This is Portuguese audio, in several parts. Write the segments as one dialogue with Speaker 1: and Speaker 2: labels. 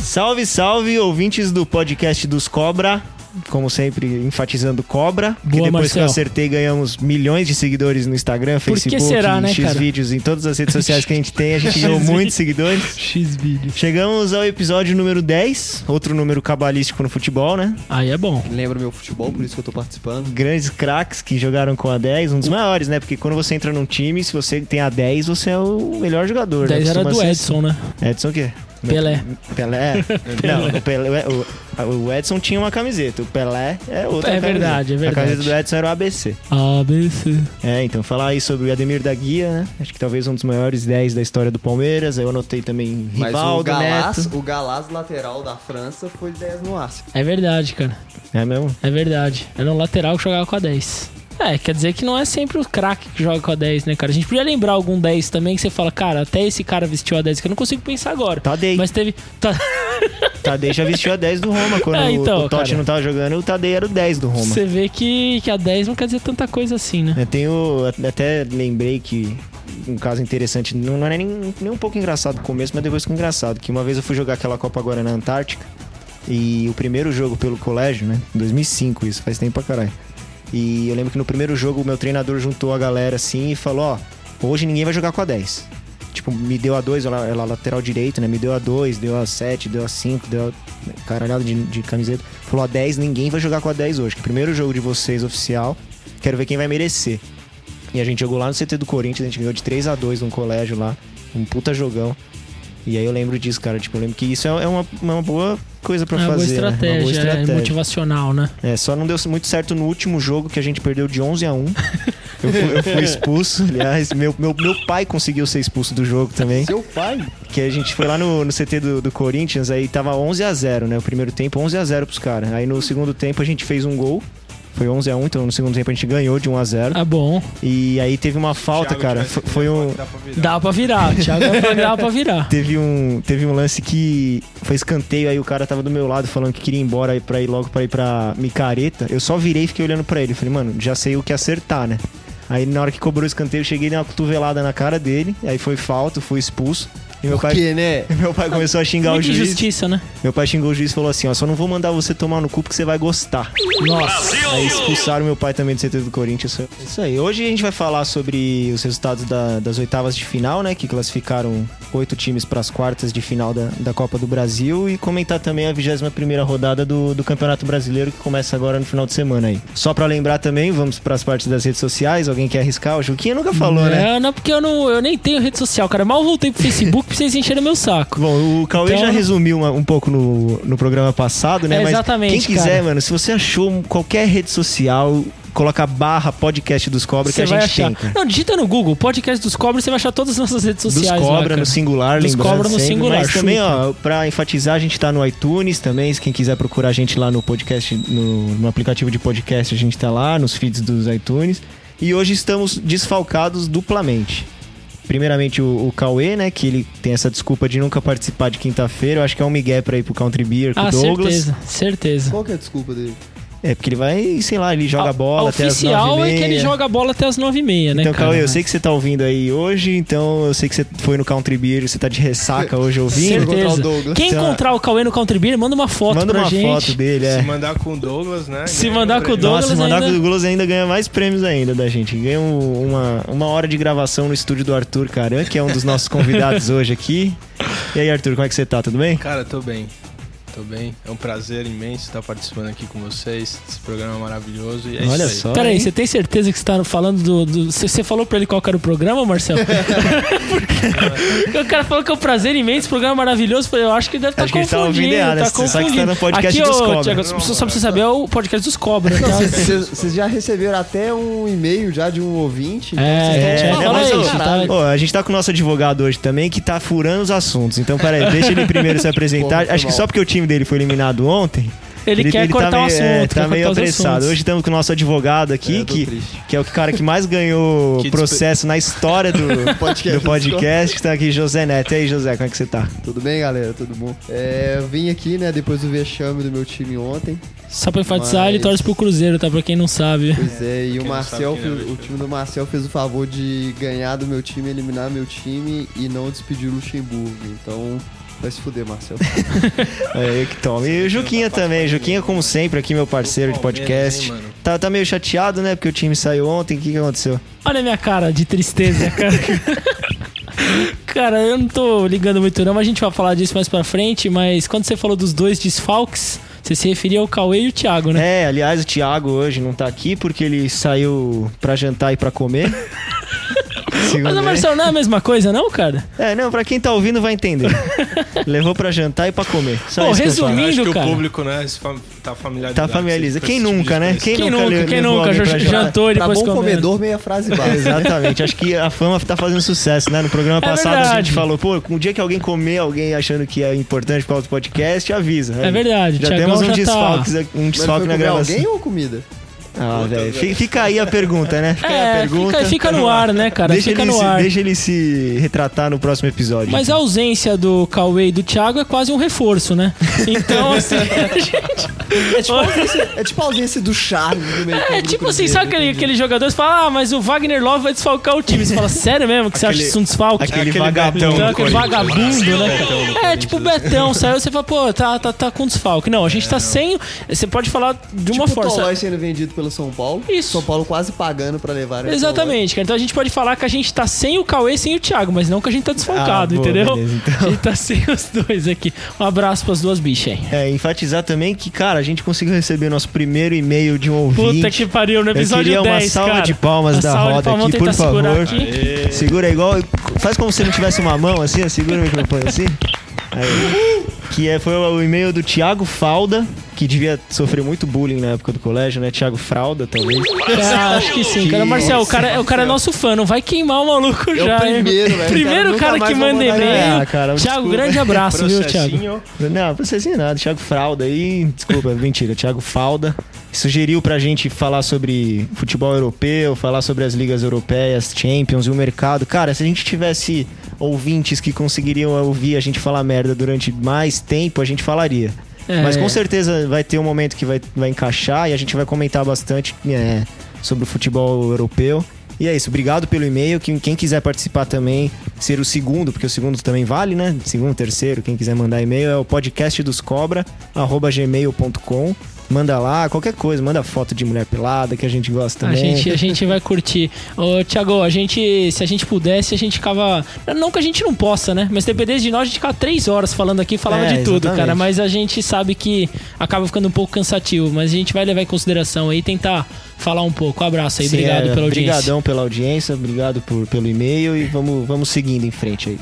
Speaker 1: Salve, salve, ouvintes do podcast dos Cobra. Como sempre, enfatizando Cobra. que
Speaker 2: Boa,
Speaker 1: depois que eu
Speaker 2: Marcel.
Speaker 1: acertei, ganhamos milhões de seguidores no Instagram,
Speaker 2: Por que
Speaker 1: Facebook,
Speaker 2: será, né, cara?
Speaker 1: X vídeos, em todas as redes sociais que a gente tem, a gente ganhou
Speaker 2: X-vídeos.
Speaker 1: muitos seguidores.
Speaker 2: X vídeos.
Speaker 1: Chegamos ao episódio número 10, outro número cabalístico no futebol, né?
Speaker 2: Aí é bom.
Speaker 3: Lembra meu futebol, por isso que eu tô participando.
Speaker 1: Grandes craques que jogaram com a 10, um dos maiores, né? Porque quando você entra num time, se você tem a 10, você é o melhor jogador.
Speaker 2: 10
Speaker 1: né?
Speaker 2: era
Speaker 1: Costuma
Speaker 2: do
Speaker 1: ser-
Speaker 2: Edson, né?
Speaker 1: É Edson o quê?
Speaker 2: Pelé.
Speaker 1: Pelé? Não, o Pelé. O, o Edson tinha uma camiseta, o Pelé é outra
Speaker 2: É
Speaker 1: camiseta.
Speaker 2: verdade, é
Speaker 1: A
Speaker 2: verdade.
Speaker 1: camiseta do Edson era o ABC.
Speaker 2: ABC.
Speaker 1: É, então falar aí sobre o Ademir da Guia, né? Acho que talvez um dos maiores 10 da história do Palmeiras. Eu anotei também
Speaker 3: Mas o
Speaker 1: Rivaldo,
Speaker 3: Galás,
Speaker 1: Neto.
Speaker 3: o Galás lateral da França foi 10 no Arsenal.
Speaker 2: É verdade, cara.
Speaker 1: É mesmo?
Speaker 2: É verdade. Era um lateral que jogava com a 10. É, quer dizer que não é sempre o craque que joga com a 10, né, cara? A gente podia lembrar algum 10 também que você fala, cara, até esse cara vestiu a 10, que eu não consigo pensar agora.
Speaker 1: Tadei.
Speaker 2: Mas teve. tá-
Speaker 1: Tadei já vestiu a 10 do Roma. Quando
Speaker 2: É,
Speaker 1: o-
Speaker 2: então,
Speaker 1: o Totti
Speaker 2: cara.
Speaker 1: não tava jogando, o Tadei era o 10 do Roma.
Speaker 2: Você vê que, que a 10 não quer dizer tanta coisa assim, né?
Speaker 1: Eu tenho. É, Até lembrei que um caso interessante, não, não é nem, nem um pouco engraçado no começo, mas depois que engraçado. Que uma vez eu fui jogar aquela Copa agora na Antártica. E o primeiro jogo pelo colégio, né? 2005, isso faz tempo pra caralho. E eu lembro que no primeiro jogo o meu treinador juntou a galera assim e falou: Ó, hoje ninguém vai jogar com a 10. Tipo, me deu a 2, ela, ela lateral direito, né? Me deu a 2, deu a 7, deu a 5, deu a caralhada de, de camiseta. Falou: a 10, ninguém vai jogar com a 10 hoje. Que é primeiro jogo de vocês oficial, quero ver quem vai merecer. E a gente jogou lá no CT do Corinthians, a gente ganhou de 3 a 2 num colégio lá. Um puta jogão. E aí eu lembro disso, cara. Tipo, eu lembro que isso é é uma, uma boa coisa pra
Speaker 2: é uma boa
Speaker 1: fazer. né?
Speaker 2: estratégia, é motivacional, né?
Speaker 1: É, só não deu muito certo no último jogo que a gente perdeu de 11 a 1. Eu fui, eu fui expulso, aliás. Meu, meu, meu pai conseguiu ser expulso do jogo também.
Speaker 3: Seu pai?
Speaker 1: Que a gente foi lá no, no CT do, do Corinthians, aí tava 11 a 0 né? O primeiro tempo, 11 a 0 pros caras. Aí no segundo tempo a gente fez um gol. Foi 11 a 1 então no segundo tempo a gente ganhou de 1 a 0
Speaker 2: Ah, bom.
Speaker 1: E aí teve uma falta,
Speaker 4: Thiago
Speaker 1: cara.
Speaker 4: tivesse
Speaker 1: Fo-
Speaker 3: né?
Speaker 1: Foi um.
Speaker 4: Dá
Speaker 2: Dá pra
Speaker 4: pra virar.
Speaker 2: virar. O Thiago dá pra- dá pra virar.
Speaker 1: Teve um, teve um lance que foi escanteio, aí o cara tava do meu lado falando que queria ir embora aí pra ir logo pra ir pra micareta. Eu só virei e fiquei olhando pra ele. Falei, mano, já sei o que acertar, né? Aí na hora que cobrou o escanteio, eu cheguei e dei uma cotovelada na cara dele. Aí foi falta, fui expulso. E meu
Speaker 3: Por
Speaker 1: pai,
Speaker 3: quê, né?
Speaker 1: meu pai começou a xingar o
Speaker 2: Muita
Speaker 1: juiz.
Speaker 2: injustiça, né?
Speaker 1: Meu pai xingou o juiz e falou assim: ó, só não vou mandar você tomar no cu porque você vai gostar.
Speaker 2: Nossa.
Speaker 1: Aí expulsaram meu pai também do CT do Corinthians. É Isso aí. Hoje a gente vai falar sobre os resultados da- das oitavas de final, né? Que classificaram oito times para as quartas de final da, da Copa do Brasil e comentar também a 21ª rodada do, do Campeonato Brasileiro que começa agora no final de semana aí. Só para lembrar também, vamos para as partes das redes sociais. Alguém quer arriscar? O Juquinha nunca falou, né?
Speaker 2: É, não, porque eu, não, eu nem tenho rede social, cara. Mal voltei pro Facebook pra vocês encherem meu saco.
Speaker 1: Bom, o Cauê
Speaker 2: Então-
Speaker 1: já resumiu uma- um pouco no, no programa passado, né?
Speaker 2: É,
Speaker 1: Mas
Speaker 2: exatamente,
Speaker 1: quem quiser,
Speaker 2: cara.
Speaker 1: mano, se você achou qualquer rede social, coloca barra podcast dos cobras que
Speaker 2: Você
Speaker 1: a
Speaker 2: vai
Speaker 1: gente
Speaker 2: achar.
Speaker 1: tem, cara.
Speaker 2: Não, digita no Google, podcast dos cobras, você vai achar todas as nossas redes
Speaker 1: Dos
Speaker 2: sociais. lá,
Speaker 1: Cobra
Speaker 2: cara.
Speaker 1: no singular,
Speaker 2: Dos
Speaker 1: lembrando
Speaker 2: Cobra no
Speaker 1: sempre.
Speaker 2: singular,
Speaker 1: Mas também, ó, pra enfatizar, a gente tá no iTunes também. Se quem quiser procurar a gente lá no podcast, no, no aplicativo de podcast, a gente tá lá, nos feeds dos iTunes. E hoje estamos desfalcados duplamente. Primeiramente o, o Cauê, né? Que ele tem essa desculpa de nunca participar de quinta-feira. Eu acho que é um migué pra ir pro Country Beer com
Speaker 2: Ah,
Speaker 1: o Douglas.
Speaker 2: certeza, certeza.
Speaker 3: Qual que é a desculpa dele?
Speaker 1: É, porque ele vai, sei lá, ele joga
Speaker 2: A-
Speaker 1: bola
Speaker 2: a
Speaker 1: até as
Speaker 2: oficial
Speaker 1: nove e
Speaker 2: é que ele
Speaker 1: meia.
Speaker 2: joga bola até as 9h30, né,
Speaker 1: Então,
Speaker 2: cara?
Speaker 1: Cauê, eu sei que você tá ouvindo aí hoje, então eu sei que você foi no Country Beer, você tá de ressaca hoje ouvindo.
Speaker 3: Certeza. encontrar o
Speaker 2: Certeza.
Speaker 3: Douglas.
Speaker 2: Quem
Speaker 1: Então,
Speaker 2: encontrar o Cauê no Country Beer, manda uma foto
Speaker 1: Manda
Speaker 2: pra
Speaker 1: uma
Speaker 2: gente.
Speaker 1: foto dele,
Speaker 4: Se
Speaker 1: é.
Speaker 4: mandar com o Douglas, né?
Speaker 2: Se
Speaker 4: Ganha
Speaker 2: mandar
Speaker 4: um
Speaker 2: com o
Speaker 4: prêmio.
Speaker 1: Nossa,
Speaker 2: Douglas
Speaker 1: se mandar
Speaker 2: ainda-
Speaker 1: com o Douglas ainda ganha mais prêmios ainda da gente. Ganha um- uma, uma hora de gravação no estúdio do Arthur Caran, que é um dos nossos convidados hoje aqui. E aí, Arthur, como é que você tá? Tudo bem?
Speaker 4: Cara, tô bem. Tô bem. É um prazer imenso estar participando aqui com vocês. Esse programa é maravilhoso. E é
Speaker 1: Olha
Speaker 4: isso
Speaker 1: só.
Speaker 2: Pera aí,
Speaker 1: hein?
Speaker 2: você tem certeza que você tá falando do. do- Você você falou pra ele qual que era o programa, Marcelo? Porque o cara falou que é um prazer imenso, programa maravilhoso. Eu acho que deve estar
Speaker 1: Acho que ele tá
Speaker 2: confundindo.
Speaker 1: ouvindo errado,
Speaker 2: tá
Speaker 1: você sabe que
Speaker 2: confundindo.
Speaker 1: tá no podcast
Speaker 2: Aqui,
Speaker 1: dos
Speaker 2: ô,
Speaker 1: cobras.
Speaker 2: Thiago, as
Speaker 4: Não,
Speaker 2: pessoas só
Speaker 4: mano.
Speaker 2: precisam saber é o podcast dos cobras. Tá?
Speaker 3: Vocês já receberam até um e-mail já de um ouvinte?
Speaker 2: É,
Speaker 1: É,
Speaker 2: Thiago,
Speaker 1: não,
Speaker 2: fala
Speaker 1: mas,
Speaker 2: aí,
Speaker 1: ô,
Speaker 2: tá-
Speaker 1: ô, a gente tá com o nosso advogado hoje também, que tá furando os assuntos. Então, peraí, deixa ele primeiro se apresentar.
Speaker 3: Pô,
Speaker 1: Acho que só porque o time dele foi eliminado ontem,
Speaker 2: Ele, quer cortar
Speaker 1: tá
Speaker 2: o
Speaker 1: meio,
Speaker 2: assunto.
Speaker 1: é,
Speaker 2: quer
Speaker 1: tá
Speaker 2: cortar
Speaker 1: meio
Speaker 2: os
Speaker 1: apressado.
Speaker 2: assuntos.
Speaker 1: Hoje estamos com o nosso advogado aqui,
Speaker 3: É, eu tô
Speaker 1: que,
Speaker 3: triste.
Speaker 1: que é o cara que mais ganhou
Speaker 4: Que
Speaker 1: processo na história do do podcast.
Speaker 3: Podcast.
Speaker 1: que tá aqui, José Neto. E aí, José, como é que você tá?
Speaker 3: Tudo bem, galera? Tudo bom? É, eu vim aqui, né, depois do vexame do meu time ontem.
Speaker 2: Só pra enfatizar, ele
Speaker 3: Mas-
Speaker 2: torce pro Cruzeiro, tá? Pra quem não sabe.
Speaker 3: Pois é, e o
Speaker 4: não
Speaker 3: Marcel,
Speaker 4: sabe quem
Speaker 3: fez- o
Speaker 4: é vexame.
Speaker 3: time do Marcel fez o favor de ganhar do meu time, eliminar meu time e não despedir o Luxemburgo. Então, Vai se fuder, Marcel.
Speaker 1: É, eu que tomo. E o Juquinha também. Juquinha, como sempre, aqui, meu parceiro de podcast.
Speaker 4: Palmeiras, hein, mano?
Speaker 1: Tá, tá meio chateado, né? Porque o time saiu ontem. O que, que aconteceu?
Speaker 2: Olha a minha cara de tristeza, cara. cara, eu não tô ligando muito não, mas a gente vai falar disso mais pra frente, mas quando você falou dos dois desfalques, você se referia ao Cauê e o Thiago, né?
Speaker 1: É, aliás, o Thiago hoje não tá aqui porque ele saiu pra jantar e pra comer. Segundo
Speaker 2: Mas,
Speaker 1: ele.
Speaker 2: Marcelo, não é a mesma coisa não, cara?
Speaker 1: É, não, pra quem tá ouvindo vai entender. Levou pra jantar e pra comer. Só
Speaker 2: Pô,
Speaker 1: isso que eu falo.
Speaker 2: resumindo,
Speaker 4: Eu acho que
Speaker 2: cara.
Speaker 4: o público, né, se fam- tá familiarizado.
Speaker 1: Tá familiarizado.
Speaker 4: com
Speaker 1: Quem
Speaker 4: esse tipo
Speaker 1: nunca,
Speaker 4: de
Speaker 1: né?
Speaker 4: coisa.
Speaker 1: Quem,
Speaker 2: Quem
Speaker 1: nunca,
Speaker 2: nunca,
Speaker 1: le-
Speaker 2: quem
Speaker 1: levou
Speaker 2: nunca
Speaker 1: alguém
Speaker 2: já-
Speaker 1: pra jantar?
Speaker 2: jantou e
Speaker 3: pra
Speaker 2: depois
Speaker 3: bom
Speaker 2: comeu.
Speaker 3: comedor, meia frase básica.
Speaker 1: Exatamente, acho que a fama tá fazendo sucesso, né? No programa
Speaker 2: É
Speaker 1: passado a
Speaker 2: verdade.
Speaker 1: gente falou, pô, um dia que alguém comer alguém achando que é importante por causa do podcast, avisa.
Speaker 2: É
Speaker 1: Aí,
Speaker 2: verdade,
Speaker 1: né? Já
Speaker 2: Thiagão
Speaker 1: temos um
Speaker 2: já tá...
Speaker 1: desfalque, um
Speaker 3: Mas foi
Speaker 1: desfalque na
Speaker 3: comer
Speaker 1: gravação.
Speaker 3: alguém ou comida?
Speaker 1: Ah,
Speaker 4: Puta,
Speaker 1: velho,
Speaker 4: velho.
Speaker 1: fi- fica aí a pergunta, né? Fica aí a
Speaker 2: É,
Speaker 1: pergunta.
Speaker 2: fica, fica no ar, né, cara?
Speaker 1: deixa,
Speaker 2: fica
Speaker 1: ele
Speaker 2: no
Speaker 1: se,
Speaker 2: ar.
Speaker 1: deixa ele se retratar no próximo episódio.
Speaker 2: Mas é a ausência do Cauê e do Thiago é quase um reforço, né? Então, assim, a gente
Speaker 3: É tipo, a ausência- é tipo a ausência do Charles do meio
Speaker 2: É tipo assim, sabe aquele, aquele jogador que fala, ah, mas o Wagner Love vai desfalcar o time. Você fala, sério mesmo que você acha
Speaker 1: Aquele-
Speaker 2: isso um desfalque?
Speaker 3: É
Speaker 1: aquele,
Speaker 4: aquele
Speaker 1: vagabão.
Speaker 4: Betão
Speaker 2: Então,
Speaker 1: do
Speaker 2: aquele
Speaker 1: Corinthians.
Speaker 2: vagabundo, né?
Speaker 4: Betão do
Speaker 2: cara? É, tipo o
Speaker 1: assim, "Ah,
Speaker 2: Betão, saiu, você fala, pô, tá, tá, tá com desfalque. Não, a
Speaker 1: É,
Speaker 2: gente tá sem. Você pode falar de uma
Speaker 3: tipo o
Speaker 2: força.
Speaker 3: Tolói sendo vendido pelo São Paulo.
Speaker 2: Isso.
Speaker 3: São Paulo quase pagando pra levar ele.
Speaker 2: Exatamente, cara. Então a gente pode falar que a gente tá sem o Cauê e sem o Thiago, mas não que a gente tá desfalcado,
Speaker 1: Ah, boa,
Speaker 2: entendeu?
Speaker 1: beleza,
Speaker 2: A gente tá sem os dois aqui. Um abraço pras duas bichas aí.
Speaker 1: É, enfatizar também que, cara, a gente conseguiu receber nosso primeiro e-mail de um ouvinte.
Speaker 2: Puta que pariu, no
Speaker 1: Eu
Speaker 2: episódio
Speaker 1: queria
Speaker 2: 10,
Speaker 1: uma salva
Speaker 2: cara.
Speaker 1: de palmas
Speaker 2: Uma
Speaker 1: da
Speaker 2: salva de
Speaker 1: roda
Speaker 2: palmas,
Speaker 1: aqui, por
Speaker 2: vamos tentar segurar
Speaker 1: favor.
Speaker 2: aqui.
Speaker 4: Aê.
Speaker 1: Segura igual. Faz como se não tivesse uma mão assim, ó, segura o microfone assim. Aí. Que é, foi o e-mail do Thiago Falda, que devia sofrer muito bullying na época do colégio, né? Thiago Fralda, talvez.
Speaker 2: Cara, acho que sim, cara. Marcel, o cara, o cara é nosso fã, não vai queimar o maluco
Speaker 3: o
Speaker 2: já. hein?
Speaker 3: primeiro, velho.
Speaker 2: Primeiro
Speaker 3: Nunca
Speaker 2: cara
Speaker 3: mais
Speaker 2: que
Speaker 3: vou
Speaker 2: manda
Speaker 3: mandar
Speaker 2: e-mail.
Speaker 1: Ah, cara,
Speaker 2: Thiago,
Speaker 1: desculpa.
Speaker 2: grande abraço, viu, Thiago?
Speaker 4: Processinho.
Speaker 1: Não, processinho nada. Thiago Fralda aí. Desculpa, mentira. Thiago Falda sugeriu pra gente falar sobre futebol europeu, falar sobre as ligas europeias, Champions e o mercado. Cara, se a gente tivesse ouvintes que conseguiriam ouvir a gente falar merda durante mais tempo, a gente falaria.
Speaker 2: É.
Speaker 1: Mas com certeza vai ter um momento que vai, vai encaixar e a gente vai comentar bastante é, sobre o futebol europeu. E é isso, obrigado pelo e-mail. Quem, quem quiser participar também, ser o segundo, porque o segundo também vale, né? Segundo, terceiro, quem quiser mandar e-mail é o podcastdoscobra.gmail.com. Manda lá, qualquer coisa, manda foto de mulher pelada que a gente gosta
Speaker 2: A
Speaker 1: também.
Speaker 2: gente, é a gente vai curtir. Ô, Thiago, a gente, se a gente pudesse, a gente ficava. Não que a gente não possa, né? Mas dependesse de nós, a gente ficava três horas falando aqui, falava
Speaker 1: É,
Speaker 2: de tudo,
Speaker 1: exatamente.
Speaker 2: cara. Mas a gente sabe que acaba ficando um pouco cansativo. Mas a gente vai levar em consideração aí e tentar falar um pouco. Abraço aí,
Speaker 1: Sim,
Speaker 2: obrigado
Speaker 1: é,
Speaker 2: pela audiência.
Speaker 1: Obrigadão pela audiência, obrigado por, pelo e-mail e vamos, vamos seguindo em frente aí.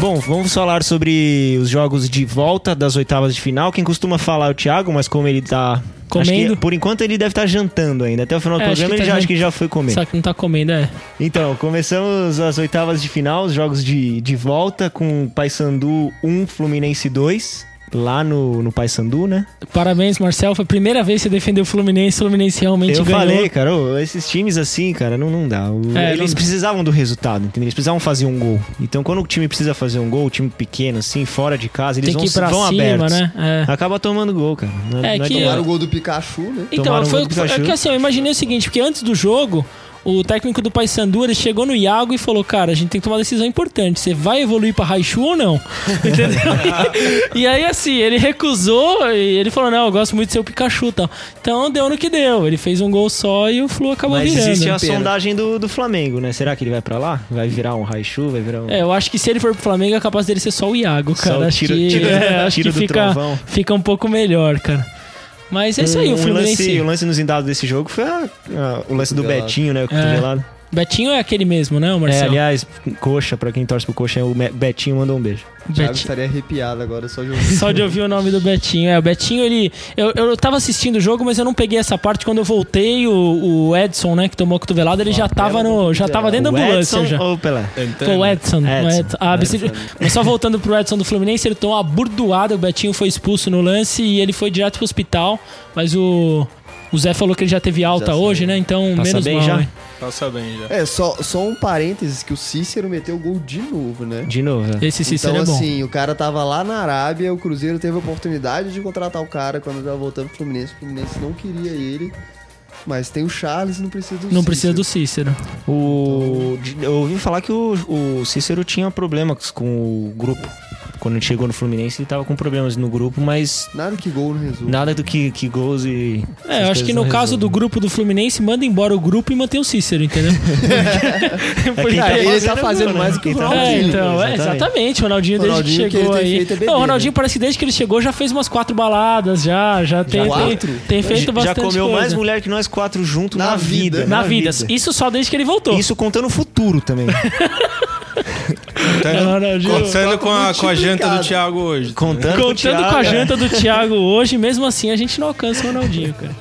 Speaker 1: Bom, vamos falar sobre os jogos de volta das oitavas de final. Quem costuma falar é o Thiago, mas como ele tá. acho
Speaker 2: Comendo.
Speaker 1: que, por enquanto ele deve estar jantando ainda. Até o final do
Speaker 2: É, acho
Speaker 1: programa
Speaker 2: que
Speaker 1: ele
Speaker 2: tá
Speaker 1: já, acho
Speaker 2: jantando.
Speaker 1: que já foi comer.
Speaker 2: Só que não tá comendo, é.
Speaker 1: Então, começamos as oitavas de final, os jogos de, de volta com Paysandu 1, Fluminense 2. Lá no, no Paysandu, né?
Speaker 2: Parabéns, Marcel. Foi a primeira vez que você defendeu o Fluminense. O Fluminense realmente
Speaker 1: Eu
Speaker 2: ganhou.
Speaker 1: falei, cara, ô, esses times assim, cara, não, não dá. O-
Speaker 2: É,
Speaker 1: eles
Speaker 2: não-
Speaker 1: precisavam do resultado, entendeu? Eles precisavam fazer um gol. Então, quando o time precisa fazer um gol, o time pequeno, assim, fora de casa, eles
Speaker 2: Tem
Speaker 1: vão,
Speaker 2: que ir pra
Speaker 1: vão
Speaker 2: cima,
Speaker 1: abertos. Ah,
Speaker 2: né? É.
Speaker 1: Acaba tomando gol, cara. Não,
Speaker 2: É
Speaker 1: não
Speaker 2: que-
Speaker 1: tomar
Speaker 3: Tomaram o gol do Pikachu, né?
Speaker 2: Então,
Speaker 1: Tomaram
Speaker 2: foi,
Speaker 1: um gol do
Speaker 2: foi- é
Speaker 1: Pikachu.
Speaker 2: que assim, eu imaginei o seguinte, porque antes do jogo, o técnico do Paysandu, ele chegou no Iago e falou, cara, a gente tem que tomar uma decisão importante, você vai evoluir pra Raichu ou não? Entendeu? e aí, assim, ele recusou e ele falou, não, eu gosto muito de ser o Pikachu e tal. Então, deu no que deu. Ele fez um gol só e o Flu acabou
Speaker 1: Mas
Speaker 2: virando.
Speaker 1: existe a
Speaker 3: Pena.
Speaker 1: sondagem do, do Flamengo, né? Será que ele vai pra lá? Vai virar um Raichu? Vai virar um.
Speaker 2: É, eu acho que se ele for pro Flamengo é capaz dele ser só o Iago,
Speaker 1: Só
Speaker 2: cara.
Speaker 1: o
Speaker 2: acho
Speaker 1: tiro-
Speaker 2: que,
Speaker 1: tiro-
Speaker 2: é, acho
Speaker 1: tiro
Speaker 2: que
Speaker 1: do
Speaker 2: fica,
Speaker 1: trovão.
Speaker 2: fica um pouco melhor, cara. Mas é isso aí,
Speaker 1: Um-
Speaker 2: o
Speaker 1: um lance,
Speaker 2: Fluminense.
Speaker 1: o lance nos indados desse jogo foi a- a- o lance do
Speaker 3: Cotovelado.
Speaker 2: É,
Speaker 1: Betinho, né? O cotovelado.
Speaker 2: Betinho é aquele mesmo, né, o
Speaker 1: É,
Speaker 2: Marcelo?
Speaker 1: aliás, coxa, pra quem torce pro coxa, é o Me- Betinho mandou um beijo.
Speaker 3: O Thiago
Speaker 2: Beti-
Speaker 3: estaria arrepiado agora só de
Speaker 2: Só de ouvir o nome do Betinho. É, o Betinho, ele. Eu, eu tava assistindo o jogo, mas eu não peguei essa parte. Quando eu voltei, o, o Edson, né, que tomou a cotovelada, ele já tava no. Já tava dentro da
Speaker 1: Ah, é, o
Speaker 2: ambulância
Speaker 1: Edson
Speaker 2: já.
Speaker 1: ou o Pelé?
Speaker 2: Foi o Edson. o
Speaker 1: Edson.
Speaker 2: Edson. Ah, absurdo. Mas só voltando pro Edson do Fluminense, ele tomou uma burdoada, o Betinho foi expulso no lance e ele foi direto pro hospital. Mas o, o Zé falou que ele já teve alta
Speaker 3: Já saiu.
Speaker 2: hoje, né? Então,
Speaker 1: Passa
Speaker 2: menos
Speaker 1: bem
Speaker 2: mal.
Speaker 1: Tá já?
Speaker 2: hein?
Speaker 4: Passa bem já.
Speaker 3: É, só, só um parênteses que o Cícero meteu o gol de novo, né?
Speaker 1: De novo, né?
Speaker 2: Esse Cícero
Speaker 3: então,
Speaker 2: é bom.
Speaker 3: assim, o cara tava lá na Arábia, o Cruzeiro teve a oportunidade de contratar o cara quando tava voltando pro Fluminense. O Fluminense não queria ele, mas tem o Charles não precisa do
Speaker 2: não
Speaker 3: Cícero.
Speaker 2: precisa do Cícero.
Speaker 1: O, de- eu ouvi falar que o, o Cícero tinha problemas com o grupo. Quando ele chegou no Fluminense, ele tava com problemas no grupo, mas
Speaker 3: Nada que gol no resumo.
Speaker 1: nada do que, que gols e.
Speaker 2: É, eu acho que no caso do grupo do Fluminense, manda embora o grupo e mantém o Cícero, entendeu?
Speaker 1: É, quem
Speaker 3: tá
Speaker 1: é,
Speaker 3: fazendo gol, né? Quem tá
Speaker 2: É,
Speaker 3: Ronaldinho,
Speaker 2: então, é, exatamente. O Ronaldinho,
Speaker 3: Ronaldinho,
Speaker 2: desde
Speaker 3: que
Speaker 2: que chegou
Speaker 3: ele tem
Speaker 2: aí.
Speaker 3: feito é
Speaker 2: não, o
Speaker 3: bebê,
Speaker 2: Ronaldinho
Speaker 3: né?
Speaker 2: parece que desde que ele chegou já fez umas quatro baladas, já, já tem, tem-
Speaker 3: quatro?
Speaker 2: tem feito
Speaker 1: Já
Speaker 2: bastante
Speaker 1: comeu
Speaker 2: coisa.
Speaker 1: mais mulher que nós quatro juntos na,
Speaker 3: Na
Speaker 1: vida.
Speaker 3: vida.
Speaker 2: na vida. Isso só desde que ele voltou.
Speaker 1: Isso contando o futuro também.
Speaker 2: É,
Speaker 4: Contando,
Speaker 2: Ronaldinho.
Speaker 4: contando com, a, com a janta do Thiago hoje.
Speaker 1: contando com, o
Speaker 2: Contando
Speaker 1: Thiago,
Speaker 2: com a
Speaker 1: é.
Speaker 2: janta do Thiago hoje, mesmo assim a gente não alcança o Ronaldinho, cara.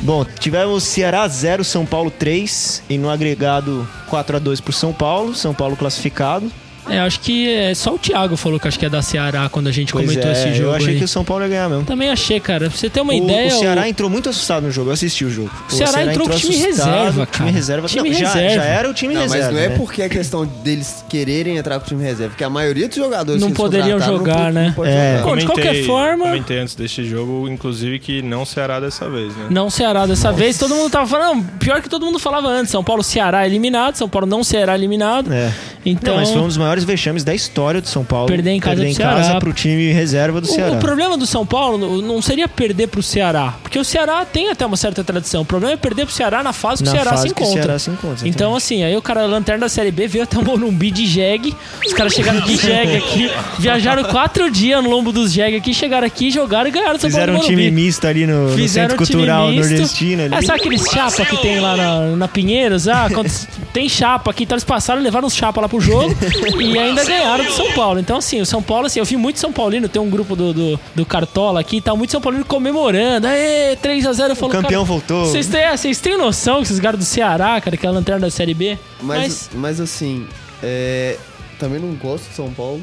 Speaker 1: Bom, tivemos Ceará 0, São Paulo 3. E no agregado 4 a 2 pro São Paulo. São Paulo classificado.
Speaker 2: É, acho que é, só o Thiago falou que acho que é da Ceará quando a gente
Speaker 1: Pois
Speaker 2: comentou
Speaker 1: é,
Speaker 2: esse jogo.
Speaker 1: eu achei
Speaker 2: aí.
Speaker 1: que o São Paulo ia ganhar mesmo.
Speaker 2: Também achei, cara. Pra você ter uma
Speaker 1: o,
Speaker 2: ideia.
Speaker 1: o Ceará entrou muito assustado no jogo, eu assisti o jogo.
Speaker 2: O Ceará entrou com time
Speaker 1: assustado,
Speaker 2: reserva, cara.
Speaker 1: Time reserva.
Speaker 2: Time
Speaker 1: Não, já- Já,
Speaker 2: reserva.
Speaker 1: era o time
Speaker 3: Não,
Speaker 1: reserva.
Speaker 3: mas não é
Speaker 1: né?
Speaker 3: porque é questão deles quererem entrar com o time reserva, porque a maioria dos jogadores
Speaker 2: Não
Speaker 3: que eles
Speaker 2: poderiam
Speaker 3: contrataram não
Speaker 2: jogar,
Speaker 3: pode-
Speaker 2: né?
Speaker 3: não pode
Speaker 1: É.
Speaker 3: jogar.
Speaker 2: Bom, de qualquer forma-
Speaker 4: Comentei antes deste jogo, inclusive, que não Ceará dessa vez, né?
Speaker 2: Não Ceará dessa vez, todo mundo tava falando, não, pior que todo mundo falava antes, São Paulo Ceará eliminado, São Paulo não Ceará eliminado.
Speaker 1: É.
Speaker 2: Então,
Speaker 1: Não, mas foi um dos maiores vexames da história do São Paulo.
Speaker 2: Perder em casa
Speaker 1: Perder
Speaker 2: do
Speaker 1: em
Speaker 2: Ceará.
Speaker 1: casa pro time reserva do
Speaker 2: o,
Speaker 1: Ceará.
Speaker 2: o problema do São Paulo não seria perder pro Ceará, porque o Ceará tem até uma certa tradição. O problema é perder pro Ceará na fase é que o
Speaker 1: Na
Speaker 2: Ceará
Speaker 1: fase
Speaker 2: se
Speaker 1: que o
Speaker 2: encontra.
Speaker 1: Ceará se encontra, exatamente.
Speaker 2: Então, assim, aí o cara, lanterna da Série B, veio até o Morumbi de jegue. Os caras chegaram de jegue aqui, viajaram quatro dias no lombo dos jegue aqui, chegaram aqui, jogaram e ganharam o São
Speaker 1: Fizeram um
Speaker 2: Paulo no
Speaker 1: time
Speaker 2: Morumbi.
Speaker 1: misto ali no, no
Speaker 2: Fizeram
Speaker 1: Centro
Speaker 2: um time
Speaker 1: Cultural
Speaker 2: misto.
Speaker 1: Nordestino. Ali.
Speaker 2: É, sabe aqueles chapa que tem lá na, na Pinheiros? Ah, quando s- tem chapa aqui, então eles passaram, levaram os chapa lá pro jogo e ainda ganharam do São Paulo. Então, assim, o São Paulo, assim, eu vi muito São Paulino, tem um grupo do, do, do Cartola aqui, tá muito São Paulino comemorando. Aê, 3x0, eu
Speaker 1: O
Speaker 2: falo,
Speaker 1: campeão voltou.
Speaker 2: cara, Vocês têm, é, vocês têm noção que esses caras do Ceará, cara, que é a lanterna da Série B?
Speaker 3: Mas, mas... assim, é, também não gosto de São Paulo,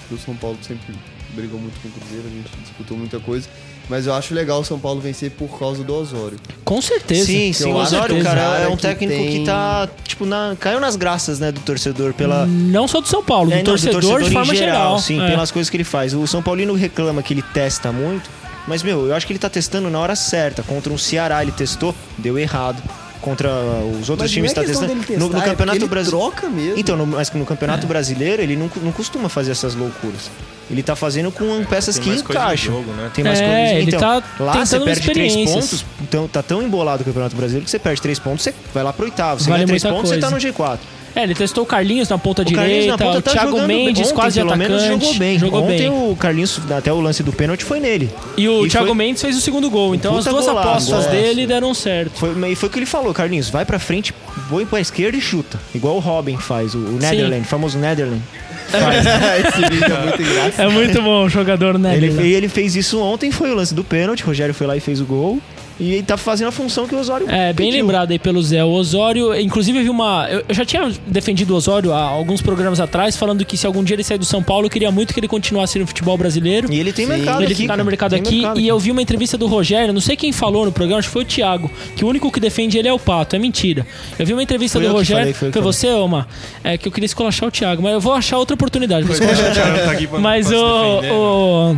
Speaker 3: porque o São Paulo sempre brigou muito com o Cruzeiro, a gente disputou muita coisa, mas eu acho legal o São Paulo vencer por causa do Osório.
Speaker 2: com certeza.
Speaker 1: Sim, sim,
Speaker 3: eu
Speaker 1: o
Speaker 3: acho
Speaker 1: Osório,
Speaker 3: que
Speaker 1: cara,
Speaker 3: tem
Speaker 1: é um
Speaker 3: que
Speaker 1: técnico que,
Speaker 3: tem-
Speaker 1: tá, tipo, na- caiu nas graças, né, do torcedor pela,
Speaker 2: Não só do São Paulo, do,
Speaker 1: É, não,
Speaker 2: torcedor, de
Speaker 1: em
Speaker 2: forma geral.
Speaker 1: Sim,
Speaker 2: É.
Speaker 1: pelas coisas que ele faz. O São Paulino reclama que ele testa muito, mas, meu, eu acho que ele tá testando na hora certa. Contra um Ceará ele testou, deu errado. Contra os outros times
Speaker 3: não
Speaker 1: tá
Speaker 3: é questão
Speaker 1: testando.
Speaker 3: dele
Speaker 1: no, no
Speaker 3: testar, é porque
Speaker 1: Campeonato
Speaker 3: ele
Speaker 1: Brasileiro.
Speaker 3: troca mesmo.
Speaker 1: Então, no- mas no
Speaker 2: É.
Speaker 1: Campeonato Brasileiro ele não, não costuma fazer essas loucuras. Ele tá fazendo com peças
Speaker 4: Tem
Speaker 1: que
Speaker 4: mais coisa no
Speaker 1: encaixam.
Speaker 4: jogo, né?
Speaker 1: Tem mais
Speaker 2: É,
Speaker 1: coisas.
Speaker 2: ele
Speaker 1: Então,
Speaker 2: tá
Speaker 1: lá você
Speaker 2: tentando
Speaker 1: perde três
Speaker 2: experiências.
Speaker 1: pontos. Então, tá tão embolado o Campeonato Brasileiro que você perde três pontos, você vai lá pro oitavo. Você
Speaker 2: Vale
Speaker 1: ganha três
Speaker 2: muita
Speaker 1: pontos, você tá no
Speaker 2: coisa.
Speaker 1: G4
Speaker 2: É, ele testou o Carlinhos na ponta
Speaker 1: o Carlinhos
Speaker 2: direita,
Speaker 1: na ponta
Speaker 2: o
Speaker 1: tá
Speaker 2: Thiago
Speaker 1: jogando bem.
Speaker 2: Mendes
Speaker 1: Ontem,
Speaker 2: quase de
Speaker 1: pelo
Speaker 2: atacante.
Speaker 1: menos jogou bem.
Speaker 2: Jogou
Speaker 1: Ontem
Speaker 2: bem.
Speaker 1: o Carlinhos, até o lance do pênalti foi nele.
Speaker 2: E o
Speaker 1: E
Speaker 2: Thiago
Speaker 1: foi-
Speaker 2: Mendes fez o segundo gol. Então as
Speaker 1: puta
Speaker 2: duas
Speaker 1: golaço,
Speaker 2: apostas
Speaker 1: golaço.
Speaker 2: dele deram certo.
Speaker 1: Foi, e foi o que ele falou, Carlinhos, vai pra frente, põe pra esquerda e chuta. Igual o Robin faz, o, o Netherland, o famoso Netherland.
Speaker 3: Esse vídeo é muito engraçado.
Speaker 2: É muito bom o jogador, né?
Speaker 1: Ele,
Speaker 2: Lila?
Speaker 1: e ele fez isso ontem, foi o lance do pênalti, o Rogério foi lá e fez o gol. E ele tá fazendo a função que o Osório
Speaker 2: É, bem
Speaker 1: pediu.
Speaker 2: lembrado aí pelo Zé. O Osório, inclusive, eu vi uma. Eu eu já tinha defendido o Osório há alguns programas atrás, falando que se algum dia ele sair do São Paulo, eu queria muito que ele continuasse no futebol brasileiro.
Speaker 1: E ele tem
Speaker 3: Sim.
Speaker 1: mercado
Speaker 2: ele
Speaker 1: aqui.
Speaker 2: tá no
Speaker 1: cara.
Speaker 2: mercado
Speaker 1: Tem
Speaker 2: aqui
Speaker 1: mercado
Speaker 2: e eu vi uma entrevista do Rogério, não sei quem falou no programa, acho que foi o Thiago, que o único que defende ele é o Pato, é mentira. Eu vi uma entrevista
Speaker 1: Foi
Speaker 2: do
Speaker 1: eu que
Speaker 2: Rogério,
Speaker 1: falei, foi
Speaker 2: foi,
Speaker 1: eu que falei.
Speaker 2: você, Omar? É que eu queria escolachar o Thiago, mas eu vou achar outra oportunidade. vou escolachar
Speaker 4: O Thiago tá aqui pra-
Speaker 2: Mas
Speaker 4: pra se
Speaker 2: o,
Speaker 4: defender, né?
Speaker 2: o.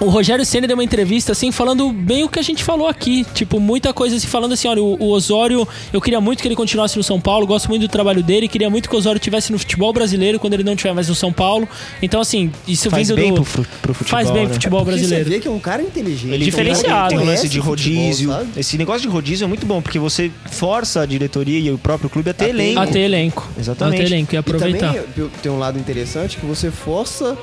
Speaker 2: O Rogério Senna deu uma entrevista, assim, falando bem o que a gente falou aqui. Tipo, muita coisa assim, falando assim, olha, o, o Osório, eu queria muito que ele continuasse no São Paulo, gosto muito do trabalho dele, queria muito que o Osório estivesse no futebol brasileiro quando ele não estiver mais no São Paulo. Então, assim, isso
Speaker 1: Faz
Speaker 2: vindo
Speaker 1: bem
Speaker 2: do.
Speaker 1: pro, fu- pro futebol.
Speaker 2: faz bem pro
Speaker 1: né?
Speaker 2: futebol
Speaker 3: Porque
Speaker 2: brasileiro.
Speaker 3: Você vê que é um cara
Speaker 1: Ele
Speaker 3: inteligente. um cara que
Speaker 2: diferenciado. né?
Speaker 1: tem um
Speaker 3: conhece
Speaker 1: lance de
Speaker 3: futebol,
Speaker 1: rodízio.
Speaker 3: sabe?
Speaker 1: Esse negócio de rodízio é muito bom, porque você força a diretoria e o próprio clube a ter
Speaker 3: A ter-
Speaker 1: elenco.
Speaker 2: A ter elenco.
Speaker 1: Exatamente.
Speaker 2: A ter elenco e
Speaker 3: E
Speaker 2: aproveitar.
Speaker 3: também tem um lado interessante que você força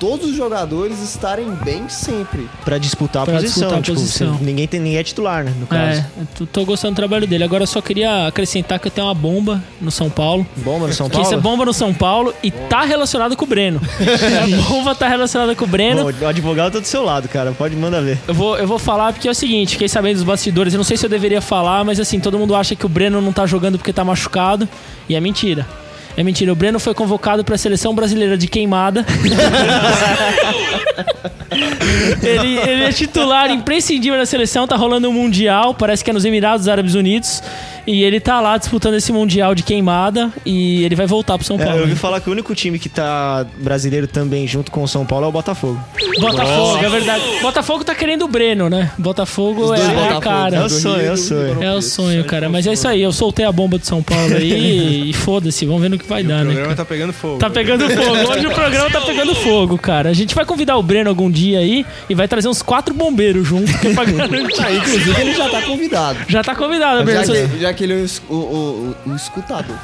Speaker 3: todos os jogadores estarem bem sempre.
Speaker 1: Pra disputar a
Speaker 2: Pra
Speaker 1: posição.
Speaker 2: disputar a
Speaker 1: tipo,
Speaker 2: posição.
Speaker 1: você- ninguém, tem, ninguém é titular, né? No caso.
Speaker 2: É, eu tô- tô gostando do trabalho dele. Agora eu só queria acrescentar que eu tenho uma bomba no São Paulo.
Speaker 1: Bomba no São
Speaker 2: Que
Speaker 1: Paulo.
Speaker 2: essa bomba no São Paulo e tá relacionada com o Breno. a bomba tá relacionada com o Breno.
Speaker 1: Bom, o advogado tá do seu lado, cara. Pode mandar ver.
Speaker 2: Eu vou, eu vou falar porque é o seguinte, fiquei sabendo dos bastidores, eu não sei se eu deveria falar, mas assim, todo mundo acha que o Breno não tá jogando porque tá machucado, e é mentira. É mentira, o Breno foi convocado pra seleção brasileira de queimada. ele, ele é titular imprescindível na seleção, tá rolando um mundial, parece que é nos Emirados Árabes Unidos, e ele tá lá disputando esse mundial de queimada e ele vai voltar pro São
Speaker 1: É,
Speaker 2: Paulo.
Speaker 1: eu ouvi falar que o único time que tá brasileiro também junto com o São Paulo é o Botafogo.
Speaker 2: Botafogo, é verdade. Botafogo tá querendo o Breno, né? Botafogo é,
Speaker 3: dois
Speaker 2: é a
Speaker 3: Botafogo,
Speaker 2: cara.
Speaker 1: É o sonho, é o sonho.
Speaker 2: É o sonho, cara. Mas é isso aí. Eu soltei a bomba de São Paulo aí e foda-se. Vamos ver no que vai
Speaker 4: E o
Speaker 2: dar, né?
Speaker 4: programa
Speaker 2: cara?
Speaker 4: tá pegando fogo.
Speaker 2: Tá pegando fogo. Hoje o programa tá pegando fogo, cara. A gente vai convidar o Breno algum dia aí e vai trazer uns quatro bombeiros junto. que é pra garantir.
Speaker 3: Ah, inclusive ele já tá convidado.
Speaker 2: Já tá convidado,
Speaker 3: Já
Speaker 2: Breno.
Speaker 3: que, já que ele é um, es- o- o- o- um escutador.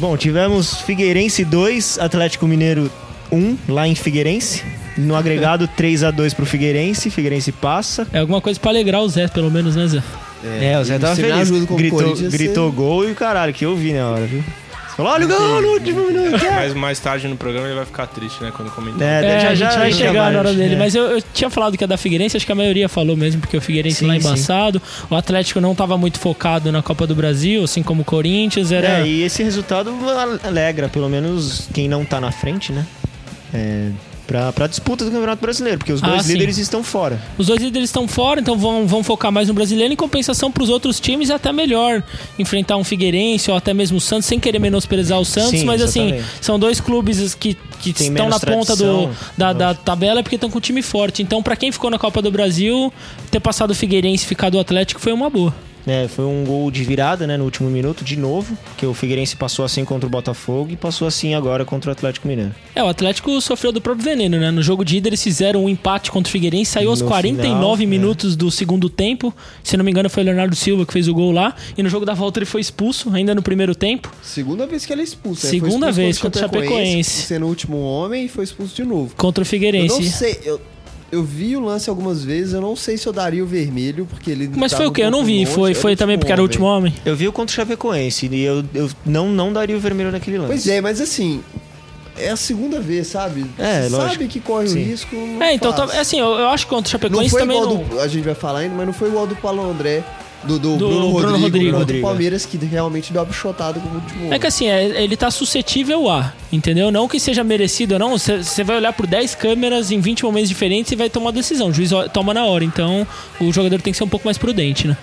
Speaker 1: Bom, tivemos Figueirense 2, Atlético Mineiro 1, lá em Figueirense. No agregado 3 a 2 pro Figueirense, Figueirense passa.
Speaker 2: É alguma coisa pra alegrar o Zé, pelo menos, né, Zé?
Speaker 1: É, o Zé
Speaker 3: e
Speaker 1: tava
Speaker 3: você me
Speaker 1: feliz.
Speaker 3: ajuda com o
Speaker 1: Gritou,
Speaker 3: Corinthians,
Speaker 1: gritou gol e o caralho, que eu vi na hora, viu? Você Falou, olha o gol no último minuto.
Speaker 4: Mas mais tarde no programa ele vai ficar triste, né? Quando comentar.
Speaker 1: É,
Speaker 2: É, a gente vai
Speaker 1: chama
Speaker 2: chegar na hora
Speaker 1: ele,
Speaker 2: dele.
Speaker 1: é.
Speaker 2: Mas eu, eu tinha falado que é da Figueirense, acho que a maioria falou mesmo, porque o Figueirense
Speaker 1: Sim,
Speaker 2: lá é
Speaker 1: sim.
Speaker 2: embaçado. O Atlético não tava muito focado na Copa do Brasil, assim como o Corinthians. Era...
Speaker 1: É, e esse resultado alegra, pelo menos quem não tá na frente, né? É, pra, pra disputa do Campeonato Brasileiro, porque os
Speaker 2: Ah,
Speaker 1: dois
Speaker 2: sim.
Speaker 1: líderes estão fora.
Speaker 2: Os dois líderes estão fora, então vão, vão focar mais no brasileiro. Em compensação para os outros times, é até melhor enfrentar um Figueirense ou até mesmo o Santos, sem querer menosprezar o Santos.
Speaker 1: Sim,
Speaker 2: mas assim,
Speaker 1: exatamente.
Speaker 2: são dois clubes que, que
Speaker 1: Tem
Speaker 2: estão na
Speaker 1: menos
Speaker 2: ponta
Speaker 1: tradição,
Speaker 2: do, da, da tabela porque estão com um time forte. Então, para quem ficou na Copa do Brasil, ter passado o Figueirense e ficado o Atlético foi uma boa.
Speaker 1: É, foi um gol de virada, né, no último minuto, de novo, porque o Figueirense passou assim contra o Botafogo e passou assim agora contra o Atlético Mineiro.
Speaker 2: É, o Atlético sofreu do próprio veneno, né? No jogo de ida eles fizeram um empate contra o Figueirense, saiu aos
Speaker 1: No
Speaker 2: 49
Speaker 1: final, é.
Speaker 2: minutos do segundo tempo. Se não me engano, foi o Leonardo Silva que fez o gol lá. E no jogo da volta ele foi expulso, ainda no primeiro tempo.
Speaker 3: Segunda vez que ele é expulso. né?
Speaker 2: Segunda
Speaker 3: foi expulso
Speaker 2: vez contra o Chapecoense.
Speaker 3: Sendo é o último homem e foi expulso de novo.
Speaker 2: Contra o
Speaker 3: Eu não
Speaker 2: Figueirense.
Speaker 3: sei, eu, eu vi o lance algumas vezes, eu não sei se eu daria o vermelho, porque ele.
Speaker 2: Mas
Speaker 3: tava
Speaker 2: foi o quê?
Speaker 3: um
Speaker 2: Eu não
Speaker 3: pouco
Speaker 2: vi.
Speaker 3: longe,
Speaker 2: Foi,
Speaker 3: era
Speaker 2: foi também porque era o último homem.
Speaker 1: Eu vi o contra o Chapecoense e eu, eu não, não daria o vermelho naquele lance.
Speaker 3: Pois é, mas assim, é a segunda vez, sabe?
Speaker 1: É,
Speaker 3: Você
Speaker 1: lógico.
Speaker 3: sabe que corre o
Speaker 1: Sim.
Speaker 3: risco. não
Speaker 2: É, então tá,
Speaker 3: faz.
Speaker 2: é assim, eu, eu acho que contra o
Speaker 3: Não
Speaker 2: Chapecoense
Speaker 3: foi
Speaker 2: também
Speaker 3: igual
Speaker 2: não.
Speaker 3: do. A gente vai falar ainda, mas não foi igual do Paulo André, do, do,
Speaker 2: Do
Speaker 3: Bruno,
Speaker 2: Bruno
Speaker 3: Rodrigo,
Speaker 2: Rodrigo.
Speaker 3: contra o
Speaker 1: Rodrigo,
Speaker 3: Palmeiras, que realmente deu uma pichotada como último homem.
Speaker 2: É que assim, é- ele tá suscetível a, entendeu? Não que seja merecido, não. Você vai olhar por 10 câmeras em 20 momentos diferentes e vai tomar decisão. O juiz ó- toma na hora, então o jogador tem que ser um pouco mais prudente, né?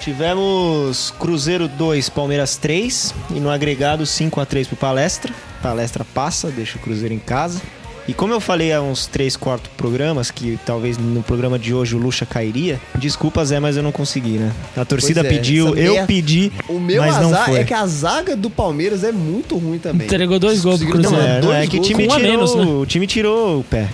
Speaker 1: Tivemos Cruzeiro 2, Palmeiras 3 e no agregado 5 a 3 pro Palestra. Palestra passa, deixa o Cruzeiro em casa. E como eu falei há uns 3, 4 programas que talvez no programa de hoje o Lucha cairia, desculpa Zé, mas eu não consegui, né? A torcida
Speaker 3: Pois é,
Speaker 1: pediu,
Speaker 3: essa
Speaker 1: eu
Speaker 3: merda.
Speaker 1: pedi,
Speaker 2: assim,
Speaker 3: O meu
Speaker 1: mas não
Speaker 3: azar
Speaker 1: foi.
Speaker 3: é que a zaga do Palmeiras é muito ruim também.
Speaker 2: Entregou dois gols pro
Speaker 3: Não,
Speaker 1: Não,
Speaker 2: Cruzeiro.
Speaker 1: é, não, é
Speaker 3: dois
Speaker 1: que o
Speaker 3: gols
Speaker 1: time
Speaker 2: com um a
Speaker 1: tirou,
Speaker 2: menos, né?
Speaker 1: o time tirou o pé.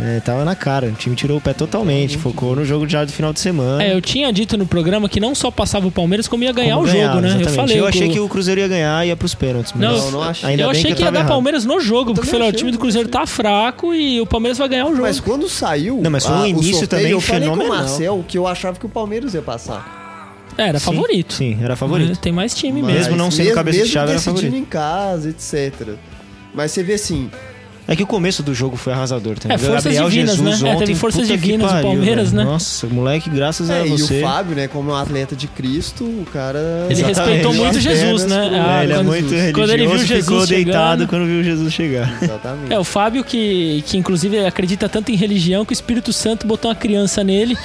Speaker 1: É, tava na cara, o time tirou o pé totalmente,
Speaker 3: Uhum.
Speaker 1: focou no jogo já do final de semana.
Speaker 2: É, eu tinha dito no programa que não só passava o Palmeiras, como ia ganhar
Speaker 1: Como
Speaker 2: o jogo, né? Eu
Speaker 1: exatamente.
Speaker 2: falei.
Speaker 1: eu achei
Speaker 2: o-
Speaker 1: que o Cruzeiro ia ganhar e ia pros pênaltis, mas
Speaker 2: Não,
Speaker 3: Não, não achei.
Speaker 1: ainda
Speaker 2: eu
Speaker 1: bem
Speaker 2: achei que, ia
Speaker 1: eu tava
Speaker 2: dar
Speaker 1: errado.
Speaker 2: Palmeiras no jogo, porque
Speaker 3: também
Speaker 2: falei, ó, o
Speaker 3: achei,
Speaker 2: time do
Speaker 3: eu
Speaker 2: Cruzeiro tá fraco e o Palmeiras vai ganhar o jogo.
Speaker 3: Mas quando saiu.
Speaker 1: Não, mas foi um
Speaker 3: o
Speaker 1: início
Speaker 3: sorteio,
Speaker 1: também
Speaker 3: Eu falei com o
Speaker 1: fenomenal.
Speaker 3: Marcel que eu achava que o Palmeiras ia passar.
Speaker 2: É, era favorito.
Speaker 1: Sim, era favorito.
Speaker 2: Né? Tem mais time
Speaker 3: Mas
Speaker 2: mesmo.
Speaker 1: Mesmo não sendo
Speaker 3: mes-
Speaker 1: cabeça de
Speaker 3: mesmo
Speaker 1: chave, era
Speaker 3: decidindo
Speaker 1: favorito.
Speaker 3: em casa, etc. Mas você vê assim.
Speaker 1: É que o começo do jogo foi arrasador também.
Speaker 2: É,
Speaker 1: Viu?
Speaker 2: forças
Speaker 1: Gabriel
Speaker 2: divinas,
Speaker 1: Jesus
Speaker 2: né? É,
Speaker 1: ontem,
Speaker 2: teve forças
Speaker 1: puta que
Speaker 2: divinas do
Speaker 1: pariu,
Speaker 2: Palmeiras,
Speaker 1: velho.
Speaker 2: né?
Speaker 1: Nossa, moleque, graças a
Speaker 3: é, e
Speaker 1: você.
Speaker 3: o Fábio, né, como um atleta de Cristo, o cara.
Speaker 2: Ele
Speaker 3: tá
Speaker 1: Exatamente.
Speaker 2: respeitou muito
Speaker 3: Apenas
Speaker 2: Jesus, né?
Speaker 3: pro-
Speaker 2: Ah,
Speaker 1: É, ele é
Speaker 2: quando-
Speaker 1: muito religioso,
Speaker 2: quando ele viu Jesus
Speaker 1: ficou deitado
Speaker 2: chegando.
Speaker 1: quando viu Jesus chegar.
Speaker 3: Exatamente.
Speaker 2: É, o Fábio, que, que inclusive acredita tanto em religião que o Espírito Santo botou uma criança nele.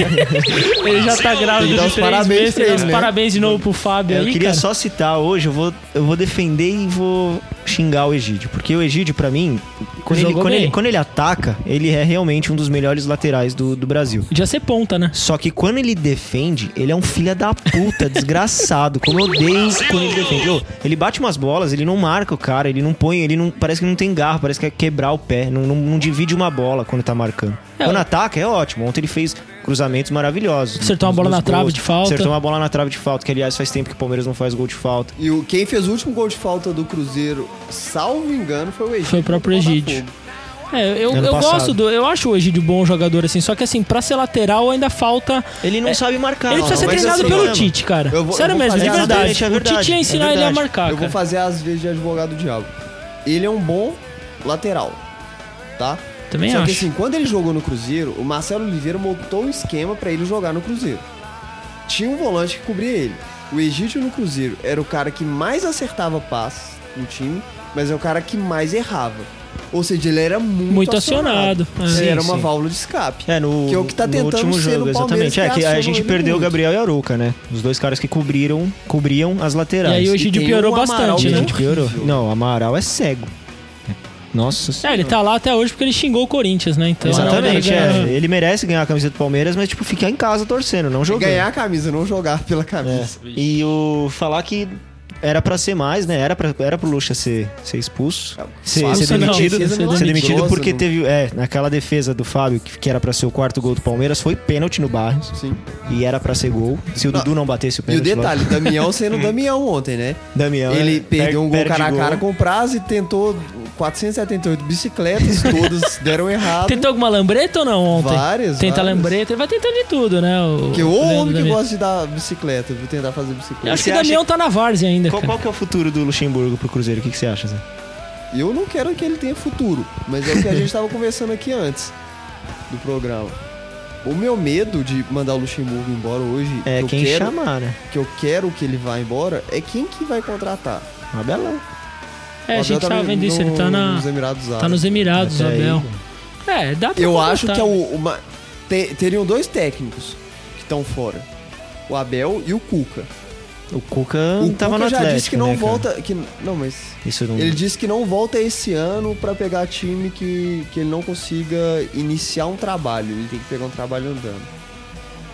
Speaker 2: ele já tá
Speaker 3: Tem que
Speaker 2: grávido
Speaker 3: dar
Speaker 2: de
Speaker 3: os
Speaker 2: três
Speaker 3: parabéns
Speaker 2: meses. Tem
Speaker 3: pra
Speaker 2: que
Speaker 3: ele,
Speaker 2: dar os
Speaker 3: né?
Speaker 2: Parabéns de novo pro Fábio
Speaker 1: É, Eu
Speaker 2: aí,
Speaker 1: queria
Speaker 2: cara.
Speaker 1: só citar hoje, eu vou, eu vou defender e vou xingar o Egídio. Porque o Egídio, pra mim, quando, ele,
Speaker 2: Jogou
Speaker 1: quando,
Speaker 2: bem.
Speaker 1: ele, quando ele ataca, ele é realmente um dos melhores laterais do, do Brasil.
Speaker 2: Podia ser ponta, né?
Speaker 1: Só que quando ele defende, ele é um filho da puta, desgraçado. Como eu odeio quando ele defende. Ô, ele bate umas bolas, ele não marca o cara, ele não põe, ele não. Parece que não tem garro, parece que é quebrar o pé. Não, não- não divide uma bola quando tá marcando.
Speaker 2: É,
Speaker 1: quando
Speaker 2: ó.
Speaker 1: ataca, é ótimo. Ontem ele fez cruzamentos maravilhosos.
Speaker 2: Acertou uma
Speaker 1: Nos-
Speaker 2: bola
Speaker 1: nos
Speaker 2: na trave
Speaker 1: gols.
Speaker 2: de falta.
Speaker 1: Acertou uma bola na trave de falta, que aliás faz tempo que o Palmeiras não faz gol de falta.
Speaker 3: E o, quem fez o último gol de falta do Cruzeiro, salvo engano, foi o Egídio.
Speaker 2: Foi o próprio
Speaker 3: do Botafogo.
Speaker 2: Egídio. É, eu,
Speaker 1: Ano
Speaker 2: eu
Speaker 1: passado.
Speaker 2: gosto do. Eu acho hoje de bom jogador, assim. Só que assim, pra ser lateral ainda falta.
Speaker 1: Ele não sabe marcar.
Speaker 2: É, ele precisa
Speaker 1: não,
Speaker 2: ser
Speaker 1: mas
Speaker 2: treinado
Speaker 1: assim,
Speaker 2: pelo
Speaker 1: né,
Speaker 2: Tite, cara.
Speaker 3: Eu vou-
Speaker 2: Sério
Speaker 3: eu vou
Speaker 2: mesmo, de
Speaker 3: fazer-
Speaker 2: verdade.
Speaker 1: Exatamente, é
Speaker 2: O Tite ia
Speaker 1: verdade,
Speaker 2: ensinar
Speaker 1: é
Speaker 2: ele a
Speaker 1: verdade.
Speaker 2: marcar,
Speaker 3: Eu vou
Speaker 2: cara.
Speaker 3: fazer as vezes de advogado do diabo. Ele é um bom lateral, tá?
Speaker 2: Também
Speaker 3: Só
Speaker 2: acho.
Speaker 3: que assim, quando ele jogou no Cruzeiro, o Marcelo Oliveira montou um esquema pra ele jogar no Cruzeiro. Tinha um volante que cobria ele. O Egídio no Cruzeiro era o cara que mais acertava passe no time, mas é o cara que mais errava. Ou seja, ele era muito,
Speaker 2: Muito acionado.
Speaker 3: Ele
Speaker 1: É.
Speaker 3: era
Speaker 1: Sim,
Speaker 3: uma
Speaker 1: sim.
Speaker 3: válvula de escape.
Speaker 1: É, no,
Speaker 3: Que é o que tá
Speaker 1: no
Speaker 3: tentando
Speaker 1: último
Speaker 3: ser
Speaker 1: jogo,
Speaker 3: no Palmeiras,
Speaker 1: exatamente. É,
Speaker 3: que
Speaker 1: que a
Speaker 3: acionou
Speaker 1: gente
Speaker 3: ele
Speaker 1: perdeu o
Speaker 3: muito.
Speaker 1: Gabriel e o Aruca, né? Os dois caras que cobriram, cobriam as
Speaker 2: E aí
Speaker 1: laterais.
Speaker 2: hoje o Egídio
Speaker 3: tem
Speaker 2: piorou
Speaker 3: um Amaral
Speaker 2: bastante,
Speaker 1: E a
Speaker 2: né?
Speaker 1: gente piorou.
Speaker 3: horrível.
Speaker 1: Não, o Amaral é cego. Nossa
Speaker 2: É, ele tá lá até hoje porque ele xingou o Corinthians, né? Então,
Speaker 1: Exatamente,
Speaker 2: Amaral
Speaker 1: é.
Speaker 2: ganha-
Speaker 1: Ele merece ganhar a camisa do Palmeiras, mas, tipo, ficar em casa torcendo, não jogando.
Speaker 3: Ganhar a camisa, não jogar pela camisa.
Speaker 1: É. E o falar que era pra ser mais, né? Era pra, era pro Lucha ser, ser
Speaker 3: É
Speaker 1: expulso.
Speaker 3: um
Speaker 1: Ser,
Speaker 3: Fábio
Speaker 1: ser
Speaker 2: não,
Speaker 1: demitido.
Speaker 2: defesa
Speaker 1: ser demitido
Speaker 3: milagrosa,
Speaker 1: porque
Speaker 3: não.
Speaker 1: teve. É, naquela defesa do Fábio, que, que era pra ser o quarto gol do Palmeiras, foi pênalti no Barros.
Speaker 3: Sim.
Speaker 1: E era pra ser gol. Se o
Speaker 3: Não.
Speaker 1: Dudu não batesse o
Speaker 3: E o
Speaker 1: pênalti.
Speaker 3: detalhe, Damião sendo Damião ontem, né?
Speaker 1: lógico. Damião.
Speaker 3: Ele
Speaker 1: é,
Speaker 3: perdeu um gol
Speaker 1: perde
Speaker 3: cara a
Speaker 1: gol.
Speaker 3: cara com o prazo e tentou 478 bicicletas, todas deram errado.
Speaker 2: Tentou alguma lambreta ou não ontem?
Speaker 3: Várias,
Speaker 2: Tenta
Speaker 3: várias.
Speaker 2: lambreta, ele vai tentando de tudo, né? O,
Speaker 3: Porque o
Speaker 2: Leandro
Speaker 3: homem que
Speaker 2: Damião.
Speaker 3: gosta de dar bicicleta, viu? Tentar fazer
Speaker 2: Eu
Speaker 3: bicicleta.
Speaker 2: acho que o
Speaker 1: Você acha
Speaker 2: Damião tá na várzea ainda.
Speaker 1: Qual,
Speaker 2: cara.
Speaker 1: qual que é o futuro do Luxemburgo pro Cruzeiro? O que, que você acha, Zé?
Speaker 3: E eu não quero que ele tenha futuro, mas é o que a gente tava conversando aqui antes do programa. O meu medo de mandar o Luxemburgo embora hoje,
Speaker 1: É
Speaker 3: que, eu
Speaker 1: quem
Speaker 3: quero,
Speaker 1: chamar, né?
Speaker 3: que eu quero que ele vá embora, é quem que vai contratar.
Speaker 1: Abelão.
Speaker 2: É,
Speaker 3: O
Speaker 2: a
Speaker 3: Abel
Speaker 2: gente
Speaker 3: tá
Speaker 2: tava
Speaker 3: no-
Speaker 2: vendo isso, ele tá,
Speaker 3: no-
Speaker 2: na,
Speaker 3: nos Emirados
Speaker 2: tá nos Emirados,
Speaker 1: Até aí,
Speaker 2: Abel. É, dá pra
Speaker 3: Eu
Speaker 2: contratar.
Speaker 3: acho que é o. Uma, te- teriam dois técnicos que estão fora: o Abel e o Cuca.
Speaker 1: O Cuca
Speaker 3: O
Speaker 1: tava
Speaker 3: Cuca
Speaker 1: no
Speaker 3: já
Speaker 1: Atlético,
Speaker 3: disse que não
Speaker 1: né, cara? Hum.
Speaker 3: volta. Que, não, mas.
Speaker 1: Isso não...
Speaker 3: Ele disse que não volta esse ano pra pegar time que, que ele não consiga iniciar um trabalho. Ele tem que pegar um trabalho andando.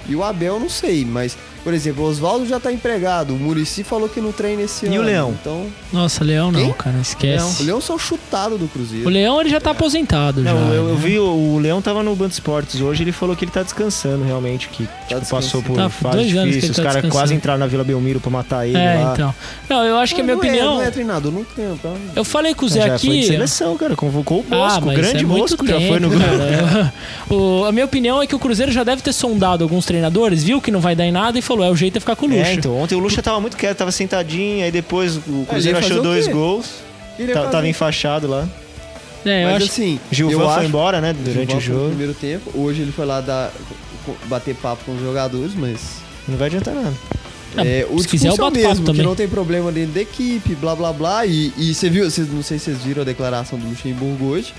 Speaker 3: E o Abel, eu não sei, mas, por exemplo, o Oswaldo já tá empregado. O Murici falou que não treina esse
Speaker 1: E
Speaker 3: ano.
Speaker 1: o Leão?
Speaker 3: Então,
Speaker 2: Nossa, Leão não,
Speaker 3: Quem?
Speaker 2: cara,
Speaker 3: o
Speaker 2: esquece.
Speaker 3: Leão só chutado do Cruzeiro.
Speaker 2: O Leão ele já tá aposentado já.
Speaker 1: Não, eu, eu
Speaker 2: né?
Speaker 1: vi o- o Leão tava no Band Esportes hoje, ele falou que ele tá descansando realmente, que tipo,
Speaker 3: descansando.
Speaker 1: passou por
Speaker 2: Tá,
Speaker 1: fase
Speaker 2: dois anos que ele
Speaker 1: difícil, os
Speaker 2: tá
Speaker 1: caras
Speaker 2: descansando.
Speaker 1: quase entraram na Vila Belmiro pra matar ele
Speaker 2: É,
Speaker 1: lá.
Speaker 2: então. Não, eu acho que a minha
Speaker 3: Não é-
Speaker 2: opinião.
Speaker 3: não é treinador, não tem. Tá?
Speaker 2: Eu falei com o
Speaker 1: Mas
Speaker 2: Zé
Speaker 1: Então É, já foi de
Speaker 2: aqui.
Speaker 1: seleção, cara, convocou o
Speaker 2: Ah,
Speaker 1: Bosco, o
Speaker 2: mas
Speaker 1: grande
Speaker 2: é muito
Speaker 1: Bosco
Speaker 2: tempo,
Speaker 1: já foi no
Speaker 2: cara. Eu- o- a minha opinião é que o Cruzeiro já deve ter sondado alguns treinadores, viu que não vai dar em nada e falou: é o jeito é ficar com o Luxo.
Speaker 1: É, então, ontem o Lucha tava muito quieto, tava sentadinho, aí depois o Cruzeiro
Speaker 3: É, fazer
Speaker 1: achou
Speaker 3: o
Speaker 1: dois
Speaker 3: quê?
Speaker 1: gols,
Speaker 3: Ele é
Speaker 1: ta- Tá, tava
Speaker 3: fazer-
Speaker 1: enfaixado lá.
Speaker 2: É, eu
Speaker 3: mas
Speaker 2: acho
Speaker 3: assim, eu
Speaker 1: Gilvan foi
Speaker 3: acho-
Speaker 1: embora, né, durante
Speaker 3: Gilvan
Speaker 1: o
Speaker 3: foi no
Speaker 1: jogo.
Speaker 3: primeiro tempo. Hoje ele foi lá dar, co- bater papo com os jogadores, mas.
Speaker 1: Não vai adiantar nada.
Speaker 2: Ah,
Speaker 3: é, o
Speaker 2: se quiser, eu
Speaker 3: discurso é o
Speaker 2: bato papo
Speaker 3: mesmo, que
Speaker 2: também.
Speaker 3: não tem problema dentro da equipe, blá blá blá. E, e você viu, vocês- não sei se vocês viram a declaração do Luxemburgo hoje.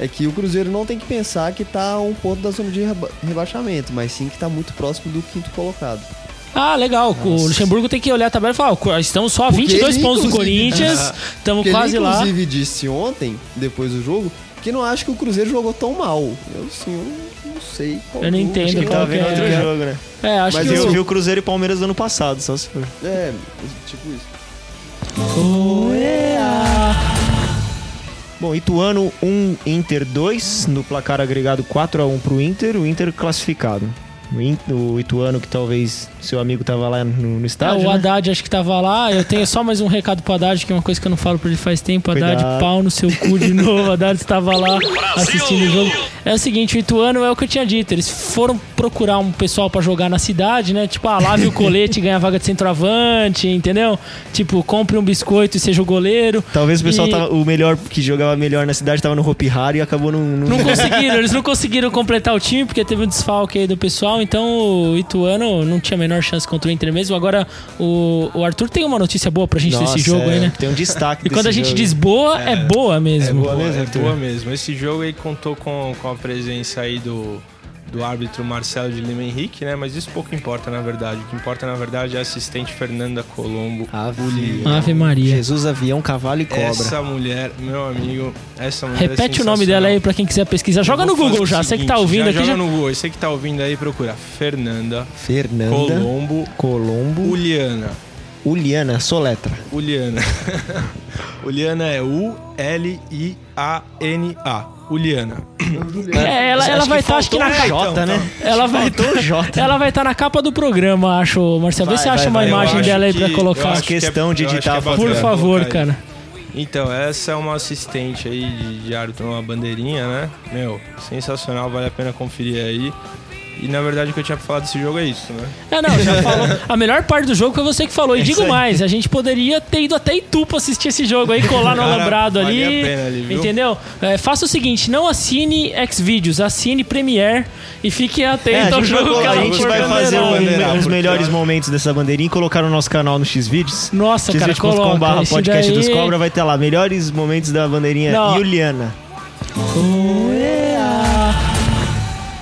Speaker 3: É que o Cruzeiro não tem que pensar que tá a um ponto da zona de reba- rebaixamento, mas sim que tá muito próximo do quinto colocado.
Speaker 2: Ah, legal. O Luxemburgo tem que olhar a tabela e falar: "Ó, estamos só a
Speaker 3: Porque
Speaker 2: 22
Speaker 3: ele,
Speaker 2: pontos do
Speaker 3: inclusive, né?
Speaker 2: Corinthians, estamos
Speaker 3: Porque
Speaker 2: quase
Speaker 3: ele,
Speaker 2: lá.
Speaker 3: inclusive, disse ontem, depois do jogo, que não acha que o Cruzeiro jogou tão mal. Eu, sim, eu não sei. qual
Speaker 2: Eu não
Speaker 3: jogo,
Speaker 2: entendo
Speaker 3: sei
Speaker 1: Ele
Speaker 2: Então,
Speaker 1: tava
Speaker 3: lá
Speaker 2: qual que
Speaker 1: vendo
Speaker 2: é?
Speaker 1: outro jogo, né?
Speaker 2: É, acho
Speaker 3: Mas
Speaker 2: que
Speaker 1: Mas eu
Speaker 2: o...
Speaker 1: vi o Cruzeiro e Palmeiras do ano passado, só se for.
Speaker 3: É, tipo isso.
Speaker 2: Ah,
Speaker 1: Bom, Ituano 1, Inter 2, no placar agregado 4 a 1 pro Inter, o Inter classificado. O In- O Ituano, que talvez seu amigo tava lá no, no
Speaker 2: Ah,
Speaker 1: estádio.
Speaker 2: o
Speaker 1: né?
Speaker 2: Haddad acho que tava lá. Eu tenho só mais um recado pro Haddad, que é uma coisa que eu não falo pra ele faz tempo. Haddad,
Speaker 1: Cuidado.
Speaker 2: pau no seu cu de novo. Haddad estava lá assistindo o jogo. É o seguinte, o Ituano é o que eu tinha dito. Eles foram procurar um pessoal pra jogar na cidade, né? Tipo, ah, lave o colete e ganha vaga de centroavante, entendeu? Tipo, compre um biscoito e seja o goleiro.
Speaker 1: Talvez o pessoal
Speaker 2: E-
Speaker 1: tava, o melhor que jogava melhor na cidade tava no Hopi Hari e acabou num. num-
Speaker 2: Não conseguiram, eles não conseguiram completar o time porque teve um desfalque aí do pessoal, então o Ituano não tinha a menor chance contra o Inter mesmo. Agora o, o Arthur tem uma notícia boa pra gente
Speaker 1: Nossa,
Speaker 2: desse jogo
Speaker 1: é,
Speaker 2: aí, né?
Speaker 1: Tem um destaque.
Speaker 2: E quando a
Speaker 1: desse
Speaker 2: gente
Speaker 1: jogo.
Speaker 2: diz boa, é, boa
Speaker 4: É
Speaker 2: mesmo.
Speaker 4: boa,
Speaker 1: mesmo,
Speaker 4: é
Speaker 1: Arthur?
Speaker 4: boa mesmo. Esse jogo aí contou com, com a presença aí do, do árbitro Marcelo de Lima Henrique, né? Mas isso pouco importa, na verdade. O que importa, na verdade, é a assistente Fernanda Colombo.
Speaker 1: Ave,
Speaker 2: Ave Maria.
Speaker 1: Jesus, avião, cavalo e cobra.
Speaker 4: Essa mulher, meu amigo, essa mulher é
Speaker 2: Repete o nome dela aí pra quem quiser pesquisar. Joga
Speaker 4: Eu
Speaker 2: no
Speaker 4: vou
Speaker 2: Google
Speaker 4: fazer o
Speaker 2: já, você que
Speaker 4: seguinte,
Speaker 2: tá ouvindo
Speaker 4: já
Speaker 2: aqui.
Speaker 4: Joga
Speaker 2: Já...
Speaker 4: no Google, você que tá ouvindo aí, procura Fernanda
Speaker 1: Fernanda,
Speaker 4: Colombo
Speaker 1: Colombo,
Speaker 4: Uliana.
Speaker 1: Uliana, Soletra.
Speaker 4: Uliana. Uliana é U-L-I-A-N-A. Uliana.
Speaker 2: É, ela, ela vai estar, acho que na
Speaker 4: faltou,
Speaker 2: capa.
Speaker 4: né?
Speaker 1: Jota,
Speaker 4: então,
Speaker 1: né?
Speaker 2: Ela vai
Speaker 1: Faltou o Jota.
Speaker 2: Ela vai estar na capa do programa, acho, Marcelo. Vê
Speaker 1: Vai,
Speaker 2: se acha
Speaker 1: vai,
Speaker 2: uma
Speaker 1: vai, eu
Speaker 2: imagem
Speaker 1: acho
Speaker 2: dela aí pra
Speaker 4: que- eu
Speaker 2: colocar.
Speaker 4: acho que é-
Speaker 1: Questão de
Speaker 4: eu acho
Speaker 1: editar
Speaker 4: que
Speaker 1: a foto
Speaker 2: Por
Speaker 1: dela.
Speaker 2: favor,
Speaker 4: colocar aí.
Speaker 2: cara.
Speaker 4: Então, essa é uma assistente aí de, de árbitro, uma bandeirinha, né? Meu, sensacional, vale a pena conferir aí. E na verdade o que eu tinha pra falar desse jogo é isso, né?
Speaker 2: Não, não, já falou. A melhor parte do jogo foi você que falou. E digo mais, a gente poderia ter ido até Itu pra assistir esse jogo aí, colar no
Speaker 4: Cara,
Speaker 2: alambrado ali.
Speaker 4: valia a pena ali, viu?
Speaker 2: Entendeu? É, faça o seguinte, não assine Xvideos, assine Premiere e fique
Speaker 1: É,
Speaker 2: atento ao jogo é que
Speaker 1: vai,
Speaker 2: a
Speaker 1: colocar- a
Speaker 2: gente,
Speaker 1: gente
Speaker 2: for
Speaker 1: vai fazer
Speaker 2: maneirar.
Speaker 1: um-
Speaker 4: Bandeirão,
Speaker 1: os
Speaker 4: porque-
Speaker 1: melhores momentos dessa bandeirinha e colocar no nosso canal no Xvideos.
Speaker 2: Nossa, cara,
Speaker 1: xvideos.com.br
Speaker 2: coloca. esse
Speaker 1: podcast
Speaker 2: daí- tá.
Speaker 1: dos cobra vai ter lá. Melhores momentos da bandeirinha
Speaker 2: Não.
Speaker 1: Juliana.
Speaker 2: Ah,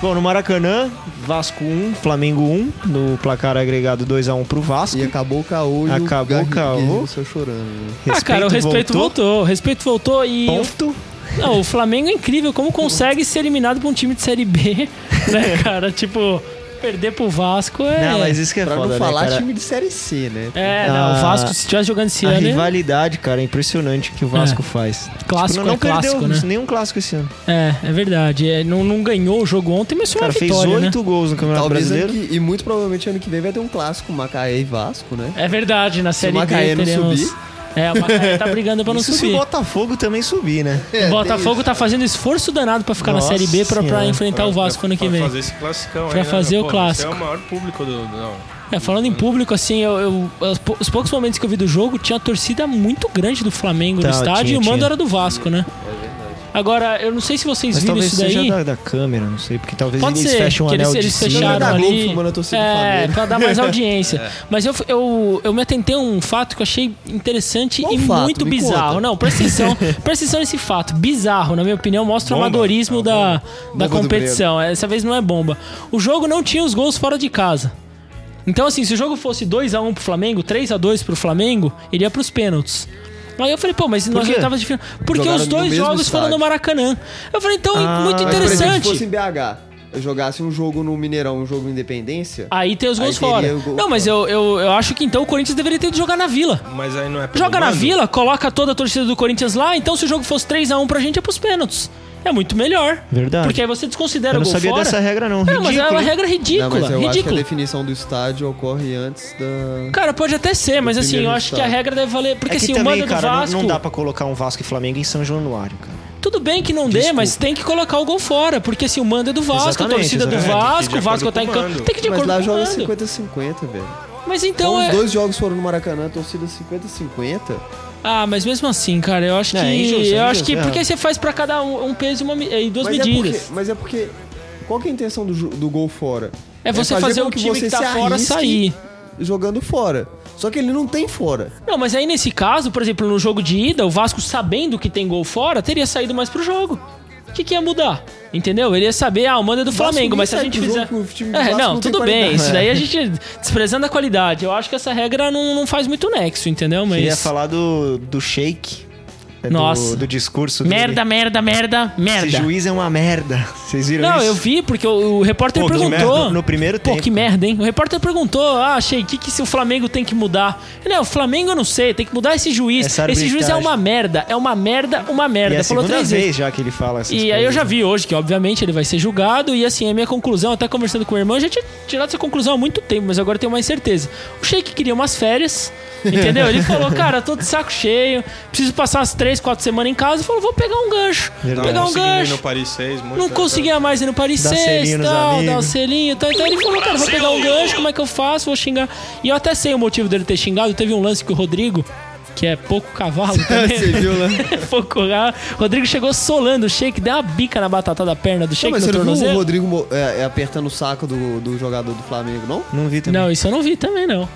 Speaker 1: Bom, no Maracanã, Vasco 1, Flamengo 1, no placar agregado 2x1 pro Vasco.
Speaker 3: E acabou o caô e
Speaker 1: Acabou o
Speaker 3: o Garrido
Speaker 1: caô.
Speaker 3: Guerreiro saiu chorando. né?
Speaker 2: Ah, cara, o respeito voltou. o respeito voltou e.
Speaker 1: Ponto.
Speaker 2: Não, o Flamengo é incrível como consegue ser eliminado pra um time de Série B, né, cara? tipo, perder pro Vasco é.
Speaker 1: Não, mas isso que é
Speaker 3: Pra
Speaker 1: foda,
Speaker 3: não
Speaker 1: né,
Speaker 3: falar
Speaker 1: cara?
Speaker 3: time de Série C, né?
Speaker 2: É, não,
Speaker 1: Ah,
Speaker 2: o Vasco, se estivesse jogando esse
Speaker 1: A
Speaker 2: ano, é
Speaker 1: rivalidade, cara, é impressionante que o Vasco faz.
Speaker 2: clássico,
Speaker 1: não
Speaker 2: é clássico,
Speaker 1: perdeu assim.
Speaker 2: né?
Speaker 1: nenhum clássico esse ano.
Speaker 2: É, é verdade. É, não, não ganhou o jogo ontem, mas foi uma
Speaker 1: Cara, fez
Speaker 2: vitória, né?
Speaker 1: oito gols no Campeonato
Speaker 3: Talvez é ano
Speaker 1: Brasileiro.
Speaker 3: que, e muito provavelmente ano que vem vai ter um clássico Macaé e Vasco, né?
Speaker 2: É verdade, na Série B
Speaker 3: Macaé não
Speaker 2: teremos...
Speaker 3: subir.
Speaker 2: É, o Macaé tá brigando pra não
Speaker 1: Isso se
Speaker 2: subir.
Speaker 1: o Botafogo também subir, né?
Speaker 2: o Botafogo tá fazendo esforço danado pra ficar
Speaker 1: Nossa
Speaker 2: na Série B pra, pra
Speaker 1: Senhora.
Speaker 2: enfrentar o Então,
Speaker 4: Pra-
Speaker 2: Vasco
Speaker 4: pra-
Speaker 2: ano que
Speaker 4: pra
Speaker 2: vem.
Speaker 4: fazer esse classicão
Speaker 2: Pra
Speaker 4: aí, né?
Speaker 2: fazer o
Speaker 4: Pô,
Speaker 2: clássico.
Speaker 4: Você é o maior público do. do- Não.
Speaker 2: É, falando em público, assim, eu, eu- os, pou- os poucos momentos que eu vi do jogo, tinha uma torcida muito grande do Flamengo
Speaker 1: Tá,
Speaker 2: no estádio
Speaker 1: tinha,
Speaker 2: e o mando
Speaker 1: tinha.
Speaker 2: era do Vasco, né? Agora, eu não sei se vocês
Speaker 1: Mas
Speaker 2: viram
Speaker 1: talvez
Speaker 2: isso
Speaker 1: seja
Speaker 2: daí.
Speaker 1: da, da câmera, não sei, porque talvez
Speaker 2: Pode
Speaker 1: eles
Speaker 2: ser
Speaker 1: fechem um
Speaker 2: que eles-
Speaker 1: anel
Speaker 2: eles
Speaker 1: de cima.
Speaker 2: fecharam
Speaker 3: da Globo
Speaker 2: ali.
Speaker 3: filmando a torcida do
Speaker 2: É,
Speaker 3: Flamengo.
Speaker 2: pra dar mais audiência.
Speaker 3: É.
Speaker 2: Mas eu, eu, eu me atentei a um fato que eu achei interessante
Speaker 3: Qual
Speaker 2: e
Speaker 3: fato?
Speaker 2: muito
Speaker 3: Me
Speaker 2: bizarro.
Speaker 3: conta.
Speaker 2: Não, presta atenção, presta atenção nesse fato. Bizarro, na minha opinião, mostra o
Speaker 4: Bomba?
Speaker 2: amadorismo
Speaker 4: Ah,
Speaker 2: da, da
Speaker 3: É Bomba do
Speaker 2: competição. Essa vez não é bomba. O jogo não tinha os gols fora de casa. Então, assim, se o jogo fosse 2x1 pro Flamengo, 3x2 pro Flamengo, iria pros pênaltis. Aí eu falei, pô, mas nós
Speaker 1: quê?
Speaker 2: oitavas de final. Porque
Speaker 3: Jogaram
Speaker 2: os
Speaker 3: no
Speaker 2: dois
Speaker 3: mesmo
Speaker 2: jogos foram
Speaker 3: estádio.
Speaker 2: no Maracanã. Eu falei, então,
Speaker 1: Ah,
Speaker 2: muito
Speaker 1: mas,
Speaker 3: Mas, por exemplo,
Speaker 2: interessante.
Speaker 3: se fosse em BH, eu jogasse um jogo no Mineirão, um jogo em Independência,
Speaker 2: Aí tem os
Speaker 3: Aí
Speaker 2: gols
Speaker 3: teria
Speaker 2: fora.
Speaker 3: o gol
Speaker 2: não, mas eu, eu, eu acho que então o Corinthians deveria ter de jogar na vila.
Speaker 4: Mas aí não é pelo
Speaker 2: Joga na
Speaker 4: mando?
Speaker 2: vila, coloca toda a torcida do Corinthians lá, então se o jogo fosse 3x1 pra gente é pros pênaltis. É muito melhor.
Speaker 1: Verdade.
Speaker 2: Porque aí você desconsidera
Speaker 1: Eu
Speaker 2: o
Speaker 1: não
Speaker 2: gol
Speaker 1: sabia
Speaker 2: fora.
Speaker 1: dessa regra,
Speaker 2: Não,
Speaker 1: não.
Speaker 2: mas é
Speaker 1: Ridículo,
Speaker 2: uma
Speaker 1: hein?
Speaker 2: regra
Speaker 3: Não, mas
Speaker 2: ridícula.
Speaker 3: eu acho que é a
Speaker 2: ridícula.
Speaker 3: definição do estádio ocorre antes da.
Speaker 2: Cara, pode até ser, mas assim, eu
Speaker 3: primeiro
Speaker 2: acho que a
Speaker 3: estado.
Speaker 2: regra deve valer. Porque
Speaker 1: É que
Speaker 2: assim, o
Speaker 1: também,
Speaker 2: mando do
Speaker 1: cara, não-
Speaker 2: Vasco.
Speaker 1: não, dá pra colocar um Vasco e Flamengo em São Januário, cara.
Speaker 2: Tudo bem que não dê,
Speaker 1: Desculpa.
Speaker 2: mas tem que colocar o gol fora. Porque assim, o mando é do Vasco, a
Speaker 1: Exatamente,
Speaker 2: torcida
Speaker 1: exatamente.
Speaker 2: do
Speaker 1: Tem que ir
Speaker 4: de
Speaker 2: Vasco, o
Speaker 4: acordo
Speaker 2: Vasco tá em
Speaker 4: com o
Speaker 2: campo.
Speaker 4: mando.
Speaker 2: Tem que ir de
Speaker 3: Mas
Speaker 2: acordo
Speaker 3: lá
Speaker 2: com o
Speaker 3: joga
Speaker 2: mando.
Speaker 3: 50-50, velho.
Speaker 2: Mas então,
Speaker 3: Então,
Speaker 2: é.
Speaker 3: os dois jogos foram no Maracanã, a torcida 50-50.
Speaker 2: Ah, mas mesmo assim, cara, eu acho que.
Speaker 1: É, é injusto, é
Speaker 2: eu acho que.
Speaker 1: injusto, é.
Speaker 2: Porque você faz pra cada um um peso e, uma, me- e duas
Speaker 3: Mas, é
Speaker 2: medidas.
Speaker 3: porque- mas é porque. Qual que é a intenção do, ju- do gol fora?
Speaker 2: É, você fazer,
Speaker 3: com
Speaker 2: o time que
Speaker 3: se
Speaker 2: tá fora
Speaker 3: arrisque
Speaker 2: sair.
Speaker 3: Jogando fora. Só que ele não tem fora.
Speaker 2: Não, mas aí nesse caso, por exemplo, no jogo de ida, o Vasco sabendo que tem gol fora, teria saído mais pro jogo. O que, que ia mudar? Entendeu? Ele ia saber, ah, o manda é do Flamengo,
Speaker 3: nem
Speaker 2: mas se a
Speaker 3: sai
Speaker 2: gente
Speaker 3: pro
Speaker 2: fizer.
Speaker 3: jogo, o time do
Speaker 2: É,
Speaker 3: Vasco
Speaker 2: não,
Speaker 3: não tem
Speaker 2: tudo bem.
Speaker 3: qualidade.
Speaker 2: Isso daí a gente desprezando a qualidade. Eu acho que essa regra não, não faz muito nexo, entendeu? Mas.
Speaker 1: Queria falar do, do shake. é, do-
Speaker 2: Nossa.
Speaker 1: Do, discurso dele.
Speaker 2: Merda, merda, merda, merda.
Speaker 1: Esse juiz é uma merda. Vocês viram
Speaker 2: Não,
Speaker 1: isso?
Speaker 2: eu vi, porque o, o repórter
Speaker 1: Pô, que
Speaker 2: perguntou.
Speaker 1: merda, no- no primeiro
Speaker 2: Pô,
Speaker 1: tempo.
Speaker 2: que merda, hein? O repórter perguntou: Ah, achei, o que, que se o Flamengo tem que mudar? Ele, "Não, o Flamengo eu não sei, tem que mudar esse juiz.
Speaker 1: Essa
Speaker 2: Esse juiz é
Speaker 1: arbitragem.
Speaker 2: uma merda, é uma merda, uma
Speaker 1: E
Speaker 2: merda.
Speaker 1: é a
Speaker 2: Falou
Speaker 1: segunda
Speaker 2: três
Speaker 1: vez
Speaker 2: vezes.
Speaker 1: já que ele fala essas
Speaker 2: E aí eu já vi hoje que, obviamente, ele vai ser julgado. E assim, a minha conclusão, até conversando com o irmão, eu já tinha tirado essa conclusão há muito tempo, mas agora eu tenho mais certeza. O Sheik queria umas férias, entendeu? Ele falou, cara, tô de saco cheio, preciso passar as três, quatro semanas em casa. E falou, vou pegar um gancho.
Speaker 1: Verdade.
Speaker 2: Vou
Speaker 4: Não,
Speaker 2: pegar um
Speaker 4: conseguindo ir
Speaker 2: gancho.
Speaker 4: no Paris 6, muito
Speaker 2: Não
Speaker 4: bem.
Speaker 2: conseguia mais ir no Paris
Speaker 1: Dá
Speaker 2: 6,
Speaker 1: selinho nos
Speaker 2: tal,
Speaker 1: amigos.
Speaker 2: dar o selinho, tal. Então ele falou, cara, vou pegar um gancho, como é que eu faço? Vou xingar. E eu até sei o motivo dele ter xingado. Teve um lance que o Rodrigo, que é pouco cavalo também.
Speaker 3: Você viu, né?
Speaker 2: pouco cavalo. Rodrigo chegou solando o shake, deu uma bica na batata da perna do
Speaker 3: Não,
Speaker 2: shake
Speaker 3: mas
Speaker 2: no
Speaker 3: você não viu o
Speaker 2: tornozelo.
Speaker 3: Rodrigo mo- é, é, apertando o saco do, do jogador do Flamengo, não?
Speaker 1: Não vi também.
Speaker 2: Não, isso eu não vi também, não.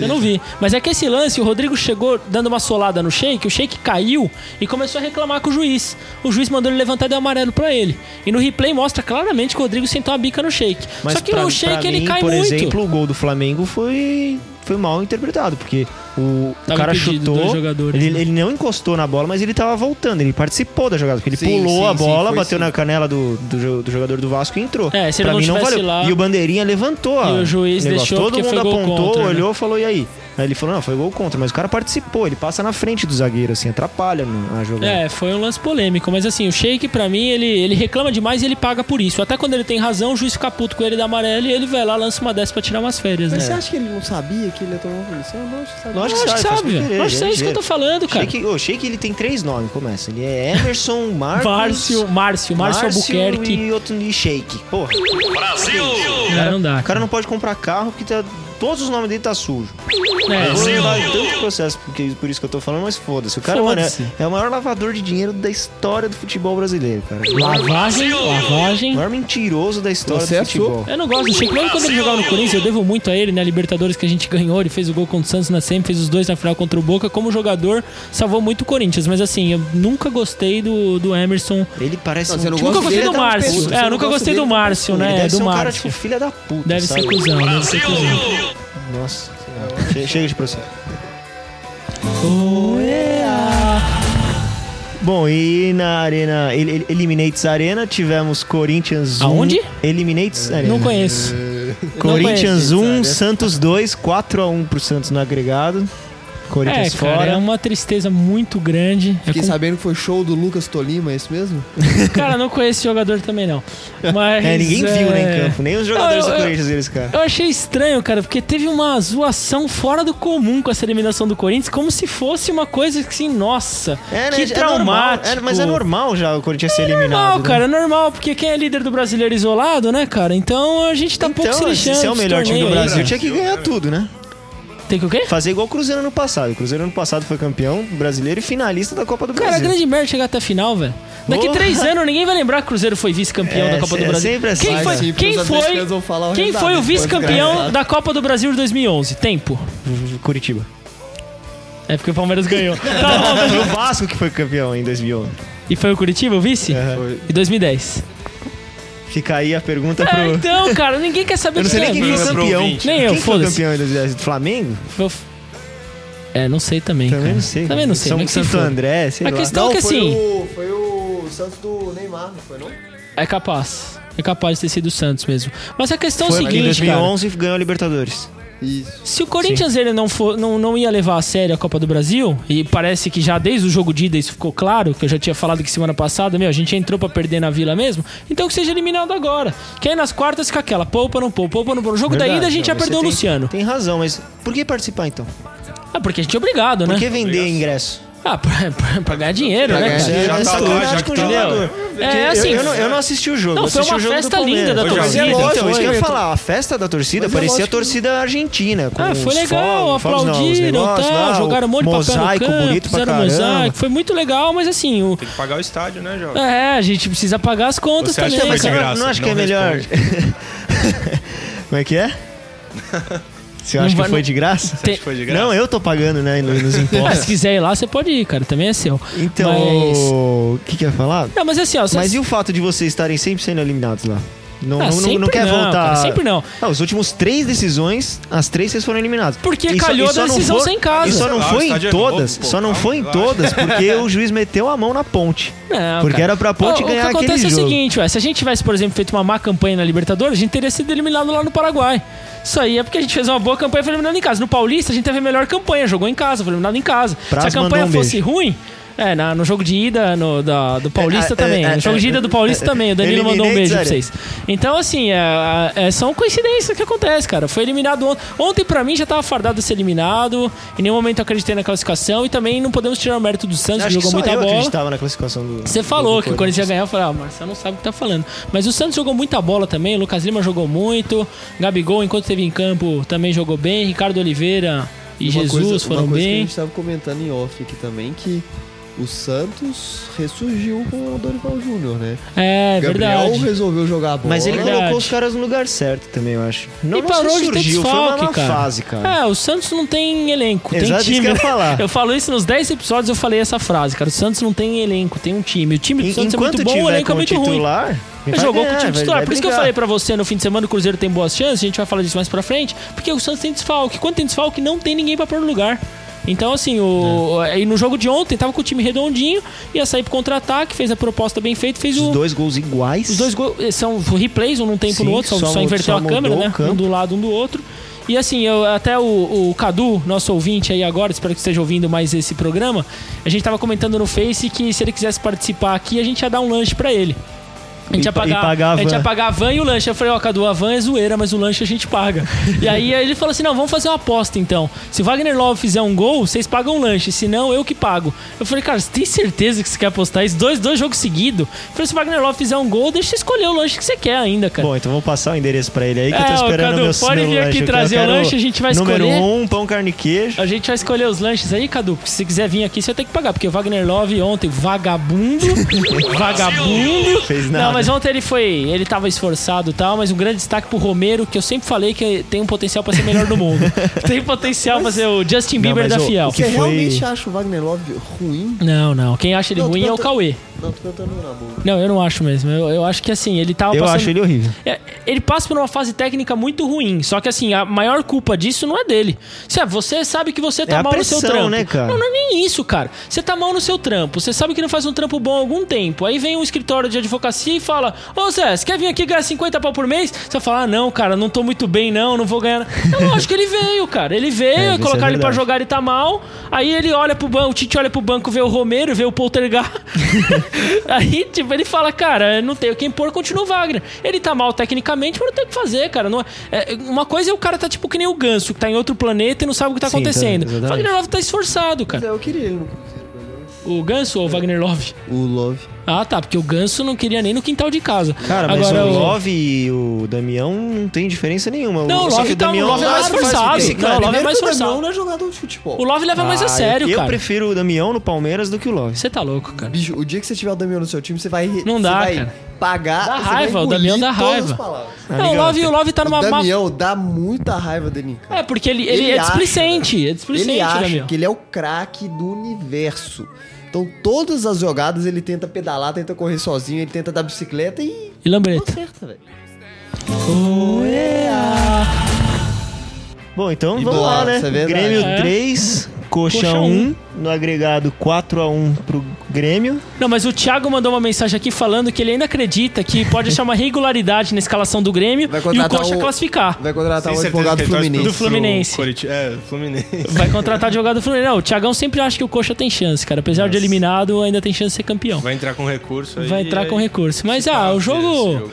Speaker 2: Eu não vi. Mas é que esse lance, o Rodrigo chegou dando uma solada no Sheik, o Sheik caiu e começou a reclamar com o juiz. O juiz mandou ele levantar e deu amarelo pra ele. E no replay mostra claramente que o Rodrigo sentou a bica no Sheik. Só que
Speaker 1: pra-
Speaker 2: o
Speaker 1: pra
Speaker 2: Sheik, ele
Speaker 1: mim,
Speaker 2: cai
Speaker 1: por
Speaker 2: muito.
Speaker 1: exemplo, o gol do Flamengo foi, foi mal interpretado, porque o, o
Speaker 2: Tava
Speaker 1: cara
Speaker 2: impedido, dois
Speaker 1: chutou,
Speaker 2: jogadores,
Speaker 1: ele,
Speaker 2: né?
Speaker 1: ele não encostou na bola, mas ele tava voltando, ele participou da jogada, porque ele
Speaker 3: Sim,
Speaker 1: pulou
Speaker 3: sim,
Speaker 1: a
Speaker 3: sim,
Speaker 1: bola,
Speaker 3: foi
Speaker 1: bateu
Speaker 3: sim.
Speaker 1: na canela do, do, jo- do jogador do Vasco e entrou.
Speaker 2: É, se ele
Speaker 1: pra
Speaker 2: não
Speaker 1: mim não
Speaker 2: tivesse
Speaker 1: valeu.
Speaker 2: lá-
Speaker 1: E o Bandeirinha levantou a
Speaker 2: E o juiz
Speaker 1: negócio.
Speaker 2: deixou
Speaker 1: Todo
Speaker 2: porque
Speaker 1: mundo
Speaker 2: foi gol
Speaker 1: apontou,
Speaker 2: contra, né?
Speaker 1: olhou, falou, e aí? Aí ele falou, não, foi gol contra, mas o cara participou, ele passa na frente do zagueiro, assim, atrapalha no- a jogada.
Speaker 2: É, foi um lance polêmico, mas assim, o Sheik, pra mim, ele, ele reclama demais e ele paga por isso. Até quando ele tem razão, o juiz fica puto com ele da amarela e ele vai lá, lança uma dessa pra tirar umas férias,
Speaker 3: Mas você
Speaker 2: né?
Speaker 3: acha que ele não sabia que ele ia tomar uma punição? Eu não acho que sabia.
Speaker 1: Lógico
Speaker 2: Lógico que
Speaker 1: sabe, faz
Speaker 2: sabe,
Speaker 1: por querer,
Speaker 2: velho. Lógico que é
Speaker 1: é
Speaker 2: isso que eu tô
Speaker 1: ligeiro.
Speaker 2: falando, cara.
Speaker 1: Sheik, o Sheik, ele tem três nomes, começa. Ele é Emerson, Marcos...
Speaker 2: Márcio, Márcio, Márcio Albuquerque.
Speaker 1: E outro e Shake. Porra,
Speaker 2: Cara, não dá.
Speaker 1: o cara não pode comprar carro porque tá- todos os nomes dele tá sujo.
Speaker 2: É,
Speaker 1: Vou levar tanto processo, porque, por isso que eu tô falando, mas foda-se. O cara, mano, é,
Speaker 2: Foda-se.
Speaker 1: é o maior lavador de dinheiro da história do futebol brasileiro, cara.
Speaker 2: Lavagem,
Speaker 1: O
Speaker 2: lavagem.
Speaker 1: maior mentiroso da história
Speaker 3: Você é
Speaker 1: do futebol.
Speaker 2: Eu não gosto do Chico. Mesmo quando ele jogava no Corinthians, eu devo muito a ele, né? Libertadores que a gente ganhou, ele fez o gol contra o Santos na SEMI, fez os dois na final contra o Boca. Como jogador, salvou muito o Corinthians. Mas assim, eu nunca gostei do, do Emerson.
Speaker 1: Ele parece
Speaker 3: Não,
Speaker 1: um
Speaker 3: você não
Speaker 1: tipo-
Speaker 2: nunca
Speaker 3: gosto
Speaker 2: gostei
Speaker 3: dele,
Speaker 2: do
Speaker 3: tá uma
Speaker 2: Márcio.
Speaker 3: pessoa.
Speaker 2: É,
Speaker 3: Você
Speaker 2: eu
Speaker 3: não
Speaker 2: nunca
Speaker 3: gosta
Speaker 2: gostei do
Speaker 3: dele,
Speaker 2: Márcio,
Speaker 1: Ele
Speaker 2: né?
Speaker 1: deve ser
Speaker 2: Do
Speaker 1: um cara,
Speaker 2: Márcio.
Speaker 1: tipo, filha da puta,
Speaker 2: Deve ser
Speaker 1: sabe?
Speaker 2: cuzão, deve ser cuzão.
Speaker 1: Nossa, che- chega de processo. Bom, e na Arena El- El- Eliminates Arena tivemos Corinthians 1.
Speaker 2: Aonde?
Speaker 1: Eliminates Arena.
Speaker 2: Não conheço.
Speaker 1: É, Corinthians
Speaker 2: Não
Speaker 1: 1,
Speaker 3: Arena.
Speaker 1: Santos 2, 4x1 pro Santos no agregado.
Speaker 2: É,
Speaker 1: Corinthians
Speaker 2: cara,
Speaker 1: fora.
Speaker 2: é uma tristeza muito grande. É
Speaker 3: Fiquei
Speaker 2: com-
Speaker 3: sabendo que foi show do Lucas Tolima, é isso mesmo?
Speaker 2: Cara, não conheço esse jogador também, não. Mas,
Speaker 1: É, ninguém viu né,
Speaker 2: é,
Speaker 1: em campo, nem os jogadores
Speaker 2: Não, eu-
Speaker 1: do Corinthians eles, cara.
Speaker 2: Eu achei estranho, cara, porque teve uma zoação fora do comum com essa eliminação do Corinthians, como se fosse uma coisa que assim, nossa,
Speaker 1: É, né,
Speaker 2: que
Speaker 1: é
Speaker 2: traumático.
Speaker 1: normal, é, mas é normal já o Corinthians ser
Speaker 2: É
Speaker 1: eliminado.
Speaker 2: normal,
Speaker 1: né?
Speaker 2: cara, é normal, porque quem é líder do brasileiro isolado, né, cara? Então a gente tá pouco se
Speaker 1: Então,
Speaker 2: lixando.
Speaker 1: se é o
Speaker 2: dos
Speaker 1: melhor time do
Speaker 2: torneios aí,
Speaker 1: Brasil, tinha que ganhar tudo, né?
Speaker 2: cara. Tem que o quê?
Speaker 1: Fazer igual o Cruzeiro ano passado. O Cruzeiro ano passado foi campeão brasileiro e finalista da Copa do
Speaker 2: Cara,
Speaker 1: Brasil.
Speaker 2: grande merda chegar até a final, velho. Daqui
Speaker 1: Boa.
Speaker 2: três anos ninguém vai lembrar que o Cruzeiro foi vice-campeão
Speaker 1: É,
Speaker 2: da Copa do
Speaker 1: é
Speaker 2: Brasil.
Speaker 1: sempre assim.
Speaker 2: Quem
Speaker 1: Mas
Speaker 2: foi,
Speaker 3: sim, porque
Speaker 2: quem
Speaker 3: os
Speaker 2: foi,
Speaker 3: atleticanos vão falar o
Speaker 2: quem
Speaker 3: resultado
Speaker 2: foi o
Speaker 3: depois, né?
Speaker 2: vice-campeão
Speaker 3: cara.
Speaker 2: da Copa do Brasil de 2011? Tempo.
Speaker 1: né? Curitiba.
Speaker 2: É porque o Palmeiras ganhou. Tá bom, mas-
Speaker 1: Foi o Vasco que foi campeão em 2011.
Speaker 2: E foi o Curitiba, o vice?
Speaker 1: Uhum.
Speaker 2: E 2010.
Speaker 1: Fica aí a pergunta pro.
Speaker 2: É, então, cara, ninguém quer saber
Speaker 1: Eu não sei nem quem
Speaker 2: é,
Speaker 1: foi
Speaker 2: mano.
Speaker 4: pro
Speaker 1: campeão.
Speaker 4: ouvinte.
Speaker 2: Nem eu,
Speaker 1: quem foi
Speaker 2: foda-se.
Speaker 1: campeão em 2010? Do Flamengo?
Speaker 2: Eu- É, não sei também.
Speaker 1: Também
Speaker 2: cara.
Speaker 1: não sei.
Speaker 2: Também não sei.
Speaker 1: São
Speaker 2: mas que se
Speaker 1: Santo
Speaker 2: foda.
Speaker 1: André, sei
Speaker 2: A
Speaker 1: lá.
Speaker 2: questão é que
Speaker 3: foi,
Speaker 2: assim,
Speaker 3: o, foi o Santos do Neymar, não foi não?
Speaker 2: é capaz. É capaz de ter sido o Santos mesmo. Mas a questão é
Speaker 1: Foi
Speaker 2: o
Speaker 1: que em
Speaker 2: seguinte, cara.
Speaker 1: 2011 ganhou a Libertadores.
Speaker 3: Isso.
Speaker 2: Se o Corinthians ele não, for, não, não ia levar a sério a Copa do Brasil, e parece que já desde o jogo de ida isso ficou claro, que eu já tinha falado que semana passada, meu, a gente entrou pra perder na vila mesmo, então que seja eliminado agora. Que aí nas quartas fica aquela, poupa, não poupa, poupa, não poupa. No jogo da
Speaker 1: Verdade,
Speaker 2: ida a gente já
Speaker 1: não,
Speaker 2: perdeu
Speaker 1: você
Speaker 2: o
Speaker 1: tem-
Speaker 2: Luciano.
Speaker 1: Tem razão, mas por que participar então?
Speaker 2: Ah, porque a gente é obrigado, né?
Speaker 1: Por que vender ingresso?
Speaker 2: Ah, pra, pra- pra ganhar dinheiro,
Speaker 3: Pra
Speaker 2: né,
Speaker 3: ganhar
Speaker 2: cara?
Speaker 3: dinheiro.
Speaker 4: já
Speaker 1: é
Speaker 4: tá lá,
Speaker 1: sacanagem
Speaker 4: já que
Speaker 1: com o
Speaker 4: tá lá.
Speaker 1: jogador.
Speaker 2: É,
Speaker 1: Eu-
Speaker 2: assim,
Speaker 1: eu, não, eu não assisti o jogo.
Speaker 2: Não,
Speaker 1: eu
Speaker 2: foi
Speaker 1: assisti
Speaker 2: uma
Speaker 1: o jogo do
Speaker 2: festa
Speaker 1: Palmeiras.
Speaker 2: linda da
Speaker 4: Hoje é
Speaker 2: torcida.
Speaker 4: lógico,
Speaker 1: Então, isso que eu ia
Speaker 3: Foi.
Speaker 1: falar. A festa da torcida
Speaker 3: Mas é
Speaker 1: parecia a
Speaker 3: lógico.
Speaker 1: torcida argentina. Com
Speaker 2: Ah, foi
Speaker 1: os
Speaker 2: legal,
Speaker 1: fogos, fogos não, os
Speaker 2: aplaudiram,
Speaker 1: negócios
Speaker 2: tá,
Speaker 1: lá,
Speaker 2: jogaram um
Speaker 1: o
Speaker 2: monte de papel no
Speaker 1: mosaico
Speaker 2: campo,
Speaker 1: bonito pra
Speaker 2: fizeram um
Speaker 1: caramba.
Speaker 2: mosaico, foi muito legal, mas assim, o,
Speaker 4: Tem que pagar o estádio, né, Jovem?
Speaker 2: é, a gente precisa pagar as contas
Speaker 4: Você acha
Speaker 2: também,
Speaker 4: que foi de
Speaker 1: Mas
Speaker 2: cara.
Speaker 1: não-
Speaker 4: graça,
Speaker 1: não acho que
Speaker 4: não
Speaker 1: é melhor. Como é que é? Você
Speaker 2: Não
Speaker 1: acha
Speaker 2: vai-
Speaker 1: que foi de graça?
Speaker 4: Acho que foi de graça.
Speaker 1: Não, eu tô pagando, né? no- Nos
Speaker 2: Ah,
Speaker 1: impostos.
Speaker 2: se quiser ir lá, você pode ir, cara, também é seu.
Speaker 1: Então,
Speaker 2: Mas-
Speaker 1: o que que eu ia falar?
Speaker 2: Não, mas assim, ó, você...
Speaker 1: Mas e o fato de vocês estarem sempre sendo eliminados lá? Não,
Speaker 2: Ah,
Speaker 1: não- não- não,
Speaker 2: sempre
Speaker 1: quer
Speaker 2: não,
Speaker 1: voltar.
Speaker 2: cara, sempre não.
Speaker 1: Ah, os últimos três decisões, as três vocês foram eliminados.
Speaker 2: Porque
Speaker 1: E só-
Speaker 2: calhou
Speaker 1: e só
Speaker 2: da
Speaker 1: não
Speaker 2: decisão
Speaker 1: for-
Speaker 2: sem casa.
Speaker 1: E só não
Speaker 4: Sei lá, o
Speaker 1: foi em
Speaker 4: estádio é
Speaker 1: todas.
Speaker 4: novo, pô,
Speaker 1: só não
Speaker 4: calma,
Speaker 1: foi em
Speaker 4: relaxa.
Speaker 1: todas, porque o juiz meteu a mão na ponte.
Speaker 2: Não,
Speaker 1: Porque
Speaker 2: cara.
Speaker 1: era pra
Speaker 2: Ó,
Speaker 1: ponte
Speaker 2: o que
Speaker 1: ganhar aquele
Speaker 2: acontece é o
Speaker 1: jogo.
Speaker 2: seguinte, ué, se a gente tivesse, por exemplo, feito uma má campanha na Libertadores, a gente teria sido eliminado lá no Paraguai. Isso aí é porque a gente fez uma boa campanha e foi eliminado em casa. No Paulista, a gente teve a melhor campanha, jogou em casa, foi eliminado em casa.
Speaker 1: Prazo
Speaker 2: se a campanha
Speaker 1: mandou um
Speaker 2: fosse
Speaker 1: beijo.
Speaker 2: ruim, é, na- no jogo de ida no, da- do Paulista
Speaker 1: É, é,
Speaker 2: também.
Speaker 1: é,
Speaker 2: no jogo de
Speaker 1: é,
Speaker 2: ida do Paulista
Speaker 1: é,
Speaker 2: também. O Danilo mandou um
Speaker 1: eliminei,
Speaker 2: beijo pra
Speaker 1: sério.
Speaker 2: vocês. Então, assim, é, é- são coincidências que acontecem, cara. Foi eliminado ontem. Ontem, pra mim, já tava fardado a ser eliminado. Em nenhum momento eu acreditei na classificação. E também não podemos tirar o mérito do Santos, que
Speaker 1: Acho que
Speaker 2: jogou
Speaker 1: só
Speaker 2: muita
Speaker 1: eu
Speaker 2: bola.
Speaker 1: acreditava na classificação do.
Speaker 2: Você
Speaker 1: do-
Speaker 2: falou
Speaker 1: do
Speaker 2: que o Corinthians ia ganhar, eu falei, ah, o Marcelo não sabe o que tá falando. Mas o Santos jogou muita bola também, o Lucas Lima jogou muito, Gabigol, enquanto esteve em campo, também jogou bem, Ricardo Oliveira e
Speaker 3: Uma
Speaker 2: Jesus
Speaker 3: coisa- uma
Speaker 2: foram
Speaker 3: coisa que
Speaker 2: bem.
Speaker 3: a gente tava comentando em off aqui também, que O Santos ressurgiu com o Dorival Júnior, né?
Speaker 2: É,
Speaker 3: Gabriel
Speaker 2: verdade.
Speaker 3: resolveu jogar a bola.
Speaker 1: Mas ele
Speaker 2: Verdade.
Speaker 1: colocou os caras no lugar certo também, eu acho. Não,
Speaker 2: E
Speaker 1: não
Speaker 2: parou de ter
Speaker 1: surgiu, foi uma
Speaker 2: desfalque,
Speaker 1: má
Speaker 2: cara.
Speaker 1: fase, cara.
Speaker 2: É, o Santos não tem elenco,
Speaker 1: Exato isso
Speaker 2: tem
Speaker 1: É,
Speaker 2: time.
Speaker 1: que
Speaker 2: né?
Speaker 1: eu ia falar.
Speaker 2: Eu falo isso nos 10 episódios, eu falei essa frase, cara. O Santos não tem elenco, tem um time. O time do
Speaker 1: En-
Speaker 2: Santos é muito
Speaker 1: Enquanto
Speaker 2: bom, o
Speaker 1: tiver
Speaker 2: elenco
Speaker 1: com
Speaker 2: é
Speaker 1: o
Speaker 2: muito ruim.
Speaker 1: titular... vai
Speaker 2: Jogou com o
Speaker 1: ganhar,
Speaker 2: time
Speaker 1: vai-
Speaker 2: titular.
Speaker 1: vai
Speaker 2: Por isso que eu
Speaker 1: brigar.
Speaker 2: falei pra você no fim de semana, o Cruzeiro tem boas chances, a gente vai falar disso mais pra frente, porque o Santos tem desfalque. Quando tem desfalque, não tem ninguém pra pôr no lugar. Então, assim, o...
Speaker 1: É.
Speaker 2: e no jogo de ontem, tava com o time redondinho, ia sair pro contra-ataque, fez a proposta bem feita, fez o.
Speaker 1: Os dois gols iguais.
Speaker 2: Os dois gols eh, são replays, um num tempo
Speaker 1: Sim,
Speaker 2: no outro, só,
Speaker 1: só
Speaker 2: só
Speaker 1: mu-
Speaker 2: inverteu
Speaker 1: só
Speaker 2: a câmera,
Speaker 1: mudou
Speaker 2: né?
Speaker 1: o campo.
Speaker 2: Um do lado, um do outro. E assim, eu, até o, o Cadu, nosso ouvinte aí agora, espero que esteja ouvindo mais esse programa, a gente tava comentando no Face que se ele quisesse participar aqui, a gente ia dar um lanche pra ele. A gente,
Speaker 1: E
Speaker 2: ia
Speaker 1: pa- e né?
Speaker 2: pagar,
Speaker 1: pagar a
Speaker 2: a gente
Speaker 1: van.
Speaker 2: ia pagar a van e o lanche. Eu falei, ó, Cadu, a van é zoeira, mas o lanche a gente paga. e aí ele falou assim: não, vamos fazer uma aposta então. Se o Wagner Love fizer um gol, vocês pagam o lanche, se não, eu que pago. Eu falei, cara, você tem certeza que você quer apostar isso? Dois, dois jogos seguidos. Eu falei, se o Wagner Love fizer um gol, deixa eu escolher o lanche que você quer ainda, cara.
Speaker 1: Bom, então vou passar o endereço pra ele aí, que
Speaker 2: É,
Speaker 1: eu tô
Speaker 2: ô,
Speaker 1: esperando
Speaker 2: Cadu,
Speaker 1: o meu
Speaker 2: pode
Speaker 1: meu
Speaker 2: vir aqui
Speaker 1: lanche Eu
Speaker 2: trazer o
Speaker 1: quero
Speaker 2: lanche, a gente vai
Speaker 1: número
Speaker 2: escolher.
Speaker 1: Número um, pão, carne e queijo.
Speaker 2: A gente vai escolher os lanches aí, Cadu, porque se quiser vir aqui, você vai ter que pagar, porque o Wagner Love ontem, vagabundo, vagabundo,
Speaker 1: Fez nada.
Speaker 2: Não, mas ontem ele foi. Ele tava esforçado e tal, mas um grande destaque pro Romero, que eu sempre falei que tem um potencial pra ser melhor do mundo. tem potencial pra ser o Justin
Speaker 1: Não,
Speaker 2: Bieber
Speaker 1: mas
Speaker 2: da
Speaker 1: o-
Speaker 2: Fiel.
Speaker 1: o que
Speaker 3: Você
Speaker 1: foi-
Speaker 3: realmente acha o Wagner Love ruim?
Speaker 2: Não, não. Quem acha ele
Speaker 3: Não, tô
Speaker 2: ruim é o
Speaker 3: perguntando-
Speaker 2: Cauê.
Speaker 3: Não, tô tentando na boa.
Speaker 2: Não, eu não acho mesmo. Eu, eu acho que assim, ele tava
Speaker 1: Eu
Speaker 2: passando.
Speaker 1: acho ele horrível.
Speaker 2: É, ele passa por uma fase técnica muito ruim. Só que assim, a maior culpa disso não é dele. Você- Você sabe que você tá
Speaker 1: É a
Speaker 2: mal no seu
Speaker 1: pressão,
Speaker 2: trampo.
Speaker 1: né, cara?
Speaker 2: Não, não é nem isso, cara. Você tá mal no seu trampo. Você sabe que não faz um trampo bom há algum tempo. Aí vem um escritório de advocacia e fala: Ô Zé, você quer vir aqui ganhar 50 pau por mês? Você fala: Ah, não, cara, não tô muito bem, não, não vou ganhar. É lógico que ele veio, cara. Ele veio,
Speaker 1: É, isso
Speaker 2: colocaram
Speaker 1: é
Speaker 2: ele pra
Speaker 1: verdade.
Speaker 2: jogar, ele tá mal. Aí ele olha pro banco, o Tite olha pro banco, vê o Romero, vê o Poltergar. Aí, tipo, ele fala, cara, não tem quem pôr, continua o Wagner. Ele tá mal tecnicamente, mas não tem o que fazer, cara. Não é- é- uma coisa é o cara tá tipo que nem o Ganso, que tá em outro planeta e não sabe o que tá
Speaker 1: Sim,
Speaker 2: acontecendo.
Speaker 1: tá-
Speaker 2: o
Speaker 1: exatamente.
Speaker 2: Wagner Love tá esforçado, cara.
Speaker 3: Eu queria ele no Cruzeiro. mas
Speaker 2: O Ganso ou o Wagner Love?
Speaker 3: não. O Love. é
Speaker 2: Ah, tá, porque o Ganso não queria nem no quintal de casa.
Speaker 1: Cara, mas
Speaker 2: Agora
Speaker 1: o Love e o Damião não tem diferença nenhuma.
Speaker 2: Não, o
Speaker 1: Só
Speaker 2: Love
Speaker 1: que
Speaker 2: tá- o
Speaker 1: Damião
Speaker 2: Love é mais
Speaker 1: faz- faz-
Speaker 2: forçado.
Speaker 1: esse
Speaker 2: Não, o Love é
Speaker 3: Primeiro
Speaker 2: mais
Speaker 3: que o
Speaker 2: forçado.
Speaker 3: Damião não é jogador de futebol.
Speaker 2: o Love leva mais a
Speaker 1: Ah,
Speaker 2: sério,
Speaker 1: eu,
Speaker 2: cara.
Speaker 1: Eu prefiro o Damião no Palmeiras do que o Love.
Speaker 2: Você tá louco, cara.
Speaker 3: Bicho, o dia que você tiver o Damião no seu time, você vai.
Speaker 2: Não
Speaker 3: você
Speaker 2: dá,
Speaker 3: vai
Speaker 2: cara.
Speaker 3: Pagar.
Speaker 2: Dá
Speaker 3: você vai
Speaker 2: raiva, o
Speaker 3: engolir
Speaker 2: Damião dá
Speaker 3: todas as
Speaker 2: raiva.
Speaker 3: palavras.
Speaker 2: Não, o
Speaker 1: Amiga,
Speaker 2: Love, o Love tá numa
Speaker 3: o
Speaker 2: má
Speaker 3: Damião dá muita raiva dele, cara.
Speaker 2: É, porque ele, ele,
Speaker 3: Ele
Speaker 2: é
Speaker 3: acha,
Speaker 2: displicente. é displicente,
Speaker 3: Ele acha
Speaker 2: Damião.
Speaker 3: que ele é o craque do universo. Então, todas as jogadas ele tenta pedalar, tenta correr sozinho, ele tenta dar bicicleta e.
Speaker 2: E
Speaker 3: Não
Speaker 2: Lambreta.
Speaker 3: acerta, velho.
Speaker 1: Bom, então
Speaker 3: E
Speaker 1: vamos
Speaker 3: boa,
Speaker 1: lá, né?
Speaker 3: isso é verdade.
Speaker 1: Grêmio
Speaker 2: É.
Speaker 1: 3, Coxa
Speaker 2: Coxa
Speaker 1: 1, no agregado 4x1 pro Grêmio.
Speaker 2: Não, mas o Thiago mandou uma mensagem aqui falando que ele ainda acredita que pode achar uma regularidade na escalação do Grêmio e
Speaker 3: Vai
Speaker 2: o
Speaker 3: contratar
Speaker 2: Coxa
Speaker 3: o-
Speaker 2: classificar.
Speaker 3: Vai
Speaker 1: Tá
Speaker 3: contratar
Speaker 4: Tem
Speaker 3: o
Speaker 4: certeza
Speaker 3: advogado
Speaker 4: que ele torce
Speaker 3: Fluminense.
Speaker 4: pro-
Speaker 2: Do Fluminense.
Speaker 4: pro Corinthians. É, Fluminense.
Speaker 2: Vai contratar jogador do Fluminense. Não, o Thiagão sempre acha que o Coxa tem chance, cara. Apesar de eliminado, ainda tem chance de ser campeão.
Speaker 4: Vai entrar com recurso aí.
Speaker 2: Vai entrar
Speaker 4: aí-
Speaker 2: com recurso. Mas,
Speaker 4: Se
Speaker 2: ah,
Speaker 4: tá,
Speaker 2: o
Speaker 4: esse
Speaker 2: jogo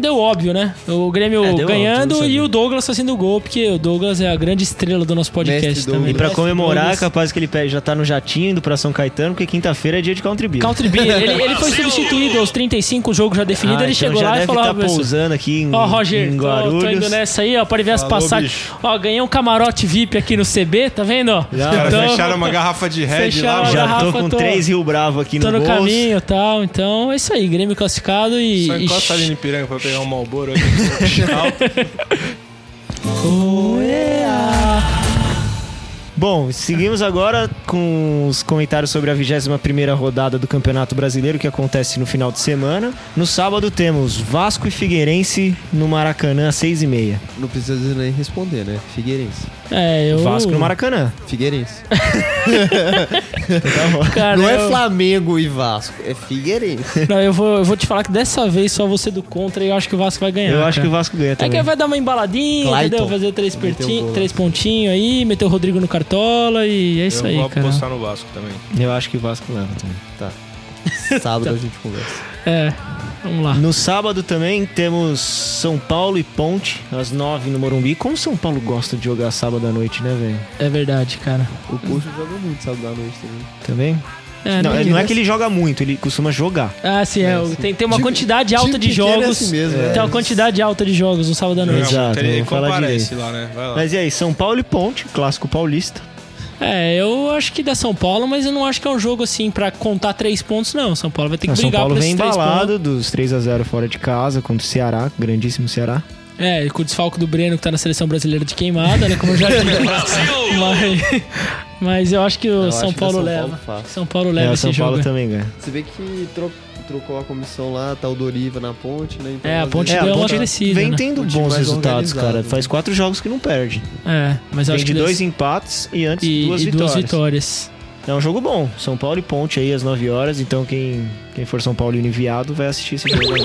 Speaker 2: deu óbvio, né? O Grêmio
Speaker 1: É, deu óbvio,
Speaker 2: ganhando
Speaker 1: tudo
Speaker 2: e
Speaker 1: certo.
Speaker 2: o Douglas fazendo gol, porque o Douglas é a grande estrela do nosso podcast
Speaker 3: Mestre
Speaker 2: também.
Speaker 1: E pra
Speaker 3: Parece
Speaker 1: comemorar,
Speaker 2: Douglas.
Speaker 1: capaz que ele pe- já tá no jatinho indo pra São Caetano, porque quinta-feira é dia de Country Beer.
Speaker 2: Country Beer, ele, ele foi substituído aos 35, o jogo já definido,
Speaker 1: Ah,
Speaker 2: ele
Speaker 1: então
Speaker 2: chegou
Speaker 1: já
Speaker 2: lá
Speaker 1: deve
Speaker 2: e falou...
Speaker 1: tá
Speaker 2: "Ah, Wilson,
Speaker 1: pousando aqui em,
Speaker 2: Ó, Roger, tô-
Speaker 1: em
Speaker 2: tô,
Speaker 1: Guarulhos.
Speaker 2: indo né? nessa aí, ó. Pode ver as
Speaker 4: Falou,
Speaker 2: passagens.
Speaker 4: bicho.
Speaker 2: Ó, ganhei um camarote VIP aqui no CB, tá vendo? ó?
Speaker 1: Já,
Speaker 4: Cara,
Speaker 2: Então,
Speaker 4: fecharam uma garrafa de Red
Speaker 2: fecharam uma
Speaker 4: lá. mano.
Speaker 1: Já tô
Speaker 2: Garrafa,
Speaker 1: com
Speaker 2: tô-
Speaker 1: três Rio Bravo aqui
Speaker 2: Tô
Speaker 1: no,
Speaker 2: no
Speaker 1: bolso.
Speaker 2: caminho e tal. Então é isso aí, Grêmio classificado e.
Speaker 4: Só
Speaker 2: e-
Speaker 4: encosta ali no Piranga pra pegar um Malboro aí. Alto.
Speaker 1: Bom, seguimos agora com os comentários sobre a 21ª rodada do Campeonato Brasileiro, que acontece no final de semana. No sábado temos Vasco e Figueirense no Maracanã, às 6h30.
Speaker 3: Não precisa nem responder, né? Figueirense.
Speaker 2: É, eu.
Speaker 1: Vasco no Maracanã.
Speaker 3: Figueirense.
Speaker 2: Cara,
Speaker 3: não é
Speaker 2: eu-
Speaker 3: Flamengo e Vasco, é Figueirense.
Speaker 2: Não, eu vou, eu vou te falar que dessa vez só você do contra e eu acho que o Vasco vai ganhar.
Speaker 1: Eu acho que
Speaker 2: cara.
Speaker 1: o Vasco ganha
Speaker 2: É
Speaker 1: também.
Speaker 2: que vai dar uma embaladinha,
Speaker 3: Clayton.
Speaker 2: entendeu? Fazer três,
Speaker 3: Meteu
Speaker 2: perti-
Speaker 3: um gol lá.
Speaker 2: três pontinhos aí, meter o Rodrigo no cartola e é isso
Speaker 4: Eu
Speaker 2: aí,
Speaker 4: vou
Speaker 2: cara.
Speaker 4: apostar no Vasco também.
Speaker 1: Eu acho que o Vasco leva também. tá.
Speaker 3: Sábado a gente conversa.
Speaker 2: É, vamos lá.
Speaker 1: No sábado também temos São Paulo e Ponte, às 9 no Morumbi. Como São Paulo gosta de jogar sábado à noite, né, velho?
Speaker 2: É verdade, cara.
Speaker 3: O Coxa joga muito sábado à noite também.
Speaker 1: Também?
Speaker 2: É,
Speaker 1: Não,
Speaker 2: né?
Speaker 1: é- não é que ele joga muito, ele costuma jogar.
Speaker 2: Ah, sim, é,
Speaker 3: É, sim.
Speaker 2: Tem, tem uma
Speaker 3: Time-
Speaker 2: quantidade alta
Speaker 3: Time
Speaker 2: de
Speaker 3: pequeno é
Speaker 2: jogos.
Speaker 3: assim mesmo, né?
Speaker 2: Tem uma quantidade alta de jogos no sábado à noite.
Speaker 1: Exato,
Speaker 4: Ele
Speaker 1: vamos falar
Speaker 4: comparece
Speaker 3: Tá.
Speaker 1: direito.
Speaker 4: lá, né? Vai lá.
Speaker 1: Mas e aí, São Paulo e Ponte, clássico paulista.
Speaker 2: É, eu acho que dá São Paulo, mas eu não acho que é um jogo assim pra contar três pontos, não. São Paulo vai ter que
Speaker 1: É, São
Speaker 2: brigar
Speaker 1: Paulo
Speaker 2: por
Speaker 1: vem
Speaker 2: esses três pontos.
Speaker 1: embalado dos 3 a 0 fora de casa contra o Ceará, grandíssimo Ceará.
Speaker 2: É, e com o desfalco do Breno, que tá na seleção brasileira de queimada, né? Como eu já disse. mas, mas eu acho que o
Speaker 3: Eu
Speaker 2: São
Speaker 3: acho que dá
Speaker 2: Paulo
Speaker 3: São Paulo
Speaker 2: leva.
Speaker 3: fácil.
Speaker 2: São Paulo
Speaker 1: É,
Speaker 2: leva
Speaker 1: o
Speaker 2: esse
Speaker 1: São Paulo
Speaker 2: jogo.
Speaker 1: também ganha.
Speaker 3: Você vê que tro- trocou a comissão lá, tá o Doriva na ponte, né? Então,
Speaker 2: É, a
Speaker 3: às
Speaker 2: ponte
Speaker 3: vezes-
Speaker 2: deu uma
Speaker 1: Ponte
Speaker 2: crescida,
Speaker 1: Vem
Speaker 2: né?
Speaker 1: tendo
Speaker 3: Um time
Speaker 1: bons
Speaker 3: mais
Speaker 1: resultados, cara.
Speaker 3: organizado.
Speaker 1: Faz quatro jogos que não perde.
Speaker 2: É, mas eu acho
Speaker 1: Vem
Speaker 2: que
Speaker 1: de
Speaker 2: deve-
Speaker 1: dois empates e antes
Speaker 2: e,
Speaker 1: duas,
Speaker 2: e
Speaker 1: vitórias.
Speaker 2: duas vitórias.
Speaker 1: É um jogo bom. São Paulo e Ponte aí às 9 horas. Então quem, quem for São Paulo e enviado vai assistir esse jogo. aí.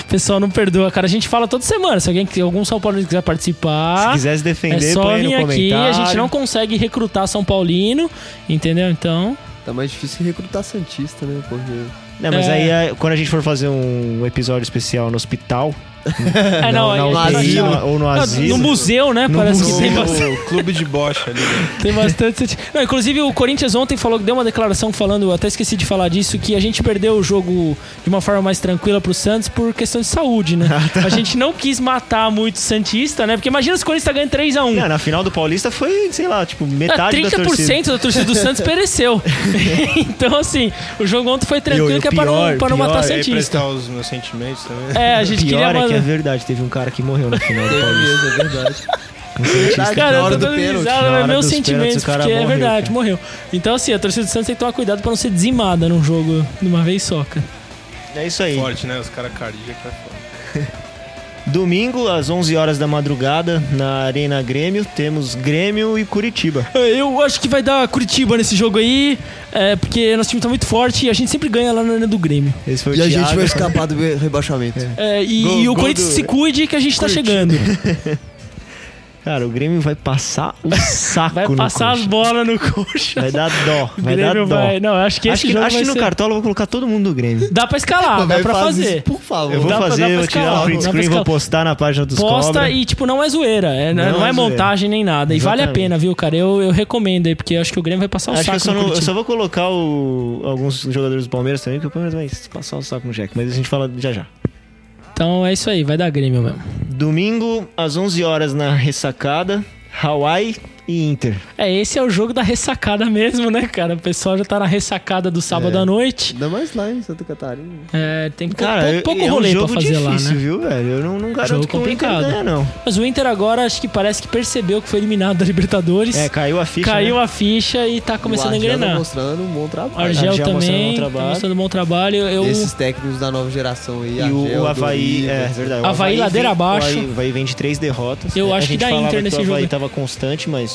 Speaker 2: O pessoal não perdoa, cara. A gente fala toda semana. Se alguém, algum São Paulino quiser
Speaker 1: Se
Speaker 2: participar,
Speaker 1: quiser se
Speaker 2: é
Speaker 1: defender,
Speaker 2: só
Speaker 1: põe aí
Speaker 2: vir
Speaker 1: no
Speaker 2: aqui.
Speaker 1: comentário.
Speaker 2: A gente não consegue recrutar São Paulino, entendeu? Então.
Speaker 3: Tá mais difícil recrutar Santista, né? Porque.
Speaker 1: Não, mas
Speaker 2: É.
Speaker 1: aí é- quando a gente for fazer um episódio especial no hospital,
Speaker 2: É, não,
Speaker 1: na
Speaker 2: aí a gente
Speaker 1: UTI,
Speaker 2: vai-
Speaker 1: ou no
Speaker 2: Tá, No
Speaker 1: asilo.
Speaker 2: museu, né?
Speaker 1: No
Speaker 2: Parece
Speaker 1: museu.
Speaker 2: que tem, bastante-
Speaker 4: O clube de bocha ali. né?
Speaker 2: tem bastante. senti- Não, inclusive, o Corinthians ontem falou deu uma declaração falando, eu até esqueci de falar disso, que a gente perdeu o jogo de uma forma mais tranquila pro Santos por questão de saúde, né?
Speaker 1: Ah, tá.
Speaker 2: A gente não quis matar muito o Santista, né? Porque imagina se o Corinthians tá ganhando 3x1.
Speaker 1: Não, na final do Paulista foi, sei lá, tipo,
Speaker 2: Ah,
Speaker 1: metade da
Speaker 2: 30%
Speaker 1: torcida.
Speaker 2: da torcida do Santos pereceu. então, assim, o jogo ontem foi
Speaker 1: E o
Speaker 2: tranquilo, que é pra não,
Speaker 1: pior,
Speaker 2: pra não matar
Speaker 1: pior,
Speaker 4: E aí
Speaker 2: Santista.
Speaker 4: prestar os meus sentimentos também.
Speaker 2: É, a gente queria
Speaker 1: Pior é que é
Speaker 2: mandar.
Speaker 1: verdade, teve um cara que morreu na final do Paulista.
Speaker 3: Beleza, é verdade.
Speaker 2: Cara,
Speaker 3: na hora
Speaker 2: eu tô
Speaker 3: do
Speaker 2: dando
Speaker 3: pênalti,
Speaker 2: risada,
Speaker 1: na
Speaker 2: mas
Speaker 1: hora
Speaker 2: meus
Speaker 1: dos
Speaker 2: sentimentos,
Speaker 1: pênaltis, o cara
Speaker 2: porque é
Speaker 1: morreu,
Speaker 2: verdade,
Speaker 1: cara.
Speaker 2: morreu. Então, assim, a torcida do Santos tem que tomar cuidado pra não ser dizimada num jogo de uma vez só, cara.
Speaker 1: É isso aí.
Speaker 4: Forte, né? Os caras cardíacos é foda.
Speaker 1: Domingo, às 11 horas da madrugada, na Arena Grêmio, temos Grêmio e Curitiba.
Speaker 2: Eu acho que vai dar Curitiba nesse jogo aí, é, porque nosso time tá muito forte e a gente sempre ganha lá na Arena do Grêmio.
Speaker 1: Esse foi o
Speaker 3: E a gente
Speaker 1: Thiago.
Speaker 3: vai escapar do rebaixamento.
Speaker 2: É, e,
Speaker 1: Gol-
Speaker 2: e o
Speaker 1: gol
Speaker 2: Corinthians
Speaker 1: do
Speaker 2: se cuide que a gente tá chegando.
Speaker 1: Cara, o Grêmio vai passar o saco
Speaker 2: Vai
Speaker 1: no
Speaker 2: passar as
Speaker 1: coxa.
Speaker 2: bolas no coxa.
Speaker 1: Vai dar dó,
Speaker 2: O
Speaker 1: vai dar dó.
Speaker 2: Grêmio vai. Não, eu acho que esse
Speaker 1: acho que,
Speaker 2: jogo
Speaker 1: acho
Speaker 2: vai
Speaker 1: que no
Speaker 2: ser-
Speaker 1: Cartola eu vou colocar todo mundo do Grêmio.
Speaker 2: Dá pra escalar, Ah, dá
Speaker 3: Vai,
Speaker 2: pra
Speaker 3: faz isso,
Speaker 2: fazer.
Speaker 3: por favor.
Speaker 1: Eu vou
Speaker 2: Dá pra- dá
Speaker 1: fazer,
Speaker 2: pra
Speaker 1: eu vou tirar
Speaker 2: escalar,
Speaker 1: o print
Speaker 2: dá pra
Speaker 1: screen, vou
Speaker 2: escalar.
Speaker 1: postar na página dos
Speaker 2: Posta
Speaker 1: Cobra.
Speaker 2: e, tipo, não é zoeira. É, não,
Speaker 1: Não
Speaker 2: não é,
Speaker 1: é zoeira.
Speaker 2: montagem nem nada. E vale a
Speaker 1: Exatamente.
Speaker 2: pena, viu, cara? Eu, eu recomendo aí, porque eu acho que o Grêmio vai passar o
Speaker 1: Acho
Speaker 2: saco
Speaker 1: que eu
Speaker 2: no
Speaker 1: só, Tá um não- eu
Speaker 2: Curitiba.
Speaker 1: só vou colocar o- alguns jogadores do Palmeiras também, porque o Palmeiras vai passar o saco no Jack. Mas a gente fala já já.
Speaker 2: Então é isso aí, vai dar Grêmio mesmo.
Speaker 1: Domingo, às 11 horas na ressacada, Hawaii e Inter.
Speaker 2: É, esse é o jogo da ressacada mesmo, né, cara? O pessoal já tá na ressacada do sábado
Speaker 3: É.
Speaker 2: à noite.
Speaker 3: Ainda mais lá em Santa Catarina.
Speaker 2: É, tem pou-
Speaker 1: Cara,
Speaker 2: pou-
Speaker 1: eu-
Speaker 2: pouco
Speaker 1: é um
Speaker 2: rolê
Speaker 1: jogo
Speaker 2: pra fazer
Speaker 1: difícil,
Speaker 2: lá, né?
Speaker 1: viu, velho? Eu não, não garanto
Speaker 2: Jogo
Speaker 1: que o Inter
Speaker 2: complicado.
Speaker 1: ganha, não.
Speaker 2: Mas o Inter agora acho que parece que percebeu que foi eliminado da Libertadores.
Speaker 1: É, caiu a ficha,
Speaker 2: caiu
Speaker 1: né?
Speaker 2: a ficha e tá começando
Speaker 3: O
Speaker 2: a
Speaker 3: Argel tá
Speaker 2: engrenar.
Speaker 3: mostrando um bom trabalho.
Speaker 2: Argel,
Speaker 1: Argel mostrando um
Speaker 2: também,
Speaker 1: bom
Speaker 2: tá
Speaker 1: trabalho.
Speaker 2: mostrando um bom trabalho. Eu,
Speaker 3: Esses técnicos da nova geração aí.
Speaker 1: E o,
Speaker 3: Argel,
Speaker 1: o Havaí,
Speaker 3: Doriva.
Speaker 1: é verdade. o
Speaker 2: Havaí ladeira
Speaker 1: vem-
Speaker 2: abaixo.
Speaker 1: O Havaí- o Havaí vem de três derrotas.
Speaker 2: Eu
Speaker 1: né?
Speaker 2: acho que
Speaker 1: a gente
Speaker 2: dá
Speaker 1: falava
Speaker 2: Inter nesse
Speaker 1: que o Havaí
Speaker 2: jogo.
Speaker 1: tava constante, mas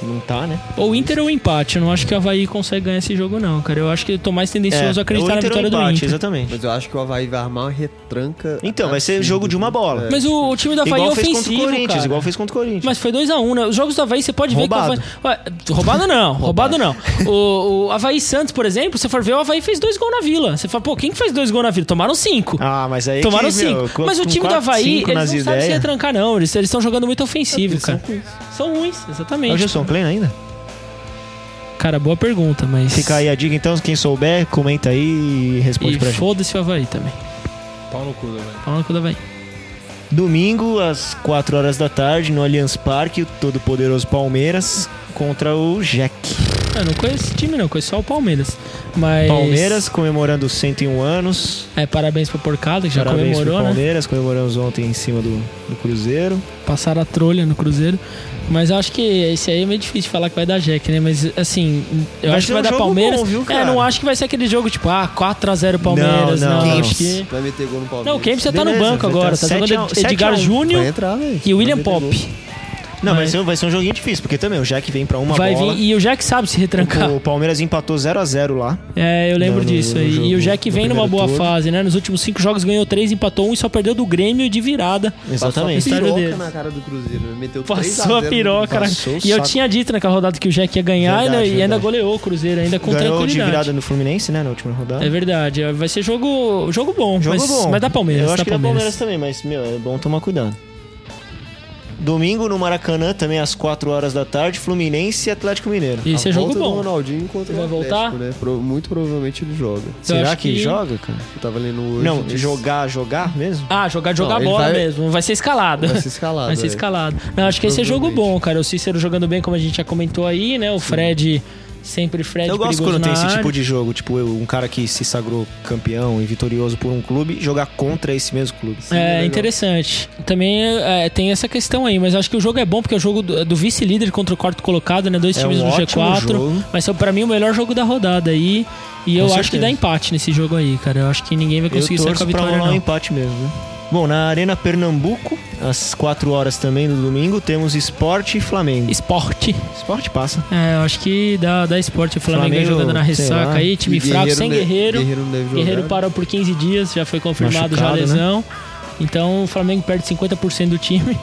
Speaker 1: não tá, né?
Speaker 2: Ou Inter ou empate. Eu não acho que o Havaí consegue ganhar esse jogo, não, cara. Eu acho que eu tô mais tendencioso a
Speaker 1: ou
Speaker 2: acreditar na
Speaker 1: É, Inter ou
Speaker 2: vitória do
Speaker 1: empate,
Speaker 2: Inter.
Speaker 1: Exatamente.
Speaker 3: Mas eu acho que o Havaí vai armar uma retranca.
Speaker 1: Então, vai ser
Speaker 3: absurda.
Speaker 1: jogo de uma bola.
Speaker 2: Mas o, o time do Havaí é
Speaker 1: Igual fez contra o
Speaker 2: ofensivo,
Speaker 1: Corinthians,
Speaker 2: cara.
Speaker 1: igual fez contra o Corinthians.
Speaker 2: Mas foi 2x1, né? Os jogos do Havaí, você pode ver
Speaker 1: Roubado.
Speaker 2: que o Havaí... Ué, Roubado não, roubado não. O, o Havaí Santos, por exemplo, você for ver, o Havaí fez dois gols na Vila. Você fala, pô, quem que fez dois gols na Vila? Tomaram cinco.
Speaker 1: Ah, mas aí
Speaker 2: Tomaram
Speaker 1: que, meu,
Speaker 2: cinco.
Speaker 1: co-
Speaker 2: Mas o
Speaker 1: com
Speaker 2: time do
Speaker 1: quatro,
Speaker 2: Havaí, eles
Speaker 1: cinco
Speaker 2: não
Speaker 1: nas
Speaker 2: sabem se é
Speaker 1: ideias. É
Speaker 2: retrancar, não. Eles estão jogando muito ofensivo, cara. São ruins,
Speaker 1: É o
Speaker 2: exatamente.
Speaker 1: Gilson Pleno ainda?
Speaker 2: Cara, boa pergunta, mas...
Speaker 1: Fica aí a dica, então, quem souber, comenta aí e responde
Speaker 2: E
Speaker 1: pra gente.
Speaker 2: foda-se o Havaí também.
Speaker 4: Pau no cu, né, velho.
Speaker 2: Fala no cu do Havaí.
Speaker 1: Domingo, às 4 horas da tarde, no Allianz Parque, o todo-poderoso Palmeiras contra o Jack.
Speaker 2: Eu não conheço esse time, não. Conheço só o Palmeiras. Mas...
Speaker 1: Palmeiras comemorando 101 anos.
Speaker 2: É, parabéns pra Porcada, que já
Speaker 1: Parabéns pro
Speaker 2: comemorou, né?
Speaker 1: Palmeiras, comemoramos ontem em cima do, do Cruzeiro.
Speaker 2: passar a trolha no Cruzeiro. Mas eu acho que esse aí é meio difícil de falar que vai dar Jack, né? Mas assim, eu
Speaker 1: Vai
Speaker 2: acho que
Speaker 1: ser
Speaker 2: vai
Speaker 1: um
Speaker 2: dar
Speaker 1: jogo
Speaker 2: Palmeiras.
Speaker 1: bom, viu, cara?
Speaker 2: É, não acho que vai ser aquele jogo tipo, ah, 4x0 Palmeiras.
Speaker 1: Não,
Speaker 2: Não,
Speaker 1: não.
Speaker 2: acho
Speaker 1: Kempis.
Speaker 2: que.
Speaker 3: Vai meter gol no Palmeiras.
Speaker 2: Não, o Kempis já tá no
Speaker 1: Beleza,
Speaker 2: banco
Speaker 1: vai
Speaker 2: agora.
Speaker 1: estar
Speaker 2: Tá jogando
Speaker 1: sete a um- sete a
Speaker 2: Edgar
Speaker 1: um.
Speaker 3: Vai
Speaker 2: Júnior
Speaker 3: entrar, velho.
Speaker 2: e William
Speaker 3: Vai meter gol.
Speaker 2: Pop.
Speaker 1: é Não, vai
Speaker 2: Mas-
Speaker 1: ser, vai ser um joguinho difícil, porque também o Jack vem pra uma
Speaker 2: Vai
Speaker 1: bola.
Speaker 2: vir. E o Jack sabe se retrancar.
Speaker 1: O Palmeiras empatou 0 a 0 lá.
Speaker 2: É, eu lembro
Speaker 1: No- no-
Speaker 2: disso
Speaker 1: no
Speaker 2: aí. E
Speaker 1: jogo-
Speaker 2: o Jack
Speaker 1: no
Speaker 2: vem numa
Speaker 1: primeiro
Speaker 2: boa
Speaker 1: turno.
Speaker 2: fase, né? Nos últimos cinco jogos ganhou três, empatou um e só perdeu do Grêmio de virada.
Speaker 1: Exatamente.
Speaker 2: Estádio
Speaker 3: Piroca
Speaker 2: deles.
Speaker 3: na cara do Cruzeiro. né? Meteu 3
Speaker 2: Passou a
Speaker 3: zero no
Speaker 2: piroca.
Speaker 3: Cruzeiro.
Speaker 2: né?
Speaker 1: Passou o
Speaker 2: E eu
Speaker 1: saco.
Speaker 2: tinha dito naquela rodada que o Jack ia ganhar
Speaker 1: Verdade,
Speaker 2: e ainda- e ainda
Speaker 1: verdade.
Speaker 2: goleou o Cruzeiro, ainda com
Speaker 1: Ganhou de
Speaker 2: tranquilidade.
Speaker 1: virada no Fluminense, né, na última rodada.
Speaker 2: É verdade, é, vai ser jogo, jogo bom,
Speaker 1: Jogo
Speaker 2: mas,
Speaker 1: bom.
Speaker 2: mas dá Palmeiras,
Speaker 1: Eu acho
Speaker 2: dá
Speaker 1: que dá
Speaker 2: Palmeiras.
Speaker 1: Palmeiras também, mas, meu, é bom tomar cuidado. Domingo no Maracanã, também às 4 horas da tarde, Fluminense e Atlético Mineiro.
Speaker 2: E esse
Speaker 3: A
Speaker 2: é jogo
Speaker 3: volta do
Speaker 2: bom.
Speaker 3: Ronaldinho contra
Speaker 2: Ele
Speaker 3: o
Speaker 2: vai
Speaker 3: Atlético,
Speaker 2: voltar?
Speaker 3: né? Pro- muito provavelmente ele joga.
Speaker 1: Será
Speaker 2: acho
Speaker 1: que,
Speaker 2: que-
Speaker 1: joga, cara?
Speaker 3: Eu tava lendo hoje.
Speaker 1: Não,
Speaker 3: eles-
Speaker 1: jogar, jogar mesmo?
Speaker 2: Ah, jogar,
Speaker 3: Não,
Speaker 2: jogar
Speaker 3: ele
Speaker 2: bola
Speaker 3: vai-
Speaker 2: mesmo. Vai ser escalado.
Speaker 3: Vai ser escalado.
Speaker 2: Vai ser
Speaker 3: é.
Speaker 2: escalado. Não, acho que esse é jogo
Speaker 3: Provavelmente.
Speaker 2: bom, cara. O Cícero jogando bem, como a gente já comentou aí, né? O Fred, sempre Fred
Speaker 1: Eu
Speaker 2: é
Speaker 1: gosto
Speaker 2: perigoso
Speaker 1: quando
Speaker 2: na
Speaker 1: tem esse
Speaker 2: área.
Speaker 1: tipo de jogo, tipo eu, um cara que se sagrou campeão e vitorioso por um clube, jogar contra esse mesmo clube.
Speaker 2: É interessante. Também é, tem essa questão aí, mas acho que o jogo é bom porque é o jogo do, do vice-líder contra o quarto colocado, né? Dois
Speaker 1: É
Speaker 2: times
Speaker 1: um
Speaker 2: no
Speaker 1: ótimo
Speaker 2: G4.
Speaker 1: jogo.
Speaker 2: Mas é pra mim o melhor jogo da rodada aí. E eu acho que
Speaker 1: certeza.
Speaker 2: dá empate nesse jogo aí, cara. Eu acho que ninguém vai
Speaker 1: Eu
Speaker 2: conseguir sair com a
Speaker 1: torço pra
Speaker 2: vitória,
Speaker 1: rolar um
Speaker 2: não.
Speaker 1: empate mesmo, né? Bom, na Arena Pernambuco, às 4 horas também do domingo, temos Esporte e Flamengo.
Speaker 2: Esporte.
Speaker 1: Esporte passa.
Speaker 2: É, eu acho que dá, dá esporte. O Flamengo,
Speaker 1: Flamengo,
Speaker 2: jogando na
Speaker 1: sei
Speaker 2: ressaca
Speaker 1: lá.
Speaker 2: aí, time
Speaker 3: E
Speaker 2: fraco, sem
Speaker 3: ne-
Speaker 2: guerreiro.
Speaker 3: Guerreiro não deve jogar.
Speaker 2: Guerreiro parou por 15 dias, já foi confirmado já a
Speaker 1: Machucado, né?
Speaker 2: lesão. Então o Flamengo perde 50% do time.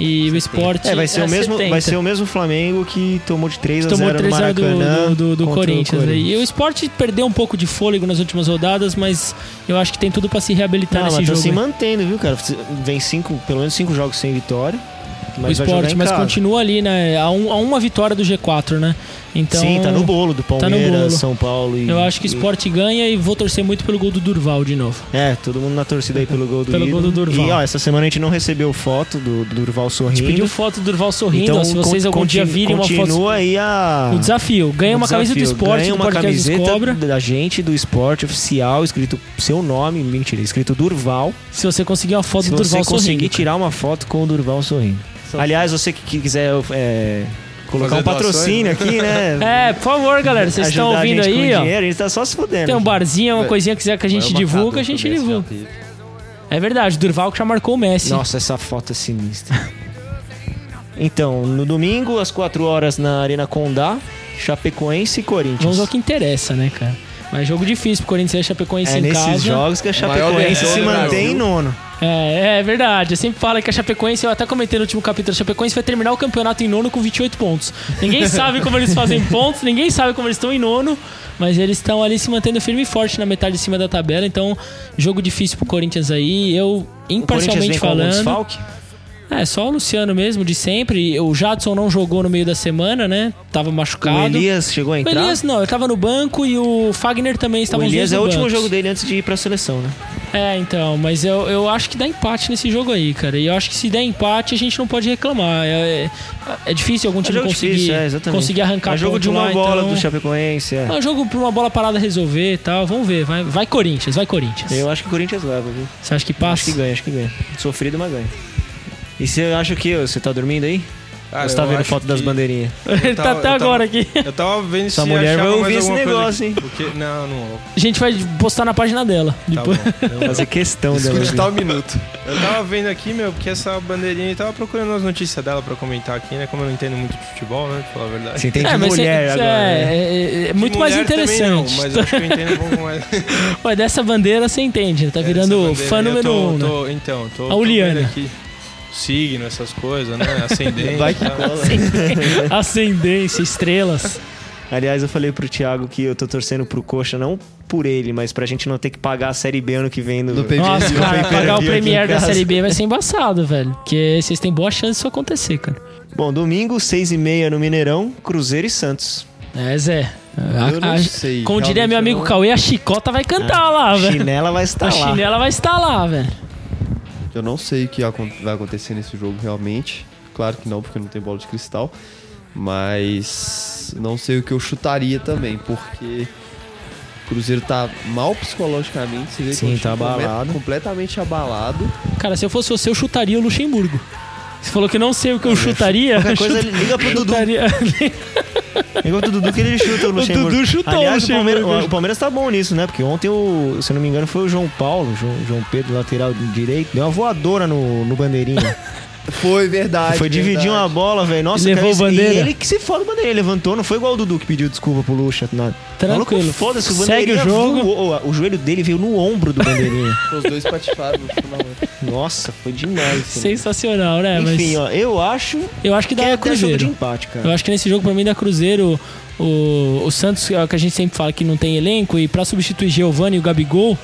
Speaker 2: E o esporte.
Speaker 1: É, vai ser, o mesmo,
Speaker 2: 70.
Speaker 1: vai ser o mesmo Flamengo que tomou de 3 a 0
Speaker 2: Tomou
Speaker 1: no
Speaker 2: 3 a 0 do,
Speaker 1: Maracanã
Speaker 2: do, do- do
Speaker 1: contra o
Speaker 2: Corinthians. né? E o esporte perdeu um pouco de fôlego nas últimas rodadas, mas eu acho que tem tudo pra se reabilitar
Speaker 1: Não, mas
Speaker 2: nesse
Speaker 1: tá
Speaker 2: jogo.
Speaker 1: se
Speaker 2: aí.
Speaker 1: mantendo, viu, cara? Vem cinco, pelo menos cinco jogos sem vitória.
Speaker 2: o
Speaker 1: Mas vai jogar
Speaker 2: esporte,
Speaker 1: em
Speaker 2: mas
Speaker 1: casa.
Speaker 2: continua ali, né? A, um- a uma vitória do G4, né? Então,
Speaker 1: Sim, tá no bolo do
Speaker 2: no
Speaker 1: Palmeiras,
Speaker 2: bolo.
Speaker 1: São Paulo e.
Speaker 2: Eu acho que o esporte ganha e vou torcer muito pelo gol do Durval de novo.
Speaker 1: É, todo mundo na torcida aí pelo gol do
Speaker 2: Pelo gol
Speaker 1: ídolo.
Speaker 2: do Durval.
Speaker 1: E ó, essa semana a gente não recebeu foto do, do Durval
Speaker 2: A gente
Speaker 1: sorrindo.
Speaker 2: pediu foto do Durval sorrindo. ó, se vocês
Speaker 1: con-
Speaker 2: algum dia
Speaker 1: conti-
Speaker 2: virem uma foto.
Speaker 1: Então, Continua aí a.
Speaker 2: O desafio. Ganha uma camisa do esporte,
Speaker 1: Ganha
Speaker 2: do
Speaker 1: uma
Speaker 2: podcast
Speaker 1: camiseta
Speaker 2: Descobra.
Speaker 1: da gente, do esporte oficial, escrito seu nome, mentira, escrito Durval.
Speaker 2: Se você conseguir uma foto
Speaker 1: se
Speaker 2: do
Speaker 1: você
Speaker 2: Durval
Speaker 1: conseguir
Speaker 2: sorrindo.
Speaker 1: tirar uma foto com o Durval sorrindo.
Speaker 3: Só-
Speaker 1: Aliás, você que- que quiser é, colocar
Speaker 4: Fazer
Speaker 1: um patrocínio aqui, né?
Speaker 2: É, por favor, galera, vocês estão
Speaker 1: Ajudar a
Speaker 2: ouvindo
Speaker 1: gente com
Speaker 2: aí, ó.
Speaker 1: Dinheiro, a gente tá só se fudendo.
Speaker 2: Tem um barzinho, uma
Speaker 3: Vai-
Speaker 2: coisinha que quiser que a gente divulga, a gente divulga. É verdade, o Durval que já marcou o Messi.
Speaker 1: assim, Nossa, essa foto é sinistra. então, no domingo, às 4 horas, na Arena Condá, Chapecoense e Corinthians.
Speaker 2: Vamos ao que interessa, né, cara? Mas jogo difícil pro Corinthians e Chapecoense
Speaker 1: é
Speaker 2: em
Speaker 1: nesses
Speaker 2: casa.
Speaker 1: jogos que a Chapecoense
Speaker 3: derrota
Speaker 1: se
Speaker 3: do
Speaker 1: mantém
Speaker 3: Brasil.
Speaker 1: em nono.
Speaker 2: É, é verdade. Eu sempre falo que a Chapecoense, eu até comentei no último capítulo, a Chapecoense vai terminar o campeonato em nono com 28 pontos. Ninguém sabe como eles fazem pontos, ninguém sabe como eles estão em nono, mas eles estão ali se mantendo firme e forte na metade de cima da tabela. Então, jogo difícil pro Corinthians aí. Eu,
Speaker 1: O Corinthians
Speaker 2: imparcialmente
Speaker 1: vem com algum
Speaker 2: falando.
Speaker 1: desfalque?
Speaker 2: É, só o Luciano mesmo, de sempre. O Jadson não jogou no meio da semana, né? Tava
Speaker 1: O
Speaker 2: machucado.
Speaker 1: Elias chegou a
Speaker 2: O
Speaker 1: entrar?
Speaker 2: Elias tá não, eu tava no banco e o Fagner também
Speaker 1: o
Speaker 2: estava
Speaker 1: Elias é o último
Speaker 2: jogo
Speaker 1: jogo dele antes de ir pra seleção, né?
Speaker 2: é, então, mas eu, eu acho que dá empate nesse jogo aí, cara. E eu acho que se der empate, a gente não pode reclamar. É, é- é difícil algum
Speaker 1: É
Speaker 2: time
Speaker 1: jogo
Speaker 2: conseguir,
Speaker 1: difícil, é, exatamente.
Speaker 2: conseguir arrancar
Speaker 1: É jogo
Speaker 2: ponto
Speaker 1: de uma
Speaker 2: lá,
Speaker 1: bola
Speaker 2: então...
Speaker 1: do Chapecoense, é.
Speaker 2: É um jogo pra uma bola parada resolver e tal. Vamos ver. Vai, vai Corinthians, vai Corinthians.
Speaker 1: Eu acho que o Corinthians leva, viu?
Speaker 2: Você acha que
Speaker 1: Acho
Speaker 2: passa?
Speaker 1: que ganha, acho que ganha. Sofrido, mas ganha. E você acha que você tá dormindo aí?
Speaker 4: Cara,
Speaker 1: Ou você tá
Speaker 4: eu
Speaker 1: vendo
Speaker 4: acho
Speaker 1: foto das
Speaker 4: que-
Speaker 1: bandeirinhas?
Speaker 2: Ele tá
Speaker 4: tava-
Speaker 2: até
Speaker 4: eu tava-
Speaker 2: agora aqui.
Speaker 4: Eu tava vendo
Speaker 1: Essa
Speaker 4: se
Speaker 1: mulher vai
Speaker 4: achava
Speaker 1: ouvir
Speaker 4: mais
Speaker 1: esse
Speaker 4: alguma coisa
Speaker 1: negócio, hein?
Speaker 4: aqui. Porque- Não, não.
Speaker 2: A gente vai postar na página dela.
Speaker 4: Tá
Speaker 2: Depois.
Speaker 4: bom. Eu-
Speaker 1: Fazer questão dela.
Speaker 3: Discute
Speaker 1: ouvir.
Speaker 3: tal minuto.
Speaker 4: Eu tava vendo aqui, meu, porque essa bandeirinha, eu tava procurando as notícias dela pra comentar aqui, né? Como eu não entendo muito de futebol, né? Pra falar a verdade.
Speaker 1: Você entende
Speaker 2: É, mas
Speaker 1: mulher
Speaker 2: é,
Speaker 1: agora,
Speaker 2: é,
Speaker 1: né?
Speaker 2: é- é muito mais
Speaker 4: Mulher também não,
Speaker 2: interessante.
Speaker 4: mas eu acho que eu entendo um pouco mais.
Speaker 2: Mas dessa bandeira você entende, tá
Speaker 4: Essa
Speaker 2: virando
Speaker 4: É, bandeira
Speaker 2: fã
Speaker 4: aí, eu
Speaker 2: número
Speaker 4: tô-
Speaker 2: um. né?
Speaker 4: tô- Então, tô.
Speaker 2: A
Speaker 4: tô vendo
Speaker 2: Uliana.
Speaker 4: aqui Signo, essas coisas, né? Ascendente.
Speaker 1: Vai que
Speaker 4: tá?
Speaker 2: Ascendência, estrelas.
Speaker 1: Aliás, eu falei pro Thiago que eu tô torcendo pro Coxa, não por ele, mas pra gente não ter que pagar a Série B ano que vem no...
Speaker 3: Do PV.
Speaker 2: Nossa,
Speaker 1: View,
Speaker 2: cara,
Speaker 1: pay-per-view
Speaker 2: pagar o
Speaker 1: aqui em
Speaker 2: Premiere da
Speaker 1: casa.
Speaker 2: Série B vai ser embaçado, velho. Porque vocês têm boa chance disso acontecer, cara.
Speaker 1: Bom, domingo, seis e meia no Mineirão, Cruzeiro e Santos.
Speaker 2: É, Zé. A-
Speaker 3: Eu não
Speaker 2: a-
Speaker 3: sei,
Speaker 2: como diria
Speaker 3: realmente
Speaker 2: meu
Speaker 3: eu
Speaker 2: amigo
Speaker 3: não-
Speaker 2: Cauê, a chicota vai cantar lá, Ah, velho.
Speaker 1: Chinela vai
Speaker 2: A
Speaker 1: estar lá.
Speaker 2: chinela vai estar lá, velho.
Speaker 3: Eu não sei o que acon- vai acontecer nesse jogo realmente. Claro que não, porque não tem bola de cristal. Mas não sei o que eu chutaria também, porque o Cruzeiro tá mal psicologicamente, você vê
Speaker 1: Sim,
Speaker 3: que é um
Speaker 1: tá
Speaker 3: time comple-
Speaker 1: abalado.
Speaker 3: completamente abalado.
Speaker 2: Cara, se eu fosse você, eu chutaria o Luxemburgo. Você falou que não sei o que eu chutaria.
Speaker 1: Qualquer
Speaker 2: eu
Speaker 1: coisa,
Speaker 2: chut-
Speaker 1: liga pro Dudu.
Speaker 2: chutaria...
Speaker 1: Liga pro Dudu que ele chuta o Luxemburgo.
Speaker 2: Dudu chutou o
Speaker 1: Aliás, o Palmeiras,
Speaker 2: Luxemburgo.
Speaker 1: o Palmeiras tá bom nisso, né? Porque ontem, o, se eu não me engano, foi o João Paulo, João, João Pedro, lateral direito, deu uma voadora no, no bandeirinha.
Speaker 3: Foi verdade.
Speaker 1: Foi dividir uma bola, velho. Nossa,
Speaker 2: Levou
Speaker 1: cara, isso-
Speaker 2: bandeira.
Speaker 1: E ele que se foda o bandeirinha. Levantou, não foi igual o Dudu que pediu desculpa pro Luxa. Nada.
Speaker 2: Tranquilo.
Speaker 1: Maluco, Foda-se, o é
Speaker 2: Segue
Speaker 1: bandeirinha.
Speaker 2: o jogo.
Speaker 1: voou. o joelho dele veio no ombro do bandeirinha.
Speaker 3: Os dois patifaram no final.
Speaker 1: Nossa, foi demais. isso.
Speaker 2: Sensacional, né?
Speaker 1: Enfim,
Speaker 2: Mas
Speaker 1: ó, eu acho
Speaker 2: eu acho que
Speaker 1: que
Speaker 2: dá
Speaker 1: é até jogo de
Speaker 2: Cruzeiro.
Speaker 1: empate,
Speaker 2: Eu
Speaker 1: cara.
Speaker 2: acho que nesse jogo, pra mim, da Cruzeiro, o, o Santos, é o que a gente sempre fala que não tem elenco, e pra substituir Giovani e o Gabigol,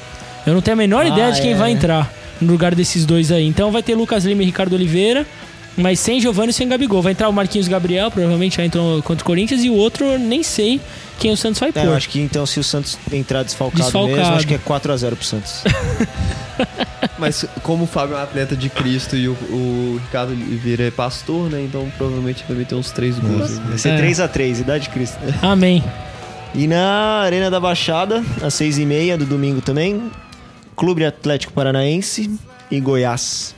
Speaker 2: eu não tenho a menor
Speaker 1: Ah,
Speaker 2: ideia de quem
Speaker 1: é.
Speaker 2: vai entrar no lugar desses dois aí. Então vai ter Lucas Lima e Ricardo Oliveira. Mas sem Giovanni e sem Gabigol. Vai entrar o Marquinhos Gabriel, provavelmente já entrou contra o Corinthians, e o outro eu nem sei quem o Santos vai pôr.
Speaker 1: É, eu acho que então se o Santos entrar desfalcado, mesmo,
Speaker 2: Desfalcado.
Speaker 1: acho que é 4x0 pro Santos.
Speaker 3: Mas como o Fábio é um atleta de Cristo e o, o Ricardo Oliveira é pastor, né? Então provavelmente vai meter uns três gols.
Speaker 1: Vai ser
Speaker 2: É.
Speaker 1: 3x3, idade de Cristo.
Speaker 2: Amém.
Speaker 1: E na Arena da Baixada, às 6h30 do domingo também, Clube Atlético Paranaense e Goiás.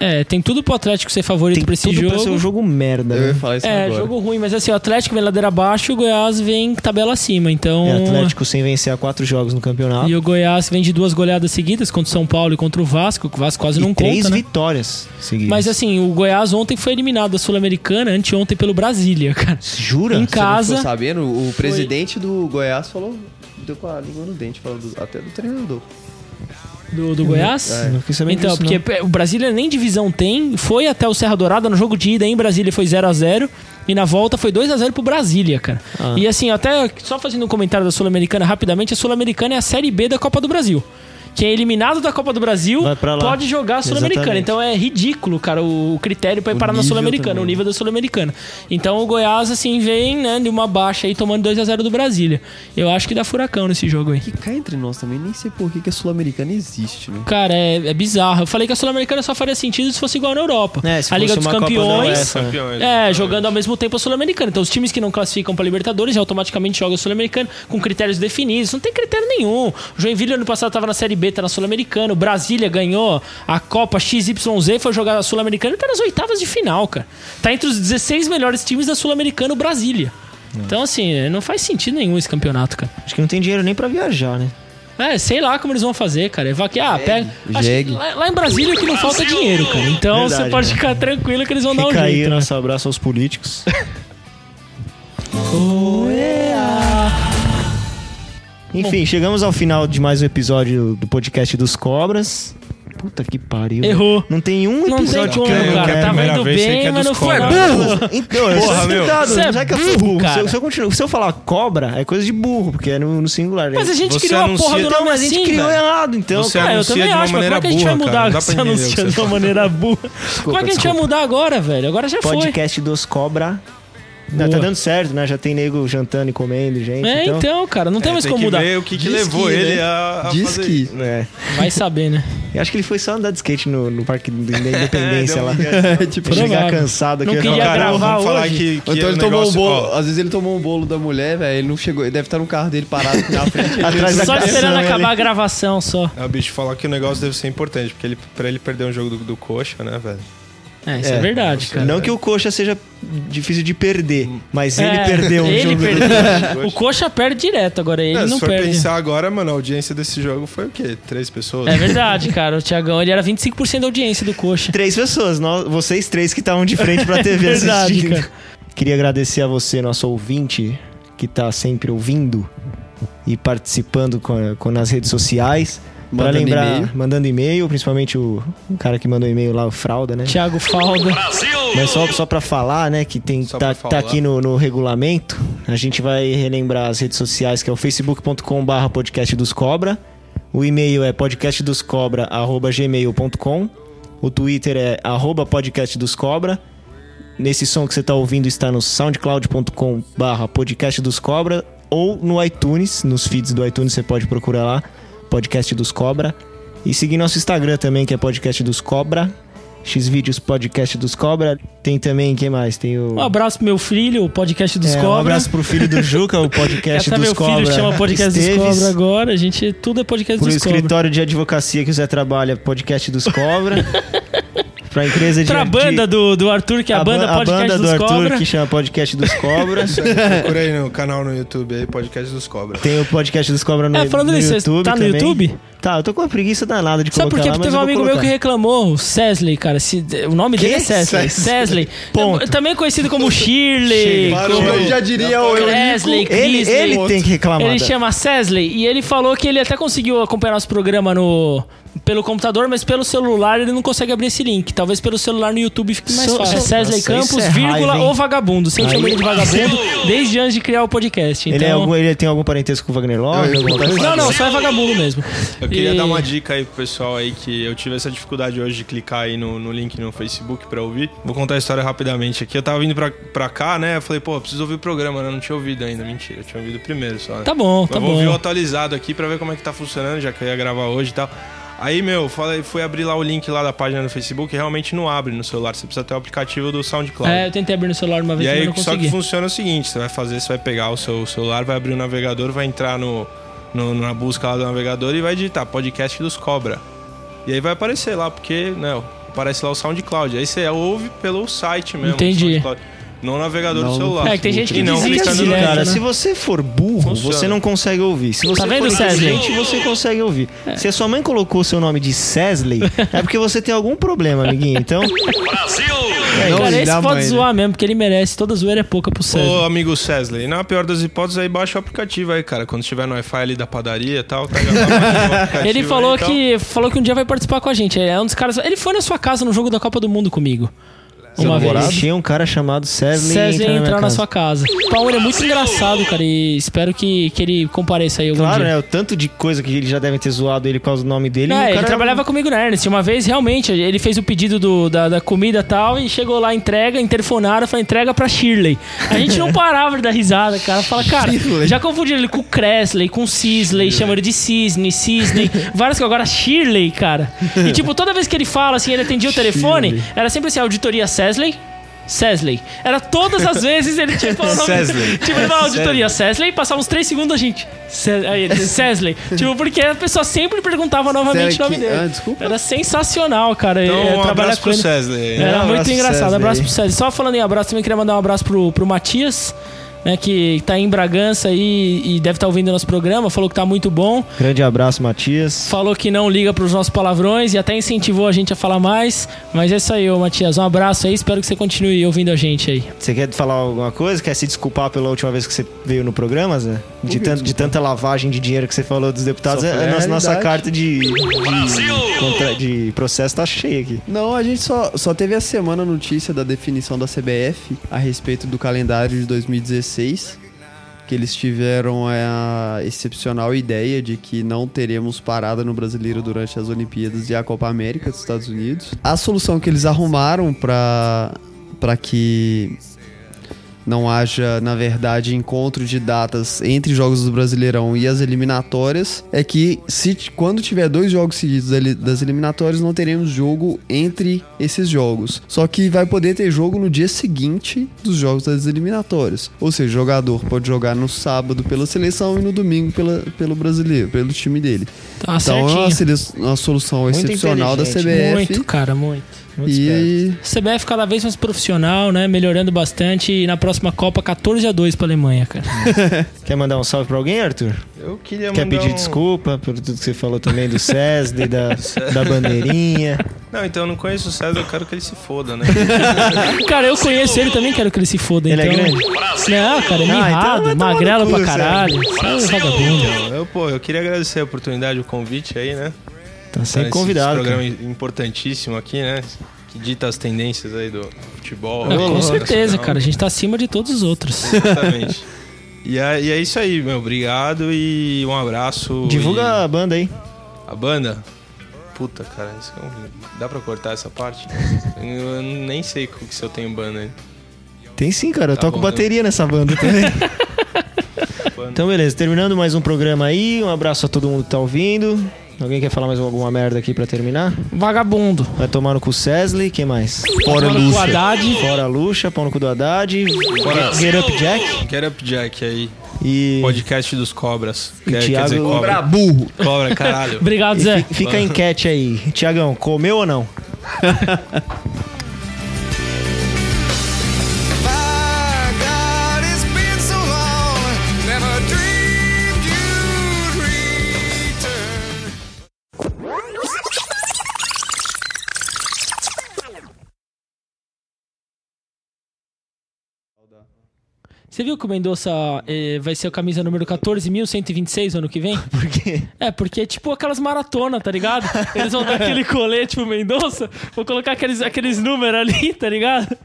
Speaker 2: É, tem tudo pro Atlético ser favorito
Speaker 1: Tem
Speaker 2: pra esse
Speaker 1: tudo
Speaker 2: jogo.
Speaker 1: pra ser um jogo merda,
Speaker 3: Eu ia
Speaker 1: né?
Speaker 3: falar isso
Speaker 2: É,
Speaker 3: agora.
Speaker 2: jogo ruim, mas assim, o Atlético vem ladeira abaixo, o Goiás vem tabela acima, então...
Speaker 1: É, Atlético sem vencer há quatro jogos no campeonato.
Speaker 2: E o Goiás vem de duas goleadas seguidas contra o São Paulo e contra o Vasco, que o Vasco quase
Speaker 1: E
Speaker 2: não
Speaker 1: três
Speaker 2: conta, né?
Speaker 1: vitórias seguidas.
Speaker 2: Mas assim, o Goiás ontem foi eliminado da Sul-Americana, anteontem pelo Brasília, cara.
Speaker 1: Jura?
Speaker 2: assim, em
Speaker 1: Você não-
Speaker 2: casa-
Speaker 3: Ficou sabendo, o presidente do Goiás falou, deu com a língua no dente, falou do- até do treinador.
Speaker 2: Do, do Goiás?
Speaker 1: Não fiquei sabendo
Speaker 2: Então,
Speaker 1: disso, né?
Speaker 2: porque
Speaker 1: não.
Speaker 2: pe- o Brasília nem divisão tem, foi até o Serra Dourada no jogo de ida em Brasília foi 0 a 0 e na volta foi 2 a 0 pro Brasília, cara.
Speaker 1: Ah.
Speaker 2: E assim, até só fazendo um comentário da Sul-Americana rapidamente, a Sul-Americana é a Série B da Copa do Brasil. Quem é eliminado da Copa do Brasil
Speaker 1: Vai pra lá.
Speaker 2: pode jogar a Sul-Americana.
Speaker 1: Exatamente.
Speaker 2: Então é ridículo, cara, o o critério pra ir
Speaker 3: O
Speaker 2: parar na
Speaker 3: nível
Speaker 2: Sul-Americana,
Speaker 3: também.
Speaker 2: o nível da Sul-Americana. Então o Goiás, assim, vem né, de uma baixa aí tomando 2 a 0 do Brasília. Eu acho que dá furacão nesse jogo aí.
Speaker 3: Que cá entre nós também, nem sei por que, que a Sul-Americana existe, né?
Speaker 2: Cara, é, é bizarro. Eu falei que a Sul-Americana só faria sentido se fosse igual na Europa.
Speaker 1: É, se
Speaker 2: a Liga
Speaker 1: fosse
Speaker 2: dos
Speaker 1: uma Copa da
Speaker 2: Campeões.
Speaker 1: UEFA.
Speaker 4: Campeões. né?
Speaker 2: É, jogando ao mesmo tempo a Sul-Americana. Então, os times que não classificam pra Libertadores já automaticamente jogam a Sul-Americana com critérios definidos. Não tem critério nenhum. O Joinville ano passado tava na Série B, tá na Sul-Americana. O Brasília ganhou a Copa XYZ, foi jogar a Sul-Americana e tá nas oitavas de final, cara. Tá entre os 16 melhores times da Sul-Americana, o Brasília.
Speaker 1: É.
Speaker 2: Então, assim, não faz sentido nenhum esse campeonato, cara.
Speaker 1: Acho que não tem dinheiro nem pra viajar, né?
Speaker 2: É, sei lá como eles vão fazer, cara. É vaque- Ah, pega. acho que
Speaker 3: jegue.
Speaker 2: Lá, lá em Brasília o que não falta é dinheiro, cara. Então
Speaker 1: Verdade,
Speaker 2: você pode
Speaker 1: né?
Speaker 2: ficar tranquilo que eles vão dar um
Speaker 1: Fica aí
Speaker 2: jeito.
Speaker 1: o nosso abraço aos políticos. Enfim, chegamos ao final de mais um episódio do podcast dos Cobras. Puta que pariu.
Speaker 2: Errou.
Speaker 1: Não tem um
Speaker 2: Não tem
Speaker 1: episódio
Speaker 2: como,
Speaker 1: que eu não
Speaker 4: que é
Speaker 2: cara.
Speaker 4: a
Speaker 1: quero.
Speaker 2: Tava
Speaker 4: primeira
Speaker 2: indo
Speaker 4: vez, sei que
Speaker 2: bem,
Speaker 4: é
Speaker 2: mas
Speaker 4: dos
Speaker 2: não foi.
Speaker 4: cobras.
Speaker 2: Burro!
Speaker 1: Então, eu
Speaker 4: Porra,
Speaker 1: sou
Speaker 4: meu.
Speaker 1: estudado,
Speaker 2: Você é
Speaker 1: já que eu
Speaker 2: burro,
Speaker 1: sou burro. Se
Speaker 2: cara.
Speaker 1: eu, se eu continuo- se eu falar cobra, é coisa de burro, porque é no, no singular. né?
Speaker 2: Mas a gente
Speaker 4: Você
Speaker 2: criou a porra
Speaker 4: anuncia-
Speaker 2: do
Speaker 4: Então,
Speaker 2: nome
Speaker 1: a gente
Speaker 2: assim,
Speaker 1: criou
Speaker 2: velho.
Speaker 1: errado, então.
Speaker 4: Você
Speaker 1: cara.
Speaker 2: Ah, eu
Speaker 4: anuncia
Speaker 2: também
Speaker 4: de uma
Speaker 2: acho, mas como é que a gente
Speaker 4: maneira
Speaker 2: vai
Speaker 4: burra,
Speaker 2: mudar
Speaker 4: cara. Não dá
Speaker 2: se
Speaker 4: pra entender o que
Speaker 2: anuncia
Speaker 4: você
Speaker 2: de uma
Speaker 4: fala.
Speaker 2: maneira burra? Como é que a gente vai
Speaker 3: desculpa.
Speaker 2: mudar agora, velho? Agora já é- foi.
Speaker 1: Podcast dos cobra. Não,
Speaker 2: Boa.
Speaker 1: tá dando certo, né? Já tem nego jantando e comendo, gente.
Speaker 2: É,
Speaker 1: então.
Speaker 2: então, cara, não tem mais
Speaker 4: tem
Speaker 2: como
Speaker 4: que
Speaker 2: mudar.
Speaker 4: ver o que, que
Speaker 3: Diz
Speaker 4: levou
Speaker 3: que,
Speaker 4: ele
Speaker 3: né?
Speaker 4: a, a
Speaker 3: Diz
Speaker 4: fazer
Speaker 3: que-
Speaker 2: então.
Speaker 4: isso.
Speaker 1: É.
Speaker 2: Vai saber, né?
Speaker 1: Eu acho que ele foi só andar de skate no, no Parque da Independência lá.
Speaker 3: tipo,
Speaker 1: Pra chegar
Speaker 2: Provável.
Speaker 1: cansado aqui.
Speaker 2: Não queria
Speaker 1: Não,
Speaker 4: Cara,
Speaker 2: gravar
Speaker 4: vamos falar
Speaker 2: hoje.
Speaker 4: que, É, que
Speaker 3: então
Speaker 4: é
Speaker 3: ele
Speaker 4: um
Speaker 3: tomou
Speaker 4: negócio,
Speaker 3: um bolo.
Speaker 4: ó,
Speaker 3: Às vezes ele tomou um bolo da mulher, velho. Ele não chegou. Ele deve estar no carro dele parado aqui na frente. ele-
Speaker 1: Atrás da
Speaker 2: Só
Speaker 1: cabeça,
Speaker 2: esperando
Speaker 1: ele-
Speaker 2: acabar a gravação só.
Speaker 4: Ah, bicho, falar que o negócio deve ser importante, porque ele, pra ele perder um jogo do, do coxa, né, velho?
Speaker 2: É, isso é,
Speaker 1: É.
Speaker 2: verdade, cara.
Speaker 1: Não que o coxa seja difícil de perder, mas ele
Speaker 2: É,
Speaker 1: perdeu um
Speaker 2: ele
Speaker 1: jogo.
Speaker 2: Perdeu. O Coxa perde direto agora, ele
Speaker 4: É,
Speaker 2: não
Speaker 4: se for
Speaker 2: perde.
Speaker 4: pensar agora, mano, a audiência desse jogo foi o quê? Três pessoas?
Speaker 2: É verdade, cara. O Thiagão, ele era 25% da audiência do Coxa.
Speaker 1: Três pessoas, nós, vocês três que estavam de frente pra TV
Speaker 2: Verdade,
Speaker 1: assistindo.
Speaker 2: cara.
Speaker 1: Queria agradecer a você, nosso ouvinte, que tá sempre ouvindo e participando com, com nas redes sociais. Pra
Speaker 3: Mandando
Speaker 1: lembrar,
Speaker 3: e-mail.
Speaker 1: mandando e-mail, principalmente o, o cara que mandou e-mail lá, o Fralda, né?
Speaker 2: Thiago Falda.
Speaker 1: Mas só, só para falar, né, que tem,
Speaker 4: Só
Speaker 1: tá,
Speaker 4: pra
Speaker 1: tá
Speaker 4: falar.
Speaker 1: aqui no, no regulamento, a gente vai relembrar as redes sociais, que é o facebook.com.br podcast dos cobra, o e-mail é podcastdoscobra.gmail.com, o twitter é arroba podcast dos cobra, nesse som que você tá ouvindo está no soundcloud.com.br podcast dos cobra, ou no iTunes, nos feeds do iTunes você pode procurar lá, podcast dos cobra, e seguir nosso Instagram também, que é podcast dos cobra, Xvideos Podcast dos Cobra. Tem também, quem mais? Tem o.
Speaker 2: Um abraço pro meu filho, o podcast dos
Speaker 1: É, Um
Speaker 2: Cobras.
Speaker 1: abraço pro filho do Juca, o podcast
Speaker 2: Até
Speaker 1: dos
Speaker 2: meu
Speaker 1: Cobra.
Speaker 2: filho chama podcast dos
Speaker 1: Esteves.
Speaker 2: Cobra agora. A gente, tudo é podcast
Speaker 1: Pro
Speaker 2: dos Cobra.
Speaker 1: escritório de advocacia que o Zé trabalha, podcast dos Cobra. pra empresa de.
Speaker 2: Pra banda
Speaker 1: de,
Speaker 2: do, do Arthur, que é a,
Speaker 1: ban-
Speaker 2: banda podcast
Speaker 1: banda
Speaker 2: dos
Speaker 1: do Arthur,
Speaker 2: Cobra.
Speaker 1: que chama podcast dos Cobras.
Speaker 4: Procura aí no canal no YouTube aí, podcast dos cobras.
Speaker 1: Tem o podcast dos Cobra no,
Speaker 2: É, falando
Speaker 1: no
Speaker 2: nisso,
Speaker 1: YouTube.
Speaker 2: tá no
Speaker 1: também.
Speaker 2: YouTube?
Speaker 1: Tá, eu tô com uma preguiça danada de
Speaker 2: Sabe por quê?
Speaker 1: colocar lá,
Speaker 2: Porque teve
Speaker 1: mas
Speaker 2: um
Speaker 1: eu vou
Speaker 2: amigo meu que
Speaker 1: colocar.
Speaker 2: reclamou, o Sesley, cara. se- o nome dele é Sesley. Sesley. É,
Speaker 1: Ponto.
Speaker 2: Também conhecido como Shirley.
Speaker 1: Chega.
Speaker 2: como
Speaker 3: Eu já diria o
Speaker 2: Wesley,
Speaker 1: Ele,
Speaker 2: Chrisley.
Speaker 1: ele tem que reclamar.
Speaker 2: Ele
Speaker 1: da-
Speaker 2: chama Sesley e ele falou que ele até conseguiu acompanhar nosso programa no, pelo computador, mas pelo celular ele não consegue abrir esse link. Talvez pelo celular no YouTube fique mais
Speaker 1: Sou-
Speaker 2: fácil. É
Speaker 1: sou-
Speaker 2: Cesley
Speaker 1: Nossa, isso
Speaker 2: Campos,
Speaker 1: é raiva,
Speaker 2: vírgula
Speaker 1: hein?
Speaker 2: ou vagabundo. Sempre
Speaker 1: Aí-
Speaker 2: chamei ele de vagabundo desde antes de criar o podcast. Então...
Speaker 1: Ele, é algum- ele tem algum parentesco com o Wagner Love?
Speaker 3: Eu- eu-
Speaker 1: alguma coisa? assim.
Speaker 2: Não, não, só é vagabundo mesmo.
Speaker 4: Eu queria
Speaker 2: E-
Speaker 4: dar uma dica aí pro pessoal aí que eu tive essa dificuldade hoje de clicar aí no, no link no Facebook pra ouvir. Vou contar a história rapidamente aqui. Eu tava vindo pra, pra cá, né? Eu falei, pô, eu preciso ouvir o programa, né? Eu não tinha ouvido ainda. Mentira, eu tinha ouvido o primeiro só. Né?
Speaker 2: Tá bom,
Speaker 4: Mas
Speaker 2: tá
Speaker 4: vou ouvir o
Speaker 2: bom.
Speaker 4: atualizado aqui pra ver como é que tá funcionando, já que eu ia gravar hoje e tal. Aí, meu, falei, fui abrir lá o link lá da página do Facebook e realmente não abre no celular. Você precisa ter o aplicativo do SoundCloud.
Speaker 2: É, eu tentei abrir no celular uma
Speaker 4: E
Speaker 2: vez, mas
Speaker 4: aí,
Speaker 2: não
Speaker 4: só
Speaker 2: consegui.
Speaker 4: que funciona o seguinte: você vai fazer, você vai pegar o seu celular, vai abrir o navegador, vai entrar no, no- na busca lá do navegador e vai digitar podcast dos Cobra. E aí vai aparecer lá, porque, né, aparece lá o SoundCloud. Aí você ouve pelo site mesmo.
Speaker 2: Entendi.
Speaker 4: SoundCloud, No navegador
Speaker 3: Não, não
Speaker 4: do celular.
Speaker 2: É, que tem gente que
Speaker 4: e não
Speaker 2: desiste
Speaker 1: Fica
Speaker 4: clicando
Speaker 1: assim,
Speaker 2: direto,
Speaker 4: no
Speaker 1: cara,
Speaker 2: né? Tá
Speaker 1: se você for burro,
Speaker 4: Funciona.
Speaker 1: você não consegue ouvir. Se você
Speaker 2: vendo, É.
Speaker 1: for
Speaker 2: César?
Speaker 1: inteligente, você consegue ouvir. Se a sua mãe colocou o seu nome de Cesley, é porque você tem algum problema, amiguinho. Então, É
Speaker 3: Não,
Speaker 2: Cara,
Speaker 3: e
Speaker 2: esse
Speaker 3: da
Speaker 2: pode
Speaker 3: mãe, né?
Speaker 2: zoar mesmo, porque ele merece. Toda zoeira é pouca pro César.
Speaker 4: Ô, amigo Cesley, na pior das hipóteses, aí baixa o aplicativo aí, cara. Quando estiver no Wi-Fi ali da padaria e tal, tá gravado, baixa o aplicativo
Speaker 2: Ele
Speaker 4: aí,
Speaker 2: falou
Speaker 4: então.
Speaker 2: que, falou que um dia vai participar com a gente. É um dos caras. Ele foi na sua casa no jogo da Copa do Mundo comigo. Uma
Speaker 1: eu
Speaker 2: vez.
Speaker 1: deixei um cara chamado Cesley,
Speaker 2: César
Speaker 1: entrar
Speaker 2: entrar
Speaker 1: na, minha
Speaker 2: na
Speaker 1: casa.
Speaker 2: sua casa. O Paulo é muito engraçado, cara, e espero que, que ele compareça aí algum
Speaker 1: Claro,
Speaker 2: dia.
Speaker 1: né? O tanto de coisa que eles já devem ter zoado ele por causa do nome dele. e o
Speaker 2: É,
Speaker 1: cara
Speaker 2: ele trabalhava comigo na Ernest. Uma vez, realmente, ele fez o pedido do- da, da comida e tal, e chegou lá, entrega, interfonaram, falou, entrega pra Shirley. A gente não parava de dar risada, cara. Fala, cara, já confundiram ele com o Cressley, com o Sisley, chamam ele de Cisne, Cisney, várias coisas. Agora, Shirley, cara. E, tipo, toda vez que ele fala, assim, ele atendia o telefone, era sempre assim, auditoria Cesley, Cesley. Era todas as vezes ele tinha que falar o nome.
Speaker 1: Cesley.
Speaker 2: Tipo, ele falava auditoria Cesley e passava uns 3 segundos a gente. Ces- aí ele, Cesley. tipo, porque a pessoa sempre perguntava novamente o
Speaker 3: Será
Speaker 2: nome
Speaker 3: que-
Speaker 2: dele.
Speaker 3: Ah, desculpa.
Speaker 2: Era sensacional, cara.
Speaker 4: Então,
Speaker 2: é,
Speaker 4: um
Speaker 2: trabalhar
Speaker 4: abraço
Speaker 2: com
Speaker 4: pro
Speaker 2: ele.
Speaker 4: Cesley.
Speaker 2: Era
Speaker 1: É, um abraço
Speaker 2: muito
Speaker 1: pro
Speaker 2: engraçado.
Speaker 1: Cesley.
Speaker 2: Abraço pro Cesley. Só falando em abraço, também queria mandar um abraço pro, pro Matias. Né, que tá em Bragança aí e deve estar ouvindo nosso programa, falou que tá muito bom,
Speaker 1: um Grande abraço, Matias.
Speaker 2: falou que não liga pros nossos palavrões e até incentivou a gente a falar mais. Mas é isso aí, ô Matias. Um abraço aí, espero que você continue ouvindo a gente aí.
Speaker 1: Você quer falar alguma coisa? Quer se desculpar pela última vez que você veio no programa, Zé? De, tanto- de tanta lavagem de dinheiro que você falou dos deputados, é,
Speaker 3: Só
Speaker 1: a-
Speaker 3: foi a
Speaker 1: a nossa, nossa
Speaker 3: realidade.
Speaker 1: carta de, de, contra- de processo tá cheia aqui.
Speaker 3: Não, a gente só, só teve essa semana a notícia da definição da CBF a respeito do calendário de 2016. Que eles tiveram é, a excepcional ideia de que não teremos parada no brasileiro durante as Olimpíadas e a Copa América dos Estados Unidos. A solução que eles arrumaram para que não haja, na verdade, encontro de datas entre jogos do Brasileirão e as eliminatórias, é que se t- quando tiver dois jogos seguidos da eli- das eliminatórias, não teremos jogo entre esses jogos. Só que vai poder ter jogo no dia seguinte dos jogos das eliminatórias. Ou seja, o jogador pode jogar no sábado pela seleção e no domingo pela, pelo brasileiro, pelo time dele.
Speaker 2: Tá
Speaker 3: então é uma,
Speaker 2: certinho.
Speaker 3: sele- uma solução excepcional da
Speaker 1: inteligente,
Speaker 3: CBF.
Speaker 2: Muito, cara, muito.
Speaker 1: Muito esperto.
Speaker 3: E
Speaker 2: CBF cada vez mais profissional, né? Melhorando bastante. E na próxima Copa, 14 a 2 pra Alemanha, cara.
Speaker 1: Quer mandar um salve pra alguém, Arthur?
Speaker 4: Eu queria
Speaker 1: Quer
Speaker 4: mandar
Speaker 1: pedir
Speaker 4: um-
Speaker 1: desculpa por tudo que você falou também do SESD, da, da bandeirinha. Tá
Speaker 4: Não, então eu não conheço o César, eu quero que ele se foda, né?
Speaker 2: cara, eu conheço ele também, quero que ele se foda.
Speaker 1: Ele é
Speaker 2: então...
Speaker 1: grande?
Speaker 2: Não, cara, é
Speaker 1: Ah, então
Speaker 2: mirrado,
Speaker 1: vai tomar no
Speaker 2: magrelo
Speaker 1: cu,
Speaker 2: pra
Speaker 1: Zé.
Speaker 2: caralho. Sai, vagabundo.
Speaker 4: Então, eu, pô, eu queria agradecer a oportunidade, o convite aí, né?
Speaker 1: Tá sempre
Speaker 4: Esse
Speaker 1: convidado.
Speaker 4: programa
Speaker 1: cara.
Speaker 4: importantíssimo aqui, né? Que dita as tendências aí do futebol.
Speaker 2: Não, com
Speaker 4: do
Speaker 2: certeza,
Speaker 4: nacional.
Speaker 2: cara. A gente tá acima de todos os outros.
Speaker 4: Exatamente. E é, e é isso aí, meu. Obrigado e um abraço.
Speaker 1: Divulga a banda aí.
Speaker 4: e- a banda. Puta, cara, isso é um- dá pra cortar essa parte? Eu nem sei co- se eu tenho banda aí.
Speaker 1: Tem sim, cara. Eu
Speaker 4: Tá
Speaker 1: toco
Speaker 4: bom,
Speaker 2: né?
Speaker 1: bateria nessa banda também.
Speaker 4: Banda.
Speaker 1: então, beleza. Terminando mais um programa aí. Um abraço a todo mundo que tá ouvindo. Alguém quer falar mais alguma merda aqui pra terminar?
Speaker 2: Vagabundo.
Speaker 1: Vai tomar no cu Cesley. Quem mais?
Speaker 3: fora
Speaker 2: Fora com o
Speaker 3: Lúcia.
Speaker 2: Haddad.
Speaker 1: Fora a Lucha, pau no cu do Haddad.
Speaker 4: Fora.
Speaker 1: Get, Get Up Jack.
Speaker 4: Get Up Jack aí.
Speaker 1: E
Speaker 4: Podcast dos Cobras. Quer, quer
Speaker 1: Thiago- é
Speaker 4: dizer, cobra.
Speaker 3: Burro.
Speaker 4: Cobra, caralho.
Speaker 2: Obrigado, Zé.
Speaker 1: fica a enquete aí. Tiagão, comeu ou não?
Speaker 5: My God, it's been so long. Never dreamed you'd return.
Speaker 2: Você viu que o Mendonça eh, vai ser o camisa número 14.126 ano que vem?
Speaker 1: Por quê?
Speaker 2: É, porque é tipo aquelas maratonas, tá ligado? Eles vão dar aquele colete pro Mendonça, vão colocar aqueles, aqueles números ali, tá ligado?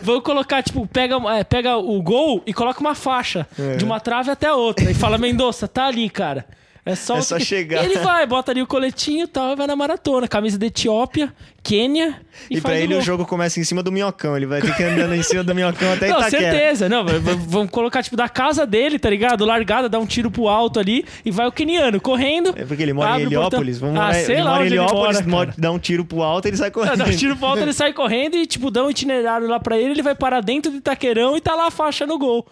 Speaker 2: Vão colocar, tipo, pega, é, pega o gol e coloca uma faixa
Speaker 1: É.
Speaker 2: de uma trave até a outra. E fala, Mendonça, tá ali, cara. É só,
Speaker 1: É
Speaker 2: o
Speaker 1: só
Speaker 2: que-
Speaker 1: chegar.
Speaker 2: Ele vai, bota ali o coletinho e tal, e vai na maratona. Camisa da Etiópia, Quênia e,
Speaker 1: E, pra
Speaker 2: faz
Speaker 1: ele
Speaker 2: gol.
Speaker 1: o jogo começa em cima do minhocão. Ele vai ter que ir andando em cima do minhocão até
Speaker 2: Não,
Speaker 1: Itaquera.
Speaker 2: certeza. Não, v- v- vamos colocar, tipo, da casa dele, tá ligado? Largada, dá um tiro pro alto ali e vai o keniano correndo.
Speaker 1: É porque ele mora em
Speaker 2: abre o portão.
Speaker 1: Heliópolis. Vamos
Speaker 2: ah,
Speaker 1: morar,
Speaker 2: sei
Speaker 1: ele
Speaker 2: lá
Speaker 1: mora em
Speaker 2: onde
Speaker 1: Heliópolis,
Speaker 2: ele
Speaker 1: mo-
Speaker 2: mora, cara.
Speaker 1: dá um tiro pro alto ele sai correndo.
Speaker 2: Dá um tiro pro alto, ele sai correndo e, tipo, dá um itinerário lá pra ele, ele vai parar dentro do Itaquerão e tá lá a faixa no gol.